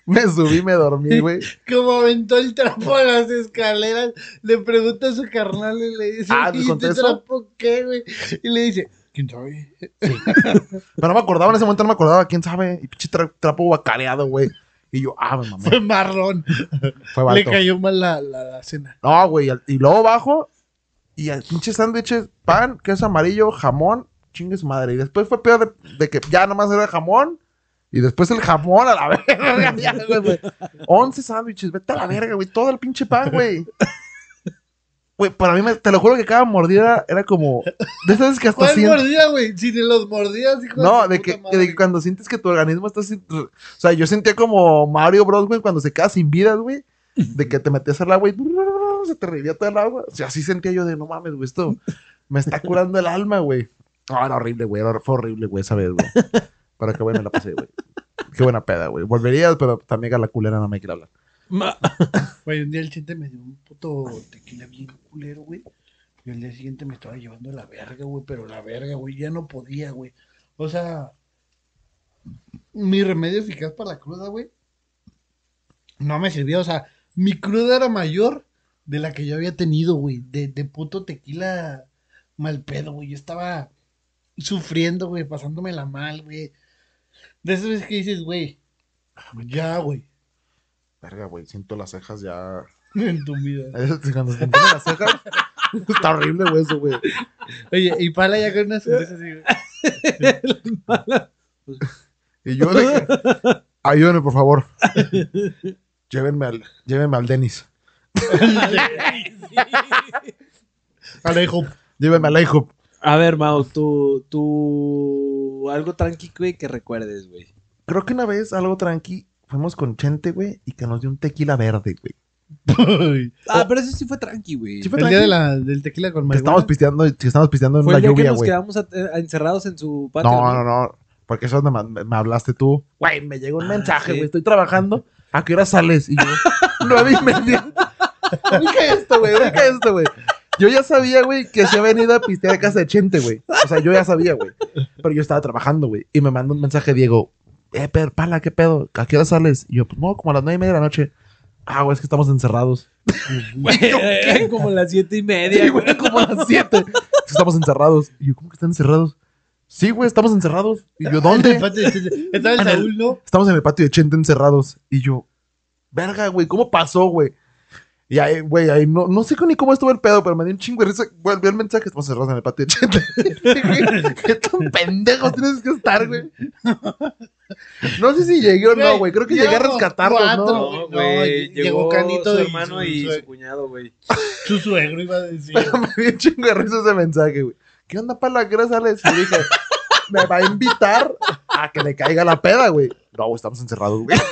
[SPEAKER 2] me subí, me dormí, güey.
[SPEAKER 3] Como aventó el trapo a las escaleras, le pregunta a su carnal y le dice,
[SPEAKER 2] Ah, ¿le
[SPEAKER 3] ¿y este
[SPEAKER 2] contestó?
[SPEAKER 3] trapo qué, güey? Y le dice, ¿quién sabe?
[SPEAKER 2] Pero no me acordaba, en ese momento no me acordaba, quién sabe. Y pinche tra- trapo bacareado, güey. Y yo, ah, me mamé.
[SPEAKER 3] Fue marrón.
[SPEAKER 2] Fue
[SPEAKER 3] Le
[SPEAKER 2] vato.
[SPEAKER 3] cayó mal la, la- la cena.
[SPEAKER 2] No, güey. y al- Y luego bajo. Y al pinche sándwiches, pan, queso amarillo, jamón. Chingue su madre. Y después fue peor de, de que ya nomás era jamón. Y después el jamón a la verga. ya, güey, güey. 11 sándwiches. Vete a la verga, güey. Todo el pinche pan, güey. Güey, para mí, me- te lo juro que cada mordida era como. De esas veces que hasta
[SPEAKER 3] ¿Cuál
[SPEAKER 2] sientes.
[SPEAKER 3] mordida, güey? Si ni los mordías, hijo
[SPEAKER 2] No,
[SPEAKER 3] su
[SPEAKER 2] de
[SPEAKER 3] puta
[SPEAKER 2] que,
[SPEAKER 3] madre.
[SPEAKER 2] de que cuando sientes que tu organismo está sin... O sea, yo sentía como Mario Bros, güey, cuando se queda sin vidas, güey. De que te metías al agua y... Se te revivía todo el agua. O sea, así sentía yo de, no mames, güey, esto me está curando el alma, güey. No, era horrible, güey. era- Fue horrible, güey, esa vez, güey. Pero qué buena la pasé, güey. Qué buena peda, güey. Volverías, pero también a la culera no me quiere hablar.
[SPEAKER 1] Ma-
[SPEAKER 3] Güey, un día el chente me dio un puto tequila bien culero, güey. Y al día siguiente me estaba llevando la verga, güey. Pero la verga, güey, ya no podía, güey. O sea, mi remedio eficaz para la cruda, güey, no me servía. O sea, mi cruda era mayor de la que yo había tenido, güey. De, de puto tequila mal pedo, güey. Yo estaba sufriendo, güey, pasándomela mal, güey. De esas veces que dices, güey, ya, güey,
[SPEAKER 2] Verga, güey, siento las cejas ya...
[SPEAKER 3] en tu vida.
[SPEAKER 2] Cuando se te ponen las cejas... Está horrible, güey, eso, güey.
[SPEAKER 3] Oye, y Pala ya con una sonrisa así, güey.
[SPEAKER 2] Y yo de que, ayúdenme, por favor. llévenme al, llévenme al Denis.
[SPEAKER 3] Alejo.
[SPEAKER 2] Llévenme al IHOP.
[SPEAKER 1] A ver, Mau, tú, tú... Algo tranqui, güey, que recuerdes, güey.
[SPEAKER 2] Creo que una vez, algo tranqui, fuimos con Chente, güey, y que nos dio un tequila verde, güey.
[SPEAKER 3] El
[SPEAKER 1] Ah, pero eso sí fue tranqui, güey.
[SPEAKER 2] Oh. Sí
[SPEAKER 1] Sí
[SPEAKER 2] fue
[SPEAKER 3] día
[SPEAKER 2] tranqui.
[SPEAKER 3] de la, del tequila con
[SPEAKER 2] Que estábamos
[SPEAKER 3] marihuana.
[SPEAKER 2] pisteando, que estábamos pisteando en
[SPEAKER 1] fue
[SPEAKER 2] la
[SPEAKER 1] el día que
[SPEAKER 2] lluvia,
[SPEAKER 1] nos
[SPEAKER 2] güey.
[SPEAKER 1] quedamos a- eh, encerrados en su patio.
[SPEAKER 2] No, no, no. Porque eso nomás me, me hablaste tú. Güey, me llegó un
[SPEAKER 1] Ah,
[SPEAKER 2] mensaje,
[SPEAKER 1] sí.
[SPEAKER 2] güey. Estoy trabajando. ¿A qué hora sales? Y yo, nueve y media. Deja esto, güey. Deja esto, güey. Yo ya sabía, güey, que se había venido a pistear a casa de Chente, güey. O sea, yo ya sabía, güey. Pero yo estaba trabajando, güey. Y me mandó un mensaje Diego. Eh, per, pala, ¿qué pedo? ¿A qué hora sales? Y yo, pues, no, como a las nueve y media de la noche. Ah, güey, es que estamos encerrados.
[SPEAKER 1] Güey, eran como las siete y media,
[SPEAKER 2] Sí,
[SPEAKER 1] güey.
[SPEAKER 2] güey, era como a las siete. Es que estamos encerrados. Y yo, ¿cómo que están encerrados? Sí, güey, estamos encerrados. Y yo, ¿dónde?
[SPEAKER 3] El patio de Chente. Estaba el
[SPEAKER 2] En el-
[SPEAKER 3] Saúl, ¿no?
[SPEAKER 2] Estamos en el patio de Chente encerrados. Y yo, verga, güey, ¿cómo pasó, güey? Y ahí, güey, ahí no, no sé ni cómo estuvo el pedo, pero me dio un chingo de risa. Volvió el mensaje, estamos encerrados en el patio de Chente. Qué tan pendejos tienes que estar, güey. No sé si llegué o no, güey. Creo que llegué a
[SPEAKER 3] Llegamos
[SPEAKER 2] rescatarlos,
[SPEAKER 3] cuatro.
[SPEAKER 2] ¿no?
[SPEAKER 1] No,
[SPEAKER 3] No, ll-
[SPEAKER 1] güey.
[SPEAKER 3] llegó
[SPEAKER 1] llegó
[SPEAKER 3] Canito
[SPEAKER 1] su
[SPEAKER 3] y
[SPEAKER 1] hermano
[SPEAKER 3] su-
[SPEAKER 1] y
[SPEAKER 3] su-
[SPEAKER 1] su cuñado, güey.
[SPEAKER 3] Su suegro iba a decir.
[SPEAKER 2] Pero me dio un chingo de risa ese mensaje, güey. ¿Qué onda, pala? ¿Qué hora sales? Y dije, me va a invitar a que le caiga la peda, güey. No, güey, estamos encerrados, güey.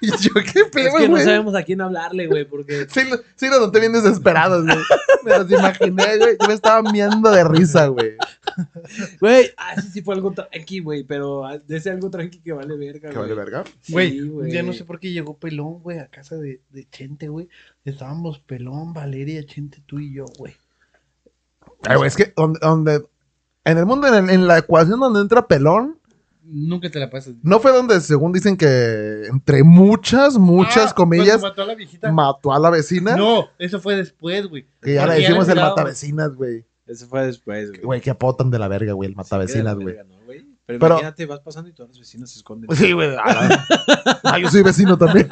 [SPEAKER 2] y yo, qué pedo,
[SPEAKER 1] Es
[SPEAKER 2] güey.
[SPEAKER 1] que no sabemos a quién hablarle, güey, porque...
[SPEAKER 2] Sí, lo- sí los noté bien desesperados, güey. Me los imaginé, güey. Yo me estaba miando de risa, güey.
[SPEAKER 1] Güey, ah, sí, sí fue algo tranqui, güey, pero ah, de ese algo tranqui que vale verga,
[SPEAKER 2] Que vale verga.
[SPEAKER 1] Sí,
[SPEAKER 3] Güey, ya no sé por qué llegó Pelón, güey, a casa de, de Chente, güey. Estábamos Pelón, Valeria, Chente, tú y yo, güey.
[SPEAKER 2] Ay, güey, es que donde, donde- En el mundo, en, el- en la ecuación donde entra pelón,
[SPEAKER 3] Nunca te la pasas.
[SPEAKER 2] no fue donde, según dicen que entre muchas, muchas
[SPEAKER 3] Ah,
[SPEAKER 2] comillas,
[SPEAKER 3] cuando mató a la viejita.
[SPEAKER 2] mató a la vecina.
[SPEAKER 3] No, eso fue después, güey.
[SPEAKER 2] Que ya le
[SPEAKER 3] Porque ya
[SPEAKER 2] decimos
[SPEAKER 3] le
[SPEAKER 2] el
[SPEAKER 3] tirábamos.
[SPEAKER 2] matavecinas, güey.
[SPEAKER 1] Eso fue después, güey.
[SPEAKER 2] Güey, que apotan de la verga, güey, el matavecinas,
[SPEAKER 1] Sí,
[SPEAKER 2] güey.
[SPEAKER 1] verga, ¿no, güey? Pero,
[SPEAKER 2] Pero-
[SPEAKER 1] imagínate, vas pasando y todos los vecinos se esconden.
[SPEAKER 2] Sí, güey. a la- Ah, yo soy vecino también.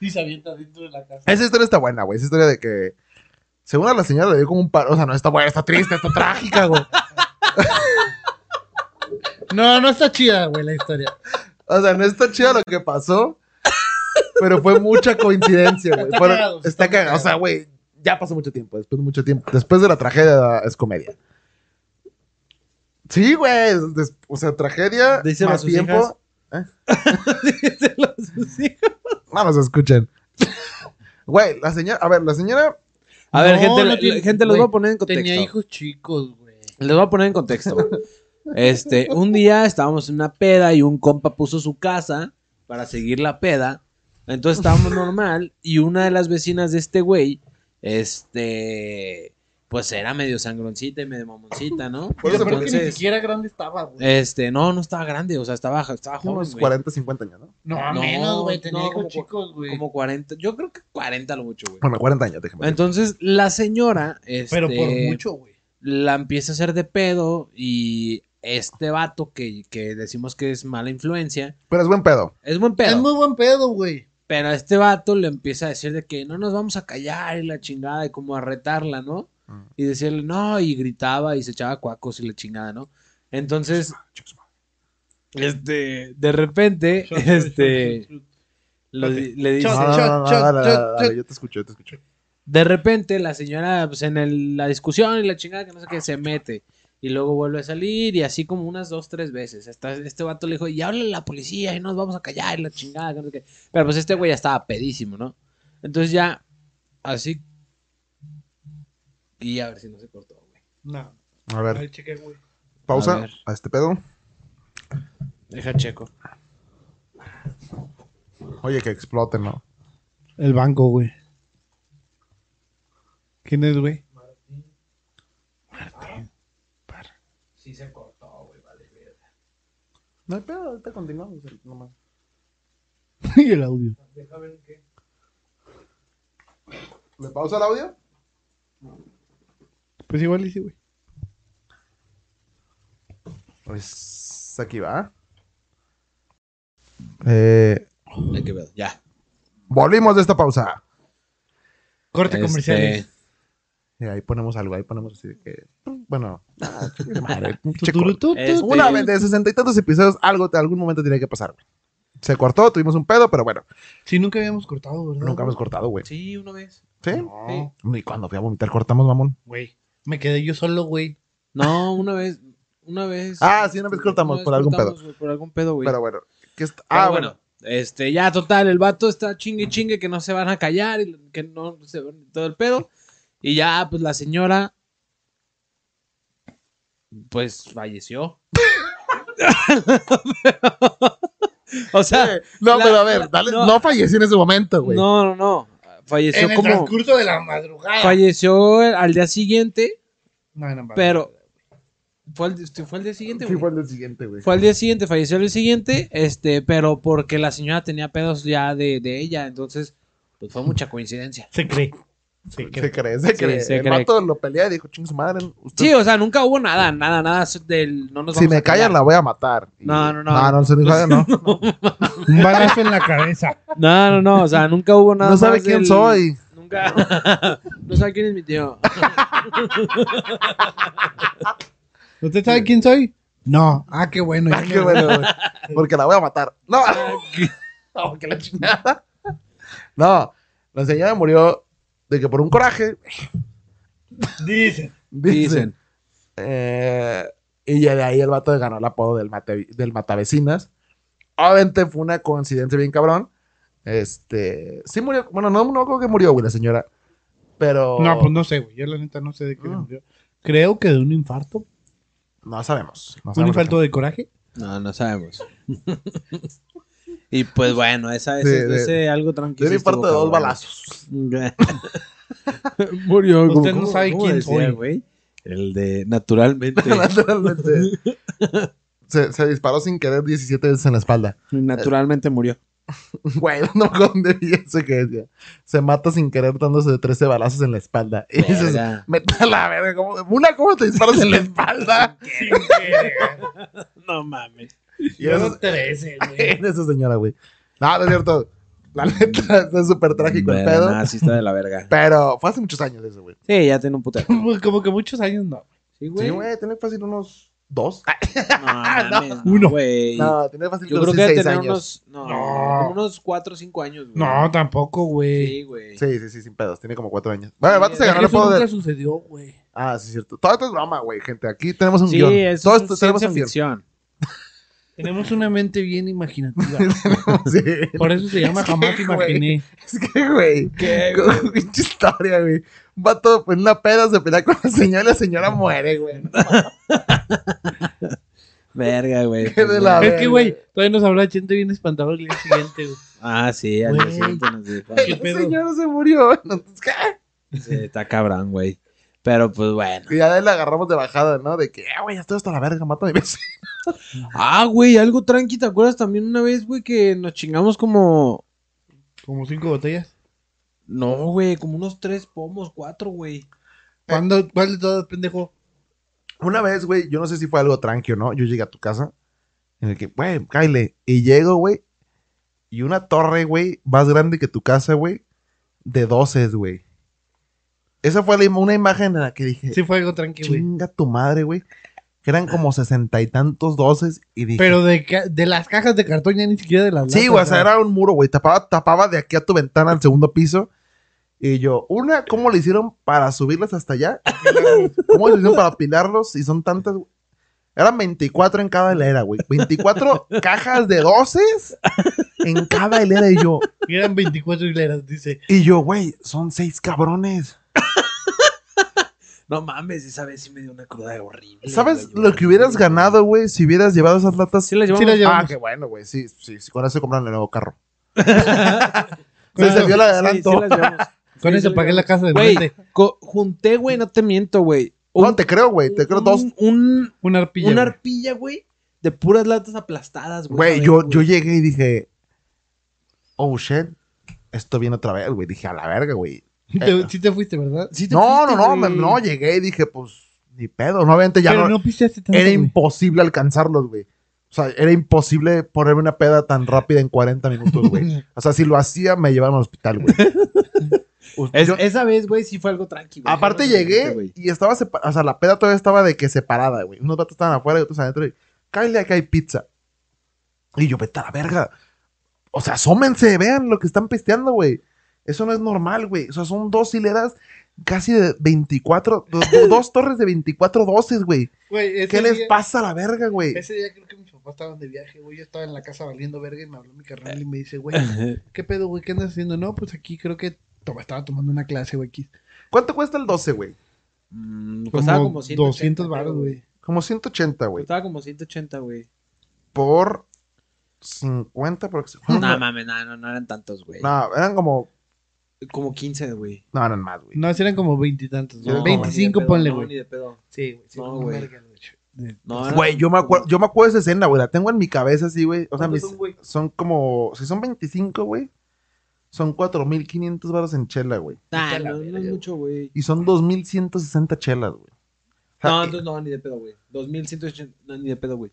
[SPEAKER 3] Y se avienta dentro de la casa.
[SPEAKER 2] Esa historia está buena, güey. Esa historia de que. Según a la señora le dio como un paro. O sea, no está buena, está triste, está trágica, güey.
[SPEAKER 3] No, no está chida, güey, la historia.
[SPEAKER 2] O sea, no está chido lo que pasó. Pero fue mucha coincidencia, güey.
[SPEAKER 3] Está
[SPEAKER 2] Fueron-
[SPEAKER 3] cagado,
[SPEAKER 2] Está,
[SPEAKER 3] está muy
[SPEAKER 2] cagado. O sea,
[SPEAKER 3] cagado.
[SPEAKER 2] güey, ya pasó mucho tiempo. Después de mucho tiempo. Después de la tragedia es comedia. Sí, güey. des- O sea, tragedia.
[SPEAKER 1] Díselo a
[SPEAKER 2] más
[SPEAKER 1] sus
[SPEAKER 2] tiempo.
[SPEAKER 1] hijas. Díselo a sus hijos.
[SPEAKER 2] No nos escuchen. Güey, la señora. A ver, la señora.
[SPEAKER 1] A ver,
[SPEAKER 3] No,
[SPEAKER 1] gente,
[SPEAKER 3] no
[SPEAKER 1] la-
[SPEAKER 3] tiene-
[SPEAKER 1] gente los voy a
[SPEAKER 3] güey,
[SPEAKER 1] poner en contexto.
[SPEAKER 3] Tenía hijos chicos, güey.
[SPEAKER 1] Les voy a poner en contexto. güey. Este, un día estábamos en una peda y un compa puso su casa para seguir la peda. Entonces estábamos normal y una de las vecinas de este güey, este, pues era medio sangroncita y medio mamoncita, ¿no?
[SPEAKER 2] Por eso,
[SPEAKER 3] Aparte, ni
[SPEAKER 1] Entonces,
[SPEAKER 3] siquiera grande estaba, güey.
[SPEAKER 1] este, no, no estaba grande, o sea, estaba, estaba joven,
[SPEAKER 2] Unos
[SPEAKER 1] güey.
[SPEAKER 2] 40, 50 años, ¿no?
[SPEAKER 3] no, a
[SPEAKER 1] no,
[SPEAKER 3] menos, güey. Tenía
[SPEAKER 1] no,
[SPEAKER 3] hijos
[SPEAKER 1] como-
[SPEAKER 3] chicos, güey.
[SPEAKER 1] Como 40, yo creo que 40 lo mucho, güey.
[SPEAKER 2] Bueno, 40 años, déjame. decir.
[SPEAKER 1] Entonces la señora, este,
[SPEAKER 3] Pero por mucho, güey.
[SPEAKER 1] la empieza a hacer de pedo y este vato que, que decimos que es mala influencia,
[SPEAKER 2] Pero es buen pedo.
[SPEAKER 1] es buen
[SPEAKER 3] Es
[SPEAKER 1] pedo,
[SPEAKER 3] muy buen pedo, güey.
[SPEAKER 1] pero este vato le empieza a decir de que no nos vamos a callar y la chingada y como a retarla, ¿no?
[SPEAKER 2] Mm.
[SPEAKER 1] Y decirle no y gritaba y se echaba cuacos y la chingada, ¿no? Entonces, este, de repente,
[SPEAKER 3] Shot, shot,
[SPEAKER 1] este,
[SPEAKER 3] shot, shot, shot.
[SPEAKER 1] lo-
[SPEAKER 3] Ok.
[SPEAKER 1] le
[SPEAKER 2] No,
[SPEAKER 1] dice,
[SPEAKER 3] Shot,
[SPEAKER 2] no,
[SPEAKER 3] shot,
[SPEAKER 2] no, no, dale,
[SPEAKER 3] shot, shot,
[SPEAKER 2] dale, dale,
[SPEAKER 3] shot.
[SPEAKER 2] Yo te escucho, yo te escucho.
[SPEAKER 1] De repente la señora, pues en el- la discusión y la chingada que no sé qué, se mete. Y luego vuelve a salir y así como unas dos, tres veces. Hasta este vato le dijo, y háblale a la policía y nos vamos a callar y la chingada, que no sé qué. Pero pues este güey ya estaba pedísimo, ¿no? Entonces ya, así... Y a ver si no se cortó, güey.
[SPEAKER 3] No.
[SPEAKER 2] A ver,
[SPEAKER 3] Ay, cheque, güey.
[SPEAKER 2] pausa
[SPEAKER 1] a
[SPEAKER 2] a,
[SPEAKER 1] ver.
[SPEAKER 2] este pedo.
[SPEAKER 1] Deja checo.
[SPEAKER 2] Oye, que explote, ¿no?
[SPEAKER 3] El banco, güey. ¿Quién es, güey?
[SPEAKER 1] Sí se cortó, güey, vale.
[SPEAKER 2] No hay pedo, ahorita continuamos. Nomás.
[SPEAKER 3] Y el audio.
[SPEAKER 2] ¿Le pausa el audio?
[SPEAKER 3] Pues igual hice, güey.
[SPEAKER 2] Pues aquí va. Eh,
[SPEAKER 1] Hay que ver, ya.
[SPEAKER 2] volvimos de esta pausa.
[SPEAKER 3] Corte
[SPEAKER 1] Este,
[SPEAKER 2] ¿eh?
[SPEAKER 3] comerciales.
[SPEAKER 2] Y ahí ponemos algo, ahí ponemos así de que. Bueno, ah, chingue madre, pinche cor-
[SPEAKER 3] Tuturutú,
[SPEAKER 1] Este-
[SPEAKER 3] tu-
[SPEAKER 2] una vez de sesenta y tantos episodios, algo de algún momento tenía que pasar. güey. Se cortó, tuvimos un pedo, pero bueno,
[SPEAKER 3] Sí, nunca habíamos cortado, ¿verdad?
[SPEAKER 2] nunca hemos cortado, güey.
[SPEAKER 1] Sí, una vez.
[SPEAKER 2] ¿Sí?
[SPEAKER 3] No,
[SPEAKER 2] Ni cuando fui a vomitar cortamos, mamón.
[SPEAKER 3] güey. Me quedé yo solo, güey.
[SPEAKER 1] No, una vez. Una vez.
[SPEAKER 2] Ah, sí, una vez cortamos por algún pedo.
[SPEAKER 1] güey, por algún pedo, güey.
[SPEAKER 2] Pero bueno, ¿qué est-
[SPEAKER 1] Pero
[SPEAKER 2] Ah,
[SPEAKER 1] bueno,
[SPEAKER 2] bueno.
[SPEAKER 1] este, ya total, el vato está chingue y chingue que no se van a callar y que no se van todo el pedo. Y ya, pues la señora, pues falleció. o sea,
[SPEAKER 2] Eh, no,
[SPEAKER 1] Ah, la-
[SPEAKER 2] pero a ver, dale,
[SPEAKER 1] no.
[SPEAKER 2] no, falleció en ese momento, güey.
[SPEAKER 1] no, no, no. Falleció
[SPEAKER 3] En el
[SPEAKER 1] como.
[SPEAKER 3] transcurso de la madrugada.
[SPEAKER 1] Falleció al día siguiente,
[SPEAKER 3] No, no, no.
[SPEAKER 1] pero. ¿Fue al, este, fue al día siguiente?
[SPEAKER 2] Sí,
[SPEAKER 1] güey?
[SPEAKER 2] fue el del siguiente, güey.
[SPEAKER 1] Fue al día siguiente, falleció al día siguiente, este, pero porque la señora tenía pedos ya de, de ella, entonces, pues fue mucha coincidencia.
[SPEAKER 3] Se cree. Se
[SPEAKER 2] Se
[SPEAKER 3] cree.
[SPEAKER 2] cree, se
[SPEAKER 1] Sí,
[SPEAKER 2] cree.
[SPEAKER 1] se
[SPEAKER 2] el
[SPEAKER 1] cree.
[SPEAKER 2] vato lo pelea y dijo, ching su madre. usted-
[SPEAKER 1] Sí, o sea, nunca hubo nada, nada, nada del no nos
[SPEAKER 2] si
[SPEAKER 1] vamos a
[SPEAKER 2] me callan, la voy a matar. Y-
[SPEAKER 1] No, no, no.
[SPEAKER 2] No, no, se dijo, "Ah, no.
[SPEAKER 3] Un balazo en la cabeza.
[SPEAKER 1] No, no, no, o sea, nunca hubo nada.
[SPEAKER 2] No sabe
[SPEAKER 1] más
[SPEAKER 2] quién
[SPEAKER 1] del-
[SPEAKER 2] soy.
[SPEAKER 1] Nunca. no sabe quién es mi tío.
[SPEAKER 3] ¿Usted sabe quién soy? No. Ah, qué bueno.
[SPEAKER 2] Ah, qué bueno, güey. Porque la voy a matar. No, no, que la chingada. No, la señora murió de que por un coraje,
[SPEAKER 3] Dice.
[SPEAKER 2] dicen.
[SPEAKER 1] Dicen.
[SPEAKER 2] Eh, y ya de ahí el vato ganó el apodo del, mate- del matavecinas. Obviamente fue una coincidencia bien cabrón. Este, sí murió, bueno, no, no creo que murió, güey, la señora. Pero
[SPEAKER 3] No, pues no sé, güey. Yo la neta no sé de qué
[SPEAKER 2] Ah.
[SPEAKER 3] murió. Creo que de un infarto.
[SPEAKER 2] no sabemos. no
[SPEAKER 3] un
[SPEAKER 2] sabemos
[SPEAKER 3] infarto de coraje.
[SPEAKER 1] No, no sabemos. y pues bueno, esa es
[SPEAKER 2] De- de-
[SPEAKER 1] ese algo
[SPEAKER 2] De
[SPEAKER 1] tranquilo.
[SPEAKER 2] un infarto de dos balazos.
[SPEAKER 1] Murió.
[SPEAKER 3] Usted
[SPEAKER 1] como-
[SPEAKER 3] no
[SPEAKER 1] ¿cómo-
[SPEAKER 3] sabe
[SPEAKER 1] cómo
[SPEAKER 3] quién
[SPEAKER 1] decía,
[SPEAKER 3] soy.
[SPEAKER 1] güey? El de naturalmente.
[SPEAKER 2] Naturalmente. se, se disparó sin querer 17 veces en la espalda.
[SPEAKER 1] naturalmente murió.
[SPEAKER 2] Güey, no con dónde vi eso que decía. Se mata sin querer dándose de 13 balazos en la espalda. Y dices,
[SPEAKER 1] Verga.
[SPEAKER 2] "Meta la verga, ¿cómo- una, ¿cómo te disparas en la espalda?
[SPEAKER 1] No mames.
[SPEAKER 2] Y eso-
[SPEAKER 3] 13, güey.
[SPEAKER 2] en esa señora, güey. No, no es cierto. La neta, es súper trágico el
[SPEAKER 1] Verga,
[SPEAKER 2] pedo.
[SPEAKER 1] nah, Ah, sí está de la verga.
[SPEAKER 2] Pero fue hace muchos años eso, güey.
[SPEAKER 1] Sí, ya tiene un putero.
[SPEAKER 3] Pues Como que muchos años no.
[SPEAKER 1] Sí, güey.
[SPEAKER 2] Sí, güey, tiene fácil unos dos.
[SPEAKER 1] No, mames, no,
[SPEAKER 3] Uno.
[SPEAKER 1] güey.
[SPEAKER 2] no, tiene fácil
[SPEAKER 1] Yo
[SPEAKER 2] unos
[SPEAKER 1] creo que
[SPEAKER 2] seis
[SPEAKER 1] tenía
[SPEAKER 2] años.
[SPEAKER 1] unos. No,
[SPEAKER 3] No,
[SPEAKER 1] como unos 4 o 5 años, güey.
[SPEAKER 5] No, tampoco, güey.
[SPEAKER 1] Sí, güey.
[SPEAKER 2] Sí, sí, sí, sin pedos. Tiene como cuatro años. Bueno, el vato se ganó el
[SPEAKER 5] Eso
[SPEAKER 2] apodo
[SPEAKER 5] nunca
[SPEAKER 2] de.
[SPEAKER 5] sucedió, güey.
[SPEAKER 2] Ah, sí, cierto. Todo esto es broma, güey, gente. Aquí tenemos un
[SPEAKER 1] Sí,
[SPEAKER 2] guión.
[SPEAKER 1] es
[SPEAKER 2] Todo
[SPEAKER 1] un
[SPEAKER 2] esto tenemos
[SPEAKER 1] ciencia
[SPEAKER 2] un guión.
[SPEAKER 1] ficción.
[SPEAKER 3] Tenemos una mente bien imaginativa.
[SPEAKER 2] Sí.
[SPEAKER 3] Por eso se llama
[SPEAKER 2] Es que,
[SPEAKER 3] Jamás
[SPEAKER 2] güey.
[SPEAKER 3] Imaginé.
[SPEAKER 2] Es que, güey.
[SPEAKER 1] ¿Qué, güey?
[SPEAKER 2] con- Pinche historia, güey. Un vato en una peda se pelea con la señora y la señora muere, güey.
[SPEAKER 1] Verga, güey.
[SPEAKER 2] Qué de la-
[SPEAKER 3] Es que, güey, todavía nos habló gente bien espantado el día siguiente, güey.
[SPEAKER 1] Ah, sí, al día
[SPEAKER 3] Güey.
[SPEAKER 1] siguiente nos dijo.
[SPEAKER 3] ¿Qué
[SPEAKER 2] La
[SPEAKER 3] pedo?
[SPEAKER 2] señora se murió. Entonces, ¿qué?
[SPEAKER 1] Sí, está cabrón, güey. Pero pues bueno.
[SPEAKER 2] Y ya de ahí la agarramos de bajada, ¿no? De que, ah, güey, ya estoy hasta la verga, mato a mi vecino.
[SPEAKER 1] Ah, güey, algo tranqui. ¿Te acuerdas también una vez, güey, que nos chingamos como.
[SPEAKER 5] Como cinco botellas.
[SPEAKER 1] No, güey, como unos tres pomos, cuatro, güey.
[SPEAKER 5] ¿Cuándo? ¿Cuál de todas, pendejo?
[SPEAKER 2] Una vez, güey, yo no sé si fue algo tranqui o no. Yo llegué a tu casa. En el que, güey, cáile. Y llego, güey. Y una torre, güey, más grande que tu casa, güey. De doces, güey. Esa fue la im- una imagen en la que dije,
[SPEAKER 5] Sí, fue algo tranqui, güey.
[SPEAKER 2] chinga tu madre, güey. Que eran como sesenta y tantos doces. Y dije,
[SPEAKER 5] Pero de, ca- de las cajas de cartón ya ni siquiera de las
[SPEAKER 2] Sí,
[SPEAKER 5] latas,
[SPEAKER 2] güey, o sea, era un muro, güey. Tapaba, tapaba de aquí a tu ventana al segundo piso. Y yo, una, ¿cómo le hicieron para subirlas hasta allá? ¿Cómo le hicieron para apilarlos? Y son tantas, güey. Eran 24 en cada hilera, güey. 24 cajas de doces en cada hilera. Y yo,
[SPEAKER 5] Y eran 24 hileras, dice.
[SPEAKER 2] y yo, güey, son seis cabrones.
[SPEAKER 1] No mames, esa vez sí me dio una cruda horrible.
[SPEAKER 2] ¿Sabes
[SPEAKER 1] güey.
[SPEAKER 2] lo que hubieras ganado, güey, si hubieras llevado esas latas?
[SPEAKER 1] Sí, la llevamos.
[SPEAKER 5] Sí, la
[SPEAKER 2] Ah,
[SPEAKER 5] llevamos.
[SPEAKER 2] qué bueno, güey. Sí, sí, sí. Con eso compraron el nuevo carro.
[SPEAKER 5] Con
[SPEAKER 2] Se
[SPEAKER 5] eso-
[SPEAKER 2] vio el
[SPEAKER 1] Sí,
[SPEAKER 2] adelanto.
[SPEAKER 1] sí, las llevamos.
[SPEAKER 5] Con
[SPEAKER 1] Sí,
[SPEAKER 5] eso
[SPEAKER 1] sí,
[SPEAKER 5] pagué la casa de
[SPEAKER 1] Güey.
[SPEAKER 5] muerte.
[SPEAKER 1] Co- junté, güey, no te miento, güey.
[SPEAKER 2] No, te creo, güey. Te creo
[SPEAKER 1] un-
[SPEAKER 2] dos.
[SPEAKER 1] Un,
[SPEAKER 5] Una arpilla.
[SPEAKER 1] una
[SPEAKER 5] güey.
[SPEAKER 1] arpilla, güey, de puras latas aplastadas, güey.
[SPEAKER 2] Güey,
[SPEAKER 1] una
[SPEAKER 2] yo,
[SPEAKER 1] vez,
[SPEAKER 2] yo llegué y dije, oh shit, esto viene otra vez, güey. Dije, a la verga, güey.
[SPEAKER 5] Te- sí te fuiste, ¿verdad?
[SPEAKER 1] Sí te
[SPEAKER 2] No,
[SPEAKER 1] fuiste,
[SPEAKER 2] no, no, me-
[SPEAKER 1] güey.
[SPEAKER 2] no, llegué y dije, pues, ni pedo. No, obviamente ya
[SPEAKER 5] Pero
[SPEAKER 2] no,
[SPEAKER 5] no pisteaste tanto,
[SPEAKER 2] era
[SPEAKER 5] güey.
[SPEAKER 2] imposible alcanzarlos, güey. O sea, era imposible ponerme una peda tan rápida en 40 minutos, güey. O sea, si lo hacía, me llevaban al hospital, güey. Us-
[SPEAKER 1] Es-
[SPEAKER 2] yo-
[SPEAKER 1] esa vez, güey, sí fue algo tranquilo.
[SPEAKER 2] aparte llegué y estaba separada, o sea, la peda todavía estaba de que separada, güey. Unos vatos estaban afuera y otros adentro y, cállate, acá hay pizza. Y yo, vete a la verga. O sea, asómense, vean lo que están pisteando, güey. Eso no es normal, güey. O sea, son dos hileras casi de 24, do- do- dos torres de 24 doces, güey.
[SPEAKER 3] Güey, ese
[SPEAKER 2] ¿Qué les
[SPEAKER 3] día-
[SPEAKER 2] pasa a la verga, güey?
[SPEAKER 3] Ese día creo que mis papás estaban de viaje, güey. Yo estaba en la casa valiendo verga y me habló mi carnal y me dice, güey, ¿qué pedo, güey? ¿Qué andas haciendo? No, pues aquí creo que to- estaba tomando una clase, güey. aquí.
[SPEAKER 2] ¿Cuánto cuesta el 12, güey?
[SPEAKER 1] Como,
[SPEAKER 5] Mm, Como,
[SPEAKER 1] costaba como 180,
[SPEAKER 5] 200 baros,
[SPEAKER 1] creo,
[SPEAKER 5] güey.
[SPEAKER 2] Como 180, güey.
[SPEAKER 1] Costaba como 180, güey.
[SPEAKER 2] Por 50 aproximadamente.
[SPEAKER 1] No mames, no, no, no eran tantos, güey.
[SPEAKER 2] No, eran como...
[SPEAKER 1] Como 15, güey.
[SPEAKER 2] No, eran más, güey.
[SPEAKER 5] No, sí eran como veintitantos.
[SPEAKER 2] No,
[SPEAKER 5] ¿no? 25,
[SPEAKER 1] ni de pedo,
[SPEAKER 5] ponle,
[SPEAKER 1] no,
[SPEAKER 5] güey.
[SPEAKER 1] ni de pedo.
[SPEAKER 3] Sí, güey.
[SPEAKER 1] No, güey. No, eran-
[SPEAKER 2] Güey, yo me acuerdo, yo me acuerdo de esa escena, güey. La tengo en mi cabeza así, güey. O sea, mis- son, como. Si son 25, güey. Son 4.500 baros en chela, güey.
[SPEAKER 1] Nah, no, no es mucho, güey.
[SPEAKER 2] Y son 2.160 chelas, güey. O sea,
[SPEAKER 1] No,
[SPEAKER 2] eh,
[SPEAKER 1] entonces no, ni de pedo, güey. 2180, no, ni de pedo, güey.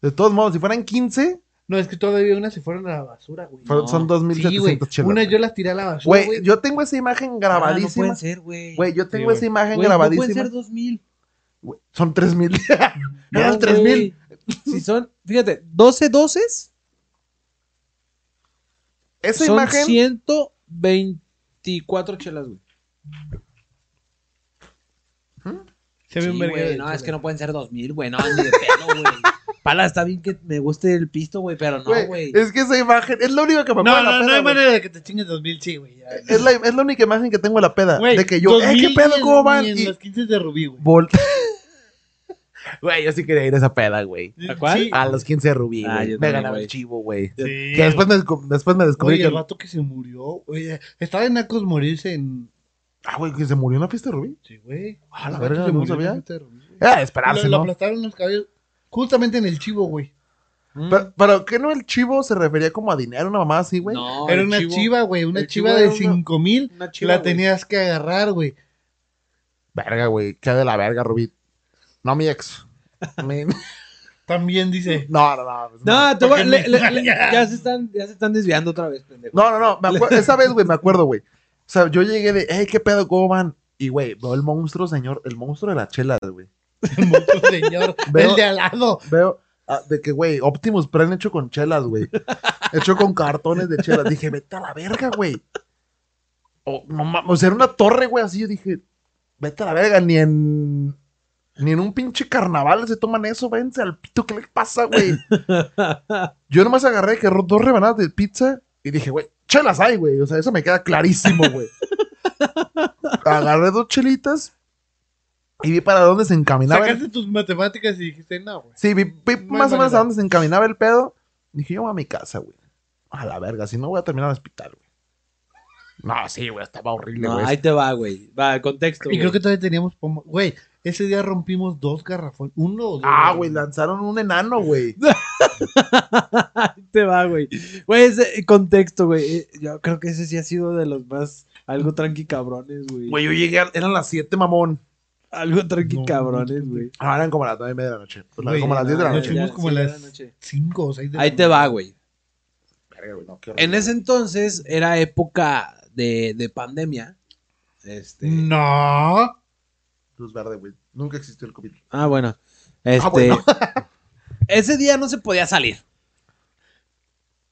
[SPEAKER 2] De todos modos, si fueran 15,
[SPEAKER 3] No, es que todavía unas se fueron a la basura, güey.
[SPEAKER 2] fueron-
[SPEAKER 1] No.
[SPEAKER 2] son
[SPEAKER 3] Sí, güey.
[SPEAKER 2] 2.700 chelas.
[SPEAKER 3] Una
[SPEAKER 2] Güey,
[SPEAKER 3] yo las tiré a la basura, güey.
[SPEAKER 2] yo tengo esa imagen
[SPEAKER 1] Ah, no
[SPEAKER 2] grabadísima.
[SPEAKER 1] pueden ser, güey.
[SPEAKER 2] Güey, yo tengo
[SPEAKER 5] Sí,
[SPEAKER 2] esa imagen
[SPEAKER 1] Güey, No pueden
[SPEAKER 2] grabadísima.
[SPEAKER 1] ser 2000.
[SPEAKER 2] Güey, son 3.000.
[SPEAKER 1] No,
[SPEAKER 2] Eran
[SPEAKER 1] güey.
[SPEAKER 2] 3.000.
[SPEAKER 1] Si son, fíjate, 12 doces
[SPEAKER 2] Esa
[SPEAKER 1] son
[SPEAKER 2] imagen.
[SPEAKER 1] 124 chelas, güey.
[SPEAKER 5] Se ve
[SPEAKER 1] Sí,
[SPEAKER 5] un verguero
[SPEAKER 1] güey,
[SPEAKER 5] de
[SPEAKER 1] no,
[SPEAKER 5] chela.
[SPEAKER 1] es que no pueden ser 2000, güey, no, ni de pedo, güey. Pala, está bien que me guste el pisto, güey, pero no,
[SPEAKER 2] Güey,
[SPEAKER 1] güey.
[SPEAKER 2] es que esa imagen. Es la única que me
[SPEAKER 5] No,
[SPEAKER 2] acuerdo de la
[SPEAKER 5] no, no
[SPEAKER 2] peda,
[SPEAKER 5] hay
[SPEAKER 2] güey.
[SPEAKER 5] manera de que te chingues 2000, sí, güey. ya.
[SPEAKER 2] Es la, es la única imagen que tengo de la peda.
[SPEAKER 5] Güey,
[SPEAKER 2] de que yo, eh,
[SPEAKER 5] 2000
[SPEAKER 2] ¿qué pedo?
[SPEAKER 5] en-
[SPEAKER 2] ¿Cómo van?
[SPEAKER 5] En
[SPEAKER 2] Y
[SPEAKER 5] los 15 de Rubí, güey.
[SPEAKER 2] voltea. Güey, yo sí quería ir a esa peda, güey.
[SPEAKER 1] ¿A cuál?
[SPEAKER 5] Sí.
[SPEAKER 2] A los 15 de Rubí,
[SPEAKER 1] Ah,
[SPEAKER 2] güey.
[SPEAKER 1] yo
[SPEAKER 2] me
[SPEAKER 1] también,
[SPEAKER 2] ganaba
[SPEAKER 1] güey.
[SPEAKER 2] el chivo, güey.
[SPEAKER 5] Sí,
[SPEAKER 2] Que después me, descu- después me descubrí
[SPEAKER 5] Oye,
[SPEAKER 2] que...
[SPEAKER 5] el vato que se murió. Oye, estaba en Nacos morirse en.
[SPEAKER 2] Ah, güey, que se murió en una fiesta de Rubí.
[SPEAKER 5] Sí, güey.
[SPEAKER 2] Ah, la
[SPEAKER 5] El vato
[SPEAKER 2] verga,
[SPEAKER 5] se
[SPEAKER 2] no
[SPEAKER 5] murió en
[SPEAKER 2] sabía.
[SPEAKER 5] la fiesta de Rubí, güey.
[SPEAKER 2] Ah,
[SPEAKER 5] Lo,
[SPEAKER 2] esperarse,
[SPEAKER 5] lo
[SPEAKER 2] ¿no?
[SPEAKER 5] aplastaron los cabellos. Justamente en el chivo, güey.
[SPEAKER 1] Mm.
[SPEAKER 2] Pero, pero ¿qué no el chivo se refería como a dinero, una mamá así, güey?
[SPEAKER 1] No,
[SPEAKER 5] Era
[SPEAKER 1] el
[SPEAKER 5] una
[SPEAKER 1] chivo-
[SPEAKER 5] chiva, güey. Una
[SPEAKER 1] el
[SPEAKER 5] chiva
[SPEAKER 1] chivo
[SPEAKER 5] de
[SPEAKER 1] era una-
[SPEAKER 5] 5 mil.
[SPEAKER 1] Una chiva,
[SPEAKER 5] La
[SPEAKER 1] güey.
[SPEAKER 5] tenías que agarrar, güey.
[SPEAKER 2] Verga, güey, qué de la verga, Rubí. No, mi ex. Mi-
[SPEAKER 5] También dice.
[SPEAKER 2] No, no, no. pues,
[SPEAKER 1] No, te voy a-
[SPEAKER 5] Porque
[SPEAKER 1] le-
[SPEAKER 5] me
[SPEAKER 1] le- le-
[SPEAKER 5] extraña.
[SPEAKER 1] ya se están, ya se están desviando otra vez, pendejo.
[SPEAKER 2] No, no, no. me acuer- Esa vez, güey, me acuerdo, güey. O sea, yo llegué de, hey, ¿qué pedo? ¿Cómo van? Y, güey, veo el monstruo, señor. El monstruo de la chela, güey.
[SPEAKER 5] El monstruo, señor.
[SPEAKER 2] Veo-
[SPEAKER 5] El de al lado.
[SPEAKER 2] Veo ah, de que, güey, Optimus Prime hecho con chelas, güey. hecho con cartones de chela. Dije, vete a la verga, güey. O, no mames, o sea, era una torre, güey, así yo dije, vete a la verga, ni en... Ni en un pinche carnaval se toman eso, váyanse al pito, ¿qué les pasa, güey? Yo nomás agarré que ro- dos rebanadas de pizza y dije, güey, chelas hay, güey. O sea, eso me queda clarísimo, güey. agarré dos chelitas y vi para dónde se encaminaba. el-
[SPEAKER 5] Sacaste tus matemáticas y dijiste, no, güey.
[SPEAKER 2] Sí, vi, vi
[SPEAKER 5] No hay
[SPEAKER 2] más o menos
[SPEAKER 5] manera.
[SPEAKER 2] a dónde se encaminaba el pedo. Dije, yo voy a mi casa, güey. A la verga, si no voy a terminar en el hospital, güey. No, sí, güey, estaba horrible,
[SPEAKER 1] No,
[SPEAKER 2] güey.
[SPEAKER 1] ahí te va, güey. Va, contexto.
[SPEAKER 5] Y
[SPEAKER 1] güey.
[SPEAKER 5] creo que todavía teníamos pomo. Güey, ese día rompimos dos garrafones. Uno o dos.
[SPEAKER 2] ah, güey, lanzaron un enano, güey.
[SPEAKER 1] Ahí te va, güey. Güey, ese contexto, güey. eh, Yo creo que ese sí ha sido de los más. Algo tranqui cabrones, güey.
[SPEAKER 2] Güey, yo llegué, a- eran las 7, mamón.
[SPEAKER 1] Algo tranqui
[SPEAKER 5] No,
[SPEAKER 1] cabrones, güey.
[SPEAKER 2] Ah, eran como las 9 y media de la noche. Pues,
[SPEAKER 5] Güey,
[SPEAKER 2] como las 10 de la
[SPEAKER 5] no,
[SPEAKER 2] noche.
[SPEAKER 5] fuimos
[SPEAKER 1] Ya,
[SPEAKER 5] como
[SPEAKER 1] sí,
[SPEAKER 5] a
[SPEAKER 1] ya
[SPEAKER 5] las-
[SPEAKER 1] la noche.
[SPEAKER 5] Cinco o seis de la
[SPEAKER 1] Ahí te
[SPEAKER 5] mañana.
[SPEAKER 1] va, güey.
[SPEAKER 2] Verga, güey, no, qué horrible.
[SPEAKER 1] En ese entonces era época de, de pandemia. Este.
[SPEAKER 5] Mm. No.
[SPEAKER 2] Luz verde, güey. Nunca existió el COVID.
[SPEAKER 1] Ah, bueno. Este.
[SPEAKER 2] bueno.
[SPEAKER 1] ese día no se podía salir.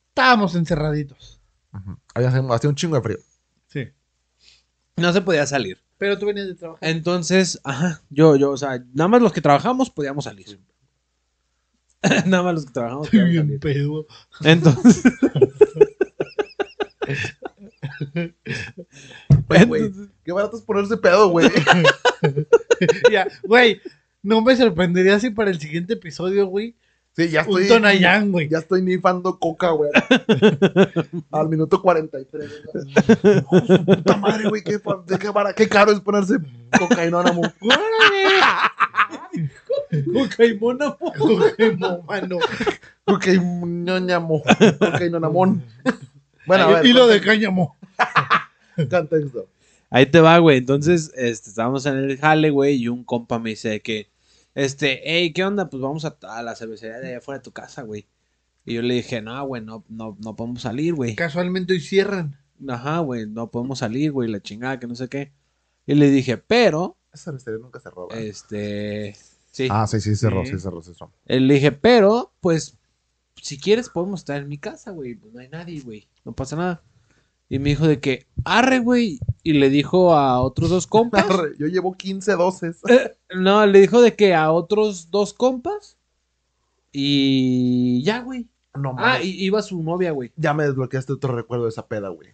[SPEAKER 5] Estábamos encerraditos.
[SPEAKER 2] Había hacía un chingo de frío.
[SPEAKER 5] Sí.
[SPEAKER 1] No se podía salir.
[SPEAKER 5] Pero tú venías de trabajar.
[SPEAKER 1] Entonces, ajá, yo, yo, o sea, nada más los que trabajamos podíamos salir. nada más los que trabajamos
[SPEAKER 5] Estoy
[SPEAKER 1] podíamos
[SPEAKER 5] bien
[SPEAKER 1] salir.
[SPEAKER 5] pedo.
[SPEAKER 1] Entonces,
[SPEAKER 2] Oye, güey,
[SPEAKER 1] entonces-
[SPEAKER 2] qué barato es ponerse pedo, güey.
[SPEAKER 5] Ya, güey. No me sorprendería si para el siguiente episodio, güey,
[SPEAKER 2] Sí, ya
[SPEAKER 5] un
[SPEAKER 2] estoy.
[SPEAKER 5] Tonayán, güey.
[SPEAKER 2] Ya estoy nifando coca, güey. Al minuto 43. güey. Hijo de su puta madre, güey. Qué, pa- de qué, vara- qué caro es ponerse cocainónamo.
[SPEAKER 1] Cocaimona, po.
[SPEAKER 5] Cogemos, mano.
[SPEAKER 2] Cocainónamo. Cocainonamón. Bueno, a ver.
[SPEAKER 5] y lo de cáñamo.
[SPEAKER 2] Contexto.
[SPEAKER 1] Ahí te va, güey. Entonces, este, estábamos en el jale, güey, y un compa me dice de que, este, hey, ¿qué onda? Pues vamos a, a la cervecería de allá afuera de tu casa, güey. Y yo le dije, no, güey, no, no, no podemos salir, güey.
[SPEAKER 5] Casualmente hoy cierran.
[SPEAKER 1] Ajá, güey, no podemos salir, güey, la chingada, que no sé qué. Y le dije, pero,
[SPEAKER 2] Esa cervecería nunca se roba.
[SPEAKER 1] este, sí.
[SPEAKER 2] Ah, sí, sí, cerró,
[SPEAKER 5] Sí.
[SPEAKER 2] sí, cerró, sí, cerró.
[SPEAKER 1] Eh, Le dije, pero, pues, si quieres podemos estar en mi casa, güey. Pues no hay nadie, güey. No pasa nada. Y me dijo de que, arre, güey. Y le dijo a otros dos compas.
[SPEAKER 2] Arre, Yo llevo 15 doces.
[SPEAKER 1] Eh, no, le dijo de que a otros dos compas. Y ya, güey.
[SPEAKER 2] No mames.
[SPEAKER 1] Ah, y iba su novia, güey.
[SPEAKER 2] Ya me desbloqueaste otro recuerdo de esa peda, güey.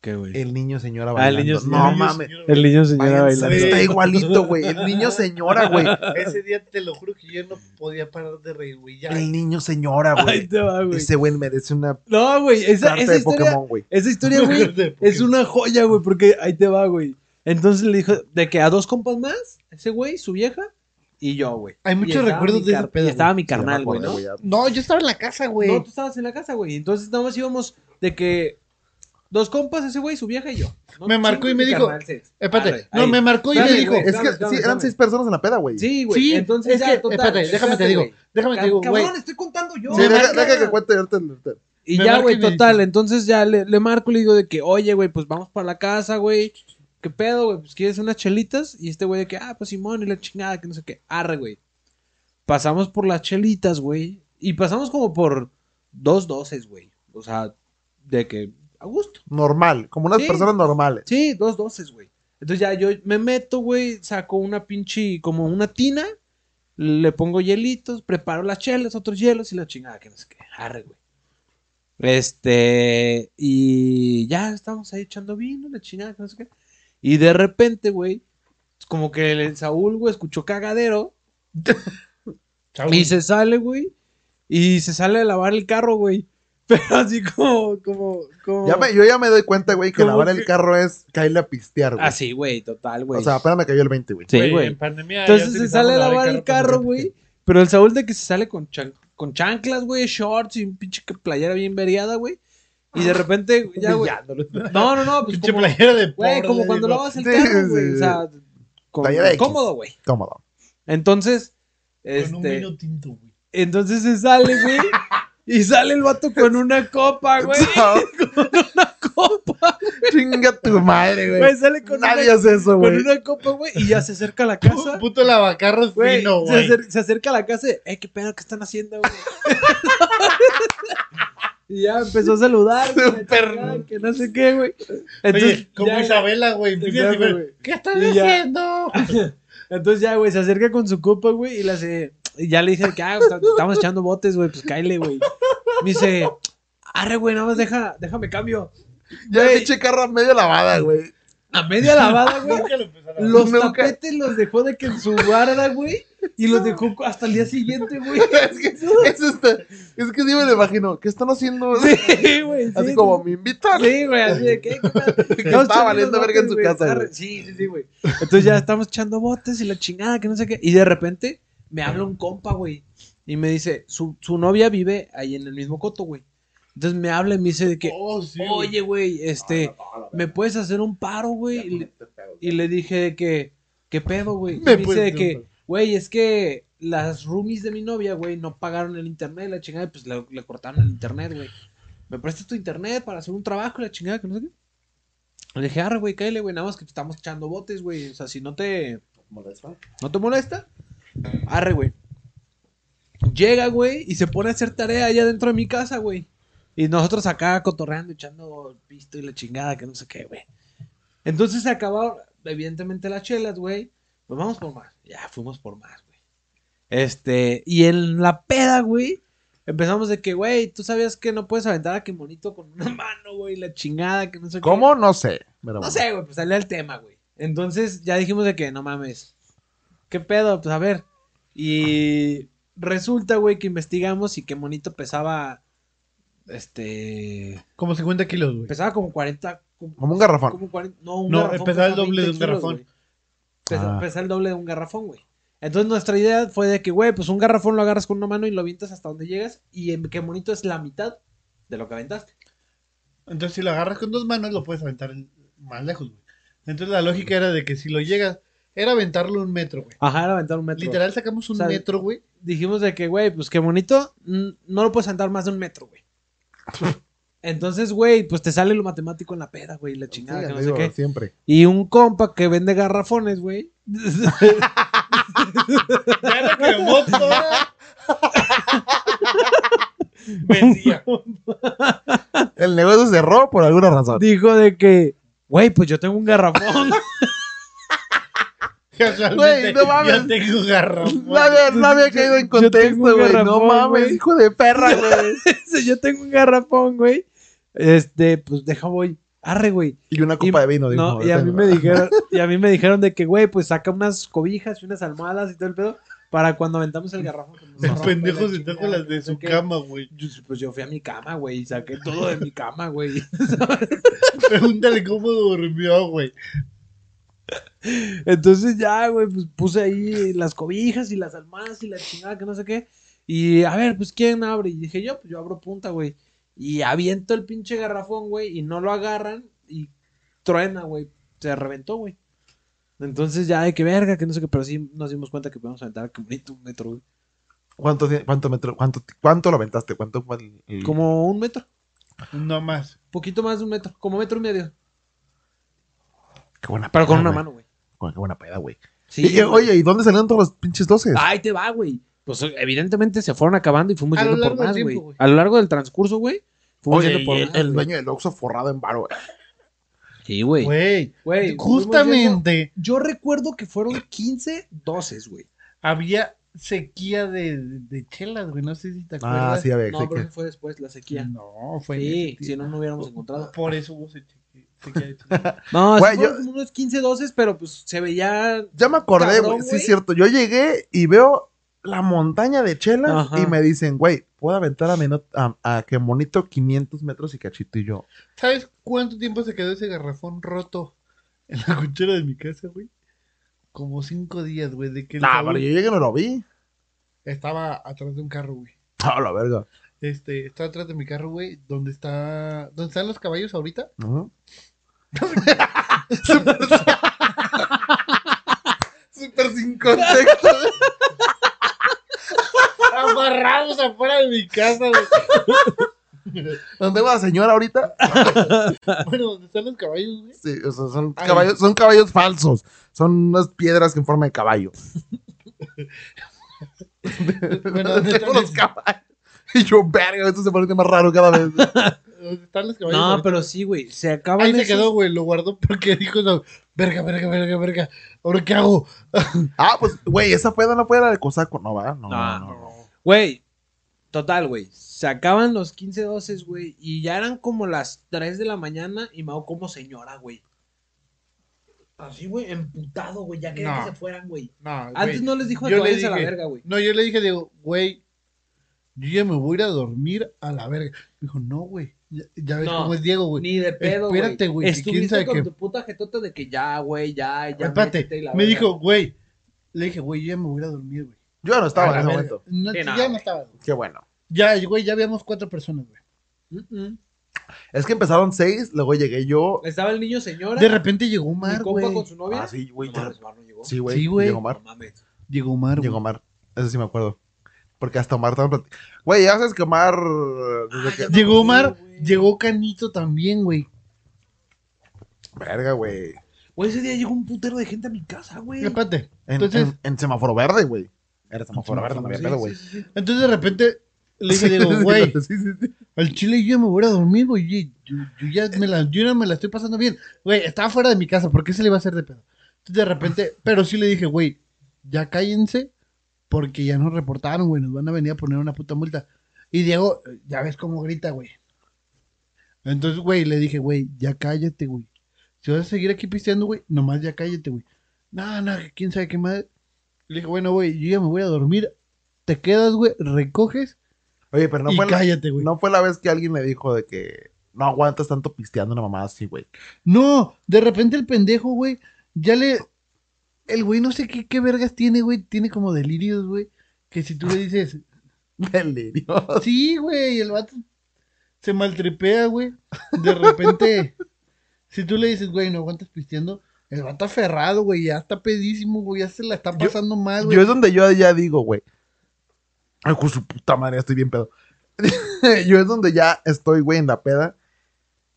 [SPEAKER 1] ¿Qué, güey?
[SPEAKER 2] El niño señora
[SPEAKER 1] Ah, el
[SPEAKER 2] bailando.
[SPEAKER 1] niño
[SPEAKER 2] no
[SPEAKER 1] señora.
[SPEAKER 2] mames.
[SPEAKER 1] El niño señora
[SPEAKER 2] Váyanse,
[SPEAKER 1] bailando.
[SPEAKER 2] Está igualito, güey. El niño señora, güey.
[SPEAKER 5] Ese día te lo juro que yo no podía parar de reír, güey. Ya.
[SPEAKER 2] El niño señora,
[SPEAKER 1] Ahí
[SPEAKER 2] güey.
[SPEAKER 1] te va, güey.
[SPEAKER 2] Ese güey merece una
[SPEAKER 1] No, güey. Esa,
[SPEAKER 2] carta
[SPEAKER 1] esa
[SPEAKER 2] de
[SPEAKER 1] historia,
[SPEAKER 2] Pokémon, güey.
[SPEAKER 1] esa historia, güey, Es una joya, güey, porque ahí te va, güey. Entonces le dijo de que a dos compas más, ese güey, su vieja y yo, güey.
[SPEAKER 5] Hay
[SPEAKER 1] Y
[SPEAKER 5] muchos
[SPEAKER 1] estaba
[SPEAKER 5] recuerdos
[SPEAKER 1] mi
[SPEAKER 5] de ese
[SPEAKER 1] car-
[SPEAKER 5] pedo,
[SPEAKER 1] y
[SPEAKER 5] güey.
[SPEAKER 1] Estaba mi
[SPEAKER 2] Ya me
[SPEAKER 1] carnal, güey,
[SPEAKER 2] acordé,
[SPEAKER 1] ¿no?
[SPEAKER 2] ya.
[SPEAKER 5] No, yo estaba en la casa, güey.
[SPEAKER 1] No, tú estabas en la casa, güey. Entonces nada más íbamos de que dos compas, ese güey, su vieja y yo. ¿no?
[SPEAKER 5] Me marcó y
[SPEAKER 1] Sí,
[SPEAKER 5] me
[SPEAKER 1] mi
[SPEAKER 5] dijo,
[SPEAKER 1] carnal, Ah, sí.
[SPEAKER 5] Espérate,
[SPEAKER 1] Arre,
[SPEAKER 5] no,
[SPEAKER 1] ahí.
[SPEAKER 5] me marcó y me
[SPEAKER 1] Dale,
[SPEAKER 5] dijo.
[SPEAKER 1] güey.
[SPEAKER 2] Es que
[SPEAKER 1] Dame, dame,
[SPEAKER 2] sí, eran
[SPEAKER 1] dame.
[SPEAKER 2] seis personas en la peda, güey.
[SPEAKER 1] Sí, güey.
[SPEAKER 5] Sí,
[SPEAKER 1] entonces
[SPEAKER 5] es
[SPEAKER 1] ya,
[SPEAKER 5] que,
[SPEAKER 1] total,
[SPEAKER 5] espérate, déjame te digo,
[SPEAKER 1] güey.
[SPEAKER 5] Déjame te digo,
[SPEAKER 1] Cabrón,
[SPEAKER 5] güey.
[SPEAKER 1] estoy contando yo.
[SPEAKER 2] Sí,
[SPEAKER 5] Me
[SPEAKER 2] deja,
[SPEAKER 5] marca-
[SPEAKER 2] deja que cuente ahorita. ahorita.
[SPEAKER 1] Y
[SPEAKER 5] Me
[SPEAKER 1] ya,
[SPEAKER 5] marca
[SPEAKER 1] güey,
[SPEAKER 5] y me
[SPEAKER 1] total.
[SPEAKER 5] dice.
[SPEAKER 1] Entonces ya le, le marco y le digo de que, oye, güey, pues vamos para la casa, güey. ¿Qué pedo, güey? Pues quieres unas chelitas. Y este güey de que, ah, pues Simón y la chingada, que no sé qué. Arre, güey. Pasamos por las chelitas, güey. Y pasamos como por dos doces, güey. O sea, de que, a gusto.
[SPEAKER 2] Normal, como unas
[SPEAKER 1] Sí.
[SPEAKER 2] personas normales.
[SPEAKER 1] Sí, dos doces, güey. Entonces ya yo me meto, güey, saco una pinche, como una tina, le pongo hielitos, preparo las chelas, otros hielos y la chingada, que no sé qué. Arre, güey. Este, y ya estamos ahí echando vino, la chingada, que no sé qué. Y de repente, güey, como que el Saúl, güey, escuchó cagadero
[SPEAKER 5] Chao.
[SPEAKER 1] y se sale, güey. Y se sale a lavar el carro, güey. Pero así como, como, como.
[SPEAKER 2] Ya me- yo ya me doy cuenta, güey, que
[SPEAKER 1] ¿Cómo
[SPEAKER 2] lavar
[SPEAKER 1] que?
[SPEAKER 2] el carro es caerle a pistear, güey.
[SPEAKER 1] Así, güey, total, güey.
[SPEAKER 2] O sea, apenas me cayó el 20, güey.
[SPEAKER 1] sí, güey.
[SPEAKER 5] en pandemia ya
[SPEAKER 1] Entonces se
[SPEAKER 5] utilizamos
[SPEAKER 1] sale a lavar el
[SPEAKER 5] para
[SPEAKER 1] carro,
[SPEAKER 5] lavar
[SPEAKER 1] güey. Pero el Saúl de que se sale con, chan- con chanclas, güey, shorts y un pinche que playera bien veriada, güey. Y de repente, ya, güey. No, no, no, pues
[SPEAKER 5] Pinche
[SPEAKER 1] como,
[SPEAKER 5] playera de
[SPEAKER 1] güey,
[SPEAKER 5] pobre,
[SPEAKER 1] como
[SPEAKER 5] le
[SPEAKER 1] cuando
[SPEAKER 5] digo.
[SPEAKER 1] lavas el
[SPEAKER 2] Sí,
[SPEAKER 1] carro,
[SPEAKER 2] sí,
[SPEAKER 1] güey. O
[SPEAKER 2] sí.
[SPEAKER 1] sea, con-
[SPEAKER 2] Playera X.
[SPEAKER 1] cómodo, güey.
[SPEAKER 2] Cómodo.
[SPEAKER 1] Entonces,
[SPEAKER 5] Con un
[SPEAKER 1] este,
[SPEAKER 5] vino tinto, güey.
[SPEAKER 1] entonces se sale, güey. Y sale el vato con una copa, Ah, güey. Copa,
[SPEAKER 2] Chinga tu madre, güey.
[SPEAKER 1] güey. Sale Pues, con, una,
[SPEAKER 2] Nadie hace eso,
[SPEAKER 1] con
[SPEAKER 2] güey.
[SPEAKER 1] una copa, güey. Y ya se acerca a la casa.
[SPEAKER 5] Un puto lavacarros
[SPEAKER 1] Güey,
[SPEAKER 5] fino,
[SPEAKER 1] se,
[SPEAKER 5] güey.
[SPEAKER 1] acer- se acerca a la casa y, eh, qué pedo, ¿qué están haciendo, güey? Y ya empezó a saludar, güey, ah, que no sé qué, güey. Entonces,
[SPEAKER 3] Oye, como
[SPEAKER 1] ya,
[SPEAKER 3] Isabela, güey. empieza a
[SPEAKER 1] Exacto,
[SPEAKER 3] decir,
[SPEAKER 1] güey.
[SPEAKER 3] ¿Qué estás
[SPEAKER 1] Y ya.
[SPEAKER 3] diciendo?
[SPEAKER 1] Entonces ya, güey, se acerca con su copa, güey, y la hace- y ya le dice que ah, está- estamos echando botes, güey, pues cáele, güey. Me dice, arre, güey, nada más deja, déjame cambio.
[SPEAKER 2] Ya
[SPEAKER 1] Güey.
[SPEAKER 2] el pinche carro a medio lavada, güey.
[SPEAKER 1] A media lavada, güey.
[SPEAKER 3] Nunca lo empezaron.
[SPEAKER 1] Los
[SPEAKER 2] Nunca.
[SPEAKER 1] tapetes los dejó de que en su guarda, güey. Y los dejó hasta el día siguiente, güey.
[SPEAKER 2] es que, es, este, es que sí me lo imagino. ¿Qué están haciendo?
[SPEAKER 1] Sí, güey.
[SPEAKER 2] Así
[SPEAKER 1] sí,
[SPEAKER 2] como me invitan.
[SPEAKER 1] Sí, güey, así de que.
[SPEAKER 2] Que estaba valiendo verga en su casa, güey.
[SPEAKER 1] Sí, sí, sí, güey. Entonces ya estamos echando botes y la chingada, que no sé qué. Y de repente me habla un compa, güey. Y me dice, su, su novia vive ahí en el mismo coto, güey. Entonces me habla y me dice de que,
[SPEAKER 3] Oh, sí, güey. Ah,
[SPEAKER 1] oye, güey, este, ¿me puedes hacer un paro, güey? Y, le- y le dije de que, ¿qué pedo, güey? Y
[SPEAKER 3] Me
[SPEAKER 1] me dice
[SPEAKER 3] puedes
[SPEAKER 1] de
[SPEAKER 3] hacer un
[SPEAKER 1] que, güey, es que las roomies de mi novia, güey, no pagaron el internet, la chingada, y pues le, le cortaron el internet, güey. ¿Me prestas tu internet para hacer un trabajo y la chingada, que no sé qué? Le dije, arre, güey, cállale, güey, nada más que te estamos echando botes, güey. O sea, si no te... ¿No te molesta? Arre, güey. Llega, güey, y se pone a hacer tarea allá dentro de mi casa, güey. Y nosotros acá cotorreando, echando pisto y la chingada, que no sé qué, güey. Entonces se acabaron, evidentemente, las chelas, güey. Pues vamos por más. Ya, fuimos por más, güey. Este, y en la peda, güey, empezamos de que, güey, tú sabías que no puedes aventar a que monito con una mano, güey, la chingada, que no sé qué.
[SPEAKER 2] ¿Cómo? No sé. Pero
[SPEAKER 1] No sé, güey, pues salía el tema, güey. Entonces ya dijimos de que no mames. ¿Qué pedo? Pues a ver. Y resulta, güey, que investigamos y que Monito pesaba. Este.
[SPEAKER 3] Como 50 kilos, güey.
[SPEAKER 1] Pesaba como 40. Como,
[SPEAKER 2] Como un garrafón.
[SPEAKER 1] como 40 no, un
[SPEAKER 3] No,
[SPEAKER 1] garrafón
[SPEAKER 3] pesaba el
[SPEAKER 1] pesa
[SPEAKER 3] doble de
[SPEAKER 1] 20
[SPEAKER 3] un garrafón.
[SPEAKER 1] güey. Pesa,
[SPEAKER 2] Ah.
[SPEAKER 1] pesa el doble de un garrafón, güey. Entonces nuestra idea fue de que, güey, pues un garrafón lo agarras con una mano y lo avientas hasta donde llegas. Y en que Monito es la mitad de lo que aventaste.
[SPEAKER 3] Entonces, si lo agarras con dos manos, lo puedes aventar más lejos, güey. Entonces, la lógica era de que si lo llegas, era aventarlo un metro, güey.
[SPEAKER 1] Ajá, era aventar un metro.
[SPEAKER 3] Literal, sacamos un
[SPEAKER 1] O sea,
[SPEAKER 3] metro, güey.
[SPEAKER 1] dijimos de que, güey, pues qué bonito, mm, no lo puedes andar más de un metro, güey. Entonces, güey, pues te sale lo matemático en la peda, güey, la chingada,
[SPEAKER 2] Sí,
[SPEAKER 1] que no
[SPEAKER 2] amigo,
[SPEAKER 1] sé qué.
[SPEAKER 2] Siempre.
[SPEAKER 1] Y un compa que vende garrafones, güey.
[SPEAKER 3] Ya no quemó toda. Vendía.
[SPEAKER 2] El negocio cerró por alguna razón.
[SPEAKER 1] Dijo de que, güey, pues yo tengo un garrafón.
[SPEAKER 2] Güey,
[SPEAKER 3] Casualmente,
[SPEAKER 2] no mames.
[SPEAKER 3] Yo tengo garrafón.
[SPEAKER 2] No había, no había caído en
[SPEAKER 1] yo
[SPEAKER 2] contexto,
[SPEAKER 1] tengo un
[SPEAKER 2] güey. No
[SPEAKER 1] garrafón,
[SPEAKER 2] mames,
[SPEAKER 1] güey.
[SPEAKER 2] hijo de perra, güey.
[SPEAKER 1] Dice, yo tengo un garrafón, güey. Este, pues deja, voy. Arre, güey.
[SPEAKER 2] Y una copa
[SPEAKER 1] Y-
[SPEAKER 2] de vino, dijo.
[SPEAKER 1] No,
[SPEAKER 2] "Yo
[SPEAKER 1] y a mí
[SPEAKER 2] tengo".
[SPEAKER 1] me dijeron, y a mí me dijeron de que, güey, pues saca unas cobijas y unas almohadas y todo el pedo para cuando aventamos el garrafón. que no se
[SPEAKER 3] El
[SPEAKER 1] rompa y la
[SPEAKER 3] pendejo se
[SPEAKER 1] chingada,
[SPEAKER 3] con las de
[SPEAKER 1] no sé
[SPEAKER 3] su
[SPEAKER 1] qué.
[SPEAKER 3] cama, güey.
[SPEAKER 1] Yo, pues yo fui a mi cama, güey, y saqué todo de mi cama, güey.
[SPEAKER 3] Pregúntale cómo durmió, güey.
[SPEAKER 1] Entonces ya, güey, pues puse ahí las cobijas y las almohadas y la chingada que no sé qué. Y a ver, pues ¿quién abre? Y dije yo, pues yo abro punta, güey. Y aviento el pinche garrafón, güey, y no lo agarran y truena, güey. Se reventó, güey. Entonces ya, de que verga, que no sé qué, pero sí nos dimos cuenta que podíamos aventar como un metro, güey.
[SPEAKER 2] ¿Cuánto, tiene- cuánto, metro, cuánto, ¿Cuánto lo aventaste? ¿Cuánto fue el- el-
[SPEAKER 1] Como un metro,
[SPEAKER 3] No más.
[SPEAKER 1] poquito más de un metro, como metro y medio.
[SPEAKER 2] Qué buena
[SPEAKER 1] Pero con
[SPEAKER 2] peda,
[SPEAKER 1] una
[SPEAKER 2] güey.
[SPEAKER 1] mano, güey.
[SPEAKER 2] Con- Qué buena peda, güey.
[SPEAKER 1] Sí,
[SPEAKER 2] Y- y-
[SPEAKER 1] güey.
[SPEAKER 2] oye, ¿y dónde salieron todos los pinches doces?
[SPEAKER 1] Ahí te va, güey. Pues evidentemente se fueron acabando y fuimos
[SPEAKER 3] A lo
[SPEAKER 1] yendo por
[SPEAKER 3] largo del
[SPEAKER 1] más,
[SPEAKER 3] tiempo,
[SPEAKER 1] güey.
[SPEAKER 3] güey.
[SPEAKER 1] A lo largo del transcurso, güey, fuimos
[SPEAKER 2] Oye,
[SPEAKER 1] yendo por
[SPEAKER 2] y
[SPEAKER 1] más,
[SPEAKER 2] el, el
[SPEAKER 1] güey.
[SPEAKER 2] dueño del Oxxo forrado en varo, güey.
[SPEAKER 1] Sí, güey.
[SPEAKER 3] Güey.
[SPEAKER 1] Güey, fuimos yendo-
[SPEAKER 3] Justamente
[SPEAKER 1] Yo recuerdo que fueron 15 doces, güey.
[SPEAKER 3] había sequía de, de chelas, güey. No sé si te acuerdas.
[SPEAKER 2] Ah, sí, a ver.
[SPEAKER 1] No,
[SPEAKER 2] sí
[SPEAKER 1] pero
[SPEAKER 2] que-
[SPEAKER 1] eso fue después, la sequía.
[SPEAKER 3] No, fue. en
[SPEAKER 1] Sí,
[SPEAKER 3] ese
[SPEAKER 1] si
[SPEAKER 3] tiempo.
[SPEAKER 1] no, no hubiéramos encontrado.
[SPEAKER 3] Por eso hubo se- sequía de chelas.
[SPEAKER 1] No, sí
[SPEAKER 2] Güey,
[SPEAKER 1] fueron
[SPEAKER 2] yo-
[SPEAKER 1] como unos 15 doces, pero pues se veía...
[SPEAKER 2] Ya me acordé,
[SPEAKER 1] Cabrón,
[SPEAKER 2] güey. Sí,
[SPEAKER 1] güey.
[SPEAKER 2] es cierto. Yo llegué y veo la montaña de chelas
[SPEAKER 1] Ajá.
[SPEAKER 2] y me dicen, güey, puedo aventar a, meno- a, a que monito 500 metros y cachito y yo.
[SPEAKER 3] ¿Sabes cuánto tiempo se quedó ese garrafón roto en la cuchara de mi casa, güey? Como cinco días, güey, de que el
[SPEAKER 2] Nah,
[SPEAKER 3] Saúl
[SPEAKER 2] pero yo llegué y no lo vi.
[SPEAKER 3] estaba atrás de un carro, güey.
[SPEAKER 2] Ah, la verga.
[SPEAKER 3] Este, está atrás de mi carro, güey, donde está, donde están los caballos ahorita.
[SPEAKER 2] Ujú.
[SPEAKER 3] Súper sin contexto. Amarrados afuera de mi casa, güey.
[SPEAKER 2] ¿Dónde va la señora ahorita?
[SPEAKER 3] Bueno, donde están los caballos, güey.
[SPEAKER 2] Sí, o sea, son
[SPEAKER 3] Ay.
[SPEAKER 2] caballos, son caballos falsos. Son unas piedras en forma de caballo.
[SPEAKER 3] Bueno,
[SPEAKER 2] Tengo
[SPEAKER 3] ¿dónde están
[SPEAKER 2] los
[SPEAKER 3] esos?
[SPEAKER 2] caballos. Y yo, verga, esto se pone más raro cada vez.
[SPEAKER 3] Están los caballos
[SPEAKER 1] No,
[SPEAKER 3] ahorita.
[SPEAKER 1] pero sí, güey. Se acaban
[SPEAKER 3] Ahí se
[SPEAKER 1] esos-
[SPEAKER 3] quedó, güey. Lo guardó porque dijo no, Verga, verga, verga, verga. ¿Ahora qué hago?
[SPEAKER 2] Ah, pues, güey, esa peda no fue la de Cosaco. No, va, no,
[SPEAKER 1] No,
[SPEAKER 2] no, no.
[SPEAKER 1] Güey, total, güey. Se acaban los 15 12, güey. Y ya eran como las 3 de la mañana y Mao como señora, güey. Así, güey, emputado, güey. Ya quería
[SPEAKER 3] No.
[SPEAKER 1] que se fueran, güey.
[SPEAKER 3] No,
[SPEAKER 1] Antes
[SPEAKER 3] güey.
[SPEAKER 1] no les dijo
[SPEAKER 3] Yo
[SPEAKER 1] que
[SPEAKER 3] le
[SPEAKER 1] vayas a la
[SPEAKER 3] dije-
[SPEAKER 1] verga, güey.
[SPEAKER 3] No, yo le dije, digo, güey, yo ya me voy a ir a dormir a la verga. Me dijo, no, güey. Ya, ya ves
[SPEAKER 1] No,
[SPEAKER 3] cómo es Diego, güey.
[SPEAKER 1] Ni de pedo, güey.
[SPEAKER 3] Espérate, güey, que quién
[SPEAKER 1] Estuviste
[SPEAKER 3] sabe
[SPEAKER 1] con
[SPEAKER 3] qué.
[SPEAKER 1] tu puta jetota de que ya, güey, ya, ya.
[SPEAKER 3] Espérate,
[SPEAKER 1] métete y la
[SPEAKER 3] me
[SPEAKER 1] verga.
[SPEAKER 3] dijo, güey. Le dije, güey, yo ya me voy a ir a dormir, güey.
[SPEAKER 2] Yo ya no
[SPEAKER 3] A
[SPEAKER 2] estaba en
[SPEAKER 3] la
[SPEAKER 2] ese
[SPEAKER 3] verga.
[SPEAKER 2] momento.
[SPEAKER 3] No,
[SPEAKER 1] Sí,
[SPEAKER 3] sí,
[SPEAKER 1] no,
[SPEAKER 3] ya no
[SPEAKER 1] güey.
[SPEAKER 3] estaba. güey.
[SPEAKER 2] Qué bueno.
[SPEAKER 3] Ya, güey, ya habíamos cuatro personas, güey.
[SPEAKER 1] Mm,
[SPEAKER 2] Es que empezaron seis, luego llegué yo.
[SPEAKER 1] mm. Estaba el niño señora.
[SPEAKER 3] De repente llegó
[SPEAKER 1] mi
[SPEAKER 3] Omar,
[SPEAKER 1] compa
[SPEAKER 3] güey.
[SPEAKER 1] con su novia.
[SPEAKER 2] Ah, sí, güey.
[SPEAKER 1] No
[SPEAKER 2] de
[SPEAKER 1] mames, Omar no llegó.
[SPEAKER 2] Sí, güey.
[SPEAKER 3] Sí, güey.
[SPEAKER 2] Llegó Omar.
[SPEAKER 1] No mames.
[SPEAKER 3] Llegó Omar, güey.
[SPEAKER 2] Llegó Omar. Eso sí me acuerdo. Porque hasta Omar también plati- Güey, ya sabes que Omar.
[SPEAKER 3] Ah,
[SPEAKER 2] Desde que...
[SPEAKER 3] Llegó Omar,
[SPEAKER 1] güey.
[SPEAKER 3] llegó Canito también, güey.
[SPEAKER 2] Verga, güey.
[SPEAKER 1] Güey, ese día llegó un putero de gente a mi casa, güey.
[SPEAKER 3] Espérate.
[SPEAKER 2] En,
[SPEAKER 3] Entonces-
[SPEAKER 2] en- en semáforo verde, güey. Era semáforo
[SPEAKER 3] En
[SPEAKER 2] verde,
[SPEAKER 3] semáforo
[SPEAKER 2] no me
[SPEAKER 3] verde,
[SPEAKER 2] pedo, güey.
[SPEAKER 3] Entonces de repente le dije,
[SPEAKER 2] Sí,
[SPEAKER 3] digo,
[SPEAKER 2] sí,
[SPEAKER 3] güey,
[SPEAKER 2] sí, sí, sí.
[SPEAKER 3] al chile yo ya me voy a ir a dormir, güey. y Yo, yo ya me la, yo ya me la estoy pasando bien. Güey, estaba fuera de mi casa, ¿por qué se le iba a hacer de pedo? Entonces de
[SPEAKER 2] Ah.
[SPEAKER 3] repente, pero sí le dije, güey, ya cállense, porque ya nos reportaron, güey, nos van a venir a poner una puta multa. Y Diego, ya ves cómo grita, güey. Entonces, güey, le dije, güey, ya cállate, güey. Si vas a seguir aquí pisteando, güey, nomás ya cállate, güey. No, no, que quién sabe qué madre. Le dije, bueno, güey, yo ya me voy a dormir. Te quedas, güey, recoges
[SPEAKER 2] Oye, pero no
[SPEAKER 3] y
[SPEAKER 2] fue, la,
[SPEAKER 3] cállate, güey.
[SPEAKER 2] no fue la vez que alguien le dijo de que no aguantas tanto pisteando una mamá así, güey.
[SPEAKER 3] No, de repente el pendejo, güey, ya le... El güey no sé qué, qué vergas tiene, güey, tiene como delirios, güey, que si tú le dices,
[SPEAKER 2] Delirio.
[SPEAKER 3] sí, güey, el vato se maltripea, güey, de repente, si tú le dices, güey, no aguantas pisteando, el vato aferrado, güey, ya está pedísimo, güey, ya se la está pasando mal, güey.
[SPEAKER 2] Yo es donde yo ya digo, güey. Ay, con su puta madre, estoy bien pedo. yo es donde ya estoy, güey, en la peda.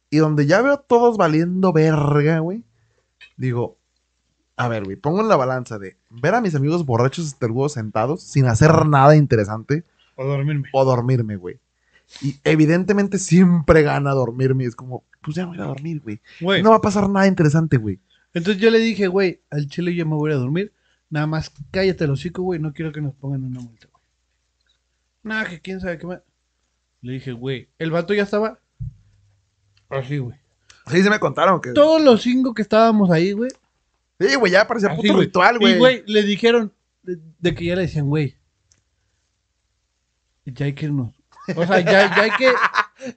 [SPEAKER 2] Y donde ya veo todos valiendo verga, güey. Digo, a ver, güey, pongo en la balanza de ver a mis amigos borrachos esterbudos sentados sin hacer nada interesante
[SPEAKER 3] O dormirme.
[SPEAKER 2] o dormirme, güey. Y evidentemente siempre gana dormirme. Es como, pues ya me voy a dormir, güey.
[SPEAKER 3] Güey,
[SPEAKER 2] No va a pasar nada interesante, güey.
[SPEAKER 3] entonces yo le dije, güey, al chile yo me voy a dormir, nada más cállate el hocico, güey, no quiero que nos pongan una multa, güey. Nada, que quién sabe qué más. Le dije, güey, el vato ya estaba así, güey.
[SPEAKER 2] Sí, se me contaron que.
[SPEAKER 3] Todos los cinco que estábamos ahí, güey.
[SPEAKER 2] Ah, Sí, güey, ya parecía
[SPEAKER 3] así,
[SPEAKER 2] puto
[SPEAKER 3] güey.
[SPEAKER 2] ritual,
[SPEAKER 3] Y, güey, le dijeron de, de que ya le decían, güey, ya hay que irnos. O sea, ya, ya hay que,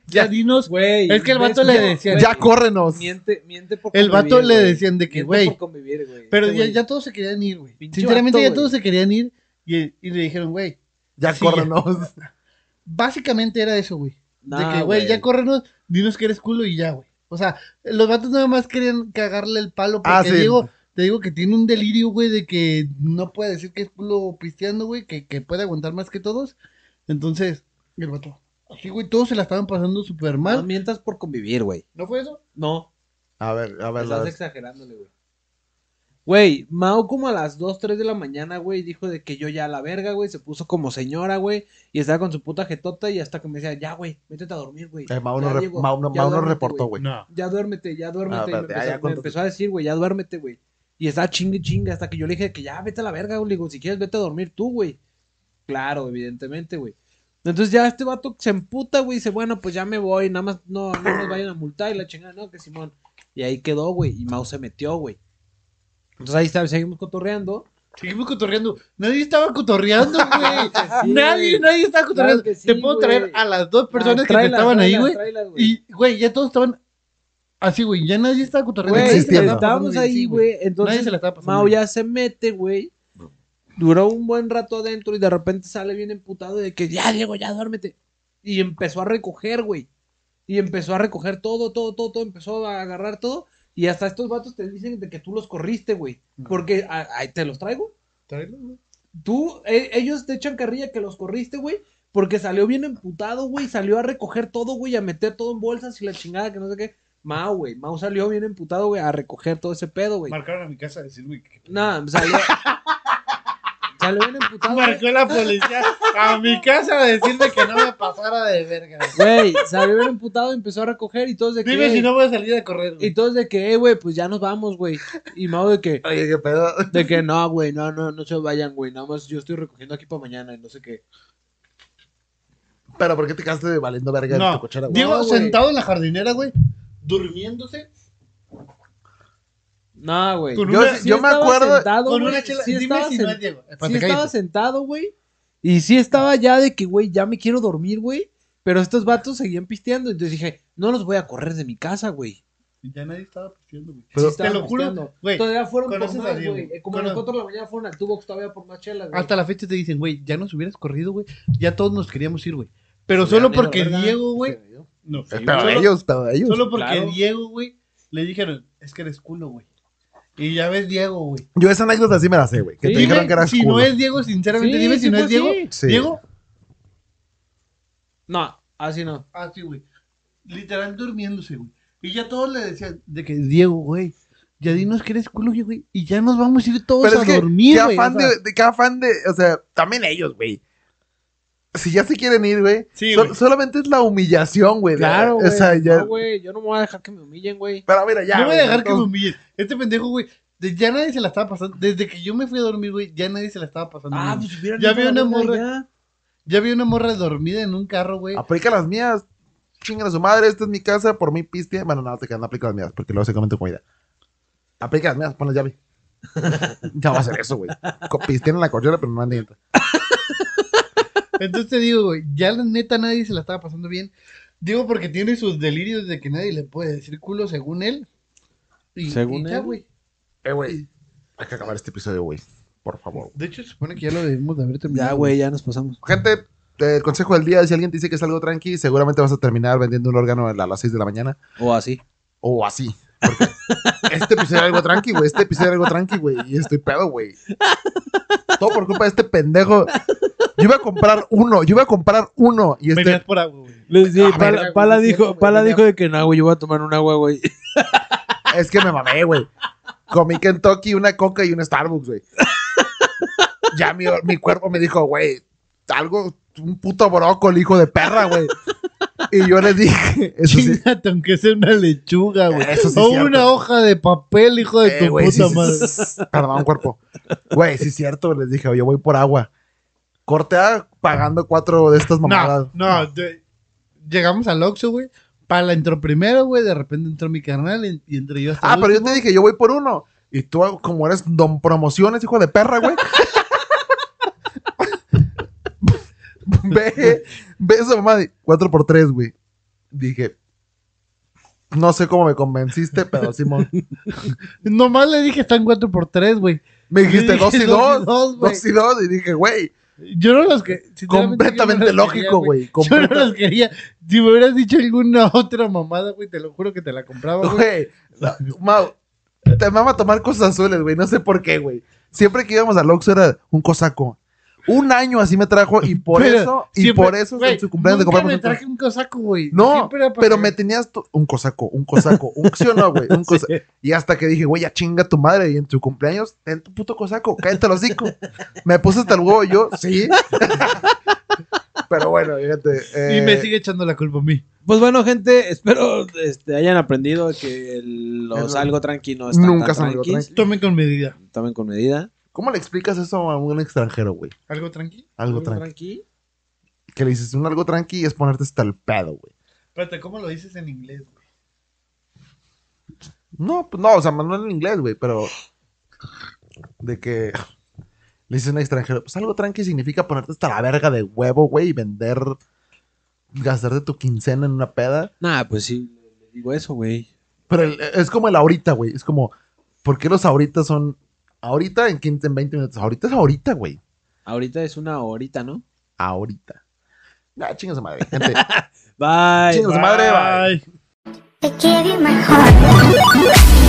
[SPEAKER 3] ya dinos.
[SPEAKER 1] Güey.
[SPEAKER 3] Es que el vato
[SPEAKER 1] ¿ves,
[SPEAKER 3] le
[SPEAKER 1] güey?
[SPEAKER 3] decía,
[SPEAKER 1] Güey,
[SPEAKER 2] Ya córrenos.
[SPEAKER 1] Miente, miente por
[SPEAKER 3] El vato
[SPEAKER 1] convivir,
[SPEAKER 3] le
[SPEAKER 1] güey.
[SPEAKER 3] decían de que,
[SPEAKER 1] Miente
[SPEAKER 3] güey.
[SPEAKER 1] por convivir, güey.
[SPEAKER 3] Pero
[SPEAKER 1] Este
[SPEAKER 3] ya,
[SPEAKER 1] güey.
[SPEAKER 3] ya todos se querían ir, güey.
[SPEAKER 1] Pinche
[SPEAKER 3] Sinceramente,
[SPEAKER 1] vato,
[SPEAKER 3] ya
[SPEAKER 1] güey.
[SPEAKER 3] todos se querían ir y, y le dijeron, güey,
[SPEAKER 2] Ya
[SPEAKER 3] Sí,
[SPEAKER 2] córrenos.
[SPEAKER 3] básicamente era eso, güey.
[SPEAKER 1] Nah,
[SPEAKER 3] de que, güey, ya córrenos, dinos que eres culo y ya, güey. O sea, los vatos nada más querían cagarle el palo porque
[SPEAKER 2] Ah, sí.
[SPEAKER 3] Diego, te digo que tiene un delirio, güey, de que no puede decir que es culo pisteando, güey, que, que puede aguantar más que todos. Entonces, el vato, así, güey, todos se la estaban pasando súper
[SPEAKER 1] No
[SPEAKER 3] mal.
[SPEAKER 1] mientas por convivir, güey.
[SPEAKER 3] ¿No fue eso?
[SPEAKER 1] No,
[SPEAKER 2] A ver, a ver, la
[SPEAKER 1] estás
[SPEAKER 2] vez.
[SPEAKER 1] exagerándole, güey. Güey, Mao como a las 2, 3 de la mañana, güey, dijo de que yo ya a la verga, güey, se puso como señora, güey, y estaba con su puta jetota y hasta que me decía, ya, güey, métete a dormir, güey.
[SPEAKER 2] Eh, Mau
[SPEAKER 1] Ya
[SPEAKER 2] no re-
[SPEAKER 1] llegó,
[SPEAKER 2] Mau no-
[SPEAKER 1] ya
[SPEAKER 2] Mau no
[SPEAKER 1] duérmete,
[SPEAKER 2] reportó, güey.
[SPEAKER 3] No.
[SPEAKER 1] ya duérmete, ya duérmete. y me,
[SPEAKER 2] espérate, ah,
[SPEAKER 1] empezó,
[SPEAKER 2] ya
[SPEAKER 1] me
[SPEAKER 2] cuánto-
[SPEAKER 1] empezó a decir, güey, ya duérmete, güey. Y estaba chingue chingue hasta que yo le dije que ya vete a la verga, güey. Le digo, si quieres vete a dormir tú, güey. Claro, evidentemente, güey. Entonces ya este vato se emputa, güey, y dice, bueno, pues ya me voy, nada más no, no nos vayan a multar y la chingada, no, que Simón. Y ahí quedó, güey, y Mau se metió, güey. Entonces ahí está, seguimos cotorreando.
[SPEAKER 3] Seguimos cotorreando. Nadie estaba cotorreando, güey.
[SPEAKER 1] Sí,
[SPEAKER 3] nadie,
[SPEAKER 1] güey.
[SPEAKER 3] nadie estaba cotorreando.
[SPEAKER 1] Claro que sí,
[SPEAKER 3] te puedo
[SPEAKER 1] güey. Ah,
[SPEAKER 3] traer a las dos personas que
[SPEAKER 1] Tráelas,
[SPEAKER 3] estaban ahí,
[SPEAKER 1] tráelas,
[SPEAKER 3] güey.
[SPEAKER 1] tráelas, güey.
[SPEAKER 3] Y, güey, ya todos estaban así, güey. Ya nadie estaba cotorreando.
[SPEAKER 1] Güey,
[SPEAKER 3] Nadie se la
[SPEAKER 2] existiendo.
[SPEAKER 3] estaba pasando
[SPEAKER 1] estábamos
[SPEAKER 3] bien,
[SPEAKER 1] ahí,
[SPEAKER 3] sí,
[SPEAKER 1] güey. Entonces,
[SPEAKER 3] Nadie se la estaba pasando
[SPEAKER 1] Mao
[SPEAKER 3] bien.
[SPEAKER 1] ya se mete, güey. Duró un buen rato adentro y de repente sale bien emputado de que ya, Diego, ya duérmete. Y empezó a recoger, güey. Y empezó a recoger todo, todo, todo, todo. Empezó a agarrar todo. Y hasta estos vatos te dicen de que tú los corriste, güey. Porque a- a- te los traigo. Tú, e- ellos te echan carrilla que los corriste, güey. Porque salió bien emputado, güey. Salió a recoger todo, güey. A meter todo en bolsas y la chingada que no sé qué. Mao, güey. Mao salió bien emputado, güey. A recoger todo ese pedo, güey.
[SPEAKER 3] Marcaron a mi casa a decirme que.
[SPEAKER 1] No, salió, sea, lo hubieran emputado. güey.
[SPEAKER 3] Marcó la policía a mi casa a decirme que no me pasara de verga.
[SPEAKER 1] Güey, salió el emputado, empezó a recoger y todos de que.
[SPEAKER 3] Dime
[SPEAKER 1] "Ey".
[SPEAKER 3] si no voy a salir a correr. güey.
[SPEAKER 1] Y todos de que, "Eh, güey, pues ya nos vamos, güey. Y Mau de que,
[SPEAKER 2] Oye, qué pedo.
[SPEAKER 1] de que no, güey, no, no, no se vayan, güey. Nada más yo estoy recogiendo aquí para mañana y no sé qué.
[SPEAKER 2] Pero ¿por qué te quedaste valiendo verga en
[SPEAKER 3] No,
[SPEAKER 2] tu cochera, güey?
[SPEAKER 3] Diego
[SPEAKER 1] No, güey.
[SPEAKER 3] sentado en la jardinera, güey, durmiéndose
[SPEAKER 1] No, güey.
[SPEAKER 3] Con
[SPEAKER 1] Yo-
[SPEAKER 3] una-
[SPEAKER 1] sí
[SPEAKER 2] yo me
[SPEAKER 1] estaba
[SPEAKER 2] acuerdo-
[SPEAKER 1] sentado,
[SPEAKER 3] con
[SPEAKER 1] güey,
[SPEAKER 3] una chela.
[SPEAKER 1] sí
[SPEAKER 3] Dime
[SPEAKER 1] estaba
[SPEAKER 3] si no
[SPEAKER 1] sen-
[SPEAKER 3] es Diego.
[SPEAKER 1] Sí
[SPEAKER 3] Espérate,
[SPEAKER 1] estaba
[SPEAKER 3] cállate.
[SPEAKER 1] sentado, güey. Y sí estaba ya de que, güey, ya me quiero dormir, güey. Pero estos vatos seguían pisteando. Entonces dije, no los voy a correr de mi casa, güey.
[SPEAKER 3] Ya nadie estaba pisteando, güey.
[SPEAKER 2] Pero-
[SPEAKER 1] Sí estaban
[SPEAKER 3] Te lo juro,
[SPEAKER 1] pisteando.
[SPEAKER 3] güey,
[SPEAKER 1] Todavía fueron por
[SPEAKER 3] conoces a
[SPEAKER 1] más,
[SPEAKER 3] Diego.
[SPEAKER 1] güey. Eh, Como a
[SPEAKER 3] Cono-
[SPEAKER 1] las 4 de la mañana fueron al Tubox todavía por más chelas, güey.
[SPEAKER 3] Hasta la fecha te dicen, güey, ya nos hubieras corrido, güey. Ya todos nos queríamos ir, güey. Pero
[SPEAKER 1] Sí,
[SPEAKER 3] solo
[SPEAKER 1] la neta,
[SPEAKER 3] porque
[SPEAKER 1] ¿verdad?
[SPEAKER 3] Diego, güey. No,
[SPEAKER 2] Pero
[SPEAKER 3] solo-
[SPEAKER 2] ellos, pero ellos.
[SPEAKER 3] Solo porque
[SPEAKER 5] claro.
[SPEAKER 3] Diego, güey, le dijeron, es que eres culo, güey. Y ya ves Diego, güey.
[SPEAKER 2] Yo esa anécdota sí me la sé, güey. Que
[SPEAKER 1] Sí,
[SPEAKER 2] te
[SPEAKER 3] Dime
[SPEAKER 2] dijeron que eras
[SPEAKER 3] si
[SPEAKER 2] culo.
[SPEAKER 3] no es Diego, sinceramente, dime si no
[SPEAKER 1] fue
[SPEAKER 3] es Diego.
[SPEAKER 1] así.
[SPEAKER 2] Sí.
[SPEAKER 3] Diego,
[SPEAKER 1] No, así no.
[SPEAKER 3] así, güey. Literal durmiéndose, güey. Y ya todos le decían de que Diego, güey, ya dinos que eres culo, güey. Y ya nos vamos a ir todos
[SPEAKER 2] Pero
[SPEAKER 3] a
[SPEAKER 2] es que
[SPEAKER 3] dormir,
[SPEAKER 2] qué
[SPEAKER 3] güey.
[SPEAKER 2] afán
[SPEAKER 3] o sea.
[SPEAKER 2] de, de- qué afán de, o sea, también ellos, güey. Si ya se quieren ir, güey.
[SPEAKER 3] Sí,
[SPEAKER 2] sol-
[SPEAKER 3] güey.
[SPEAKER 2] solamente es la humillación, güey. de-
[SPEAKER 1] Claro, güey.
[SPEAKER 2] O sea, ya.
[SPEAKER 1] No, güey, yo no me voy a dejar que me humillen, güey.
[SPEAKER 2] pero mira, ya.
[SPEAKER 3] no voy a
[SPEAKER 2] güey,
[SPEAKER 3] dejar que me
[SPEAKER 2] entonces-
[SPEAKER 3] humilles. Este pendejo, güey, de- ya nadie se la estaba pasando. Desde que yo me fui a dormir, güey, ya nadie se la estaba pasando.
[SPEAKER 1] Ah,
[SPEAKER 3] bien.
[SPEAKER 1] pues hubieran
[SPEAKER 3] Ya
[SPEAKER 1] ido
[SPEAKER 3] vi
[SPEAKER 1] a la
[SPEAKER 3] una
[SPEAKER 1] verga
[SPEAKER 3] morra.
[SPEAKER 1] ya.
[SPEAKER 3] Ya vi una morra dormida en un carro, güey.
[SPEAKER 2] Aplica las mías. Chingan a su madre, esta es mi casa, por mi piste. Bueno, no, te quedan, no aplica las mías, porque luego se comen tu comida. Aplica las mías, pon la llave. ya va a ser eso, güey. Co- Pisteen en la cochera, pero no anden.
[SPEAKER 3] Entonces te digo, güey, ya la neta nadie se la estaba pasando bien. Digo porque tiene sus delirios de que nadie le puede decir culo según él. Y,
[SPEAKER 5] Según
[SPEAKER 3] y ya,
[SPEAKER 5] él.
[SPEAKER 3] güey.
[SPEAKER 2] Eh, güey. Hay que acabar este episodio, güey. Por favor.
[SPEAKER 3] De hecho, se supone que ya lo debemos de haber terminado.
[SPEAKER 5] Ya, güey, ya nos pasamos.
[SPEAKER 2] Gente, eh, el consejo del día, si alguien te dice que es algo tranqui, seguramente vas a terminar vendiendo un órgano a las 6 de la mañana.
[SPEAKER 5] O así.
[SPEAKER 2] O así. Porque este episodio era algo tranqui, güey. Este episodio era algo tranqui, güey. Y estoy pedo, güey. Todo por culpa de este pendejo. Yo iba a comprar uno. Yo iba a comprar uno. Y este...
[SPEAKER 3] Venías por agua, güey.
[SPEAKER 5] Sí,
[SPEAKER 2] Ah,
[SPEAKER 5] Pala,
[SPEAKER 2] verga, güey,
[SPEAKER 5] Pala
[SPEAKER 2] sí es cierto,
[SPEAKER 5] dijo,
[SPEAKER 2] güey,
[SPEAKER 5] Pala
[SPEAKER 2] ya.
[SPEAKER 5] dijo de que no, güey, yo voy a tomar un agua, güey.
[SPEAKER 2] Es que me mamé, güey. Comí Kentucky, una coca y un Starbucks, güey. Ya mi, mi cuerpo me dijo, güey, algo, un puto brócoli, hijo de perra, güey. Y yo les dije, eso sí,
[SPEAKER 3] Chingate, aunque sea una lechuga, güey.
[SPEAKER 2] Eso sí es
[SPEAKER 3] o
[SPEAKER 2] cierto.
[SPEAKER 3] una hoja de papel, hijo de
[SPEAKER 2] Eh,
[SPEAKER 3] tu
[SPEAKER 2] güey,
[SPEAKER 3] puta
[SPEAKER 2] sí, sí,
[SPEAKER 3] madre.
[SPEAKER 2] sí, sí. Perdón, cuerpo. Güey, sí es cierto, les dije, yo voy por agua. Corté a- pagando cuatro de estas mamadas.
[SPEAKER 3] No, no. de- llegamos al Oxxo, güey. Pala entró primero, güey. De repente entró mi carnal en- y entré yo hasta
[SPEAKER 2] ah,
[SPEAKER 3] el
[SPEAKER 2] pero yo
[SPEAKER 3] último.
[SPEAKER 2] te dije, yo voy por uno. Y tú, como eres don promociones, hijo de perra, güey. ve, ve esa mamá de 4 por 3 güey. Dije, no sé cómo me convenciste, pero Simón.
[SPEAKER 3] Nomás le dije, están 4x3, güey.
[SPEAKER 2] Me dijiste
[SPEAKER 3] Sí,
[SPEAKER 2] 2 y
[SPEAKER 3] dos
[SPEAKER 2] 2,
[SPEAKER 3] y dos, güey.
[SPEAKER 2] 2 y 2. Y dije, güey,
[SPEAKER 3] Yo no los que. sinceramente, yo no
[SPEAKER 2] completamente
[SPEAKER 3] los quería,
[SPEAKER 2] lógico, güey.
[SPEAKER 3] Yo no
[SPEAKER 2] completa-
[SPEAKER 3] los quería. Si me hubieras dicho alguna otra mamada, güey, te lo juro que te la compraba, güey.
[SPEAKER 2] Güey, la- Mau, te mama tomar cosas azules, güey. No sé por qué, güey. Siempre que íbamos al Oxxo era un cosaco. Un año así me trajo y por
[SPEAKER 3] Pero
[SPEAKER 2] eso, y
[SPEAKER 3] Siempre-
[SPEAKER 2] por eso
[SPEAKER 3] güey,
[SPEAKER 2] en su cumpleaños de
[SPEAKER 3] nunca
[SPEAKER 2] compramos
[SPEAKER 3] me
[SPEAKER 2] un cosaco.
[SPEAKER 3] traje un cosaco, güey.
[SPEAKER 2] No,
[SPEAKER 3] Siempre era para
[SPEAKER 2] pero
[SPEAKER 3] que-
[SPEAKER 2] me tenías tu- un cosaco, un cosaco, un sí o no, güey, un cosa- Y hasta que dije, güey, ya chinga tu madre, y en tu cumpleaños, en tu puto cosaco, cállate los hocico. me puse hasta el huevo yo, sí. pero bueno, fíjate.
[SPEAKER 3] Y me
[SPEAKER 2] eh,
[SPEAKER 3] sigue echando la culpa a mí.
[SPEAKER 5] Pues bueno, gente, espero este, hayan aprendido que el- los
[SPEAKER 2] Eso.
[SPEAKER 5] algo tranqui no están
[SPEAKER 2] Nunca
[SPEAKER 5] tan
[SPEAKER 2] son algo
[SPEAKER 5] tranquis.
[SPEAKER 3] Tomen con medida.
[SPEAKER 5] Tomen con medida.
[SPEAKER 2] eh, ¿Cómo le explicas eso a un extranjero, güey?
[SPEAKER 3] ¿Algo tranqui?
[SPEAKER 2] Algo tranqui. Que le dices un algo tranqui es ponerte hasta el pedo, güey.
[SPEAKER 3] Espérate, ¿cómo lo dices en inglés, güey?
[SPEAKER 2] No, pues no, o sea, no en inglés, güey, pero. De que. Le dices a un extranjero, pues algo tranqui significa ponerte hasta la verga de huevo, güey, y vender. Gastarte tu quincena en una peda.
[SPEAKER 5] Nah, pues sí, le digo eso, güey.
[SPEAKER 2] Pero el- es como el ahorita, güey. Es como, ¿por qué los ahorita son. Ahorita en 15, en 20 minutos. Ahorita es ahorita, güey.
[SPEAKER 5] Ahorita es una horita, ¿no?
[SPEAKER 2] Ahorita. Nah, chingas madre, gente.
[SPEAKER 5] Bye.
[SPEAKER 2] Chingas madre, bye.
[SPEAKER 3] Ay.
[SPEAKER 6] I gave you my heart.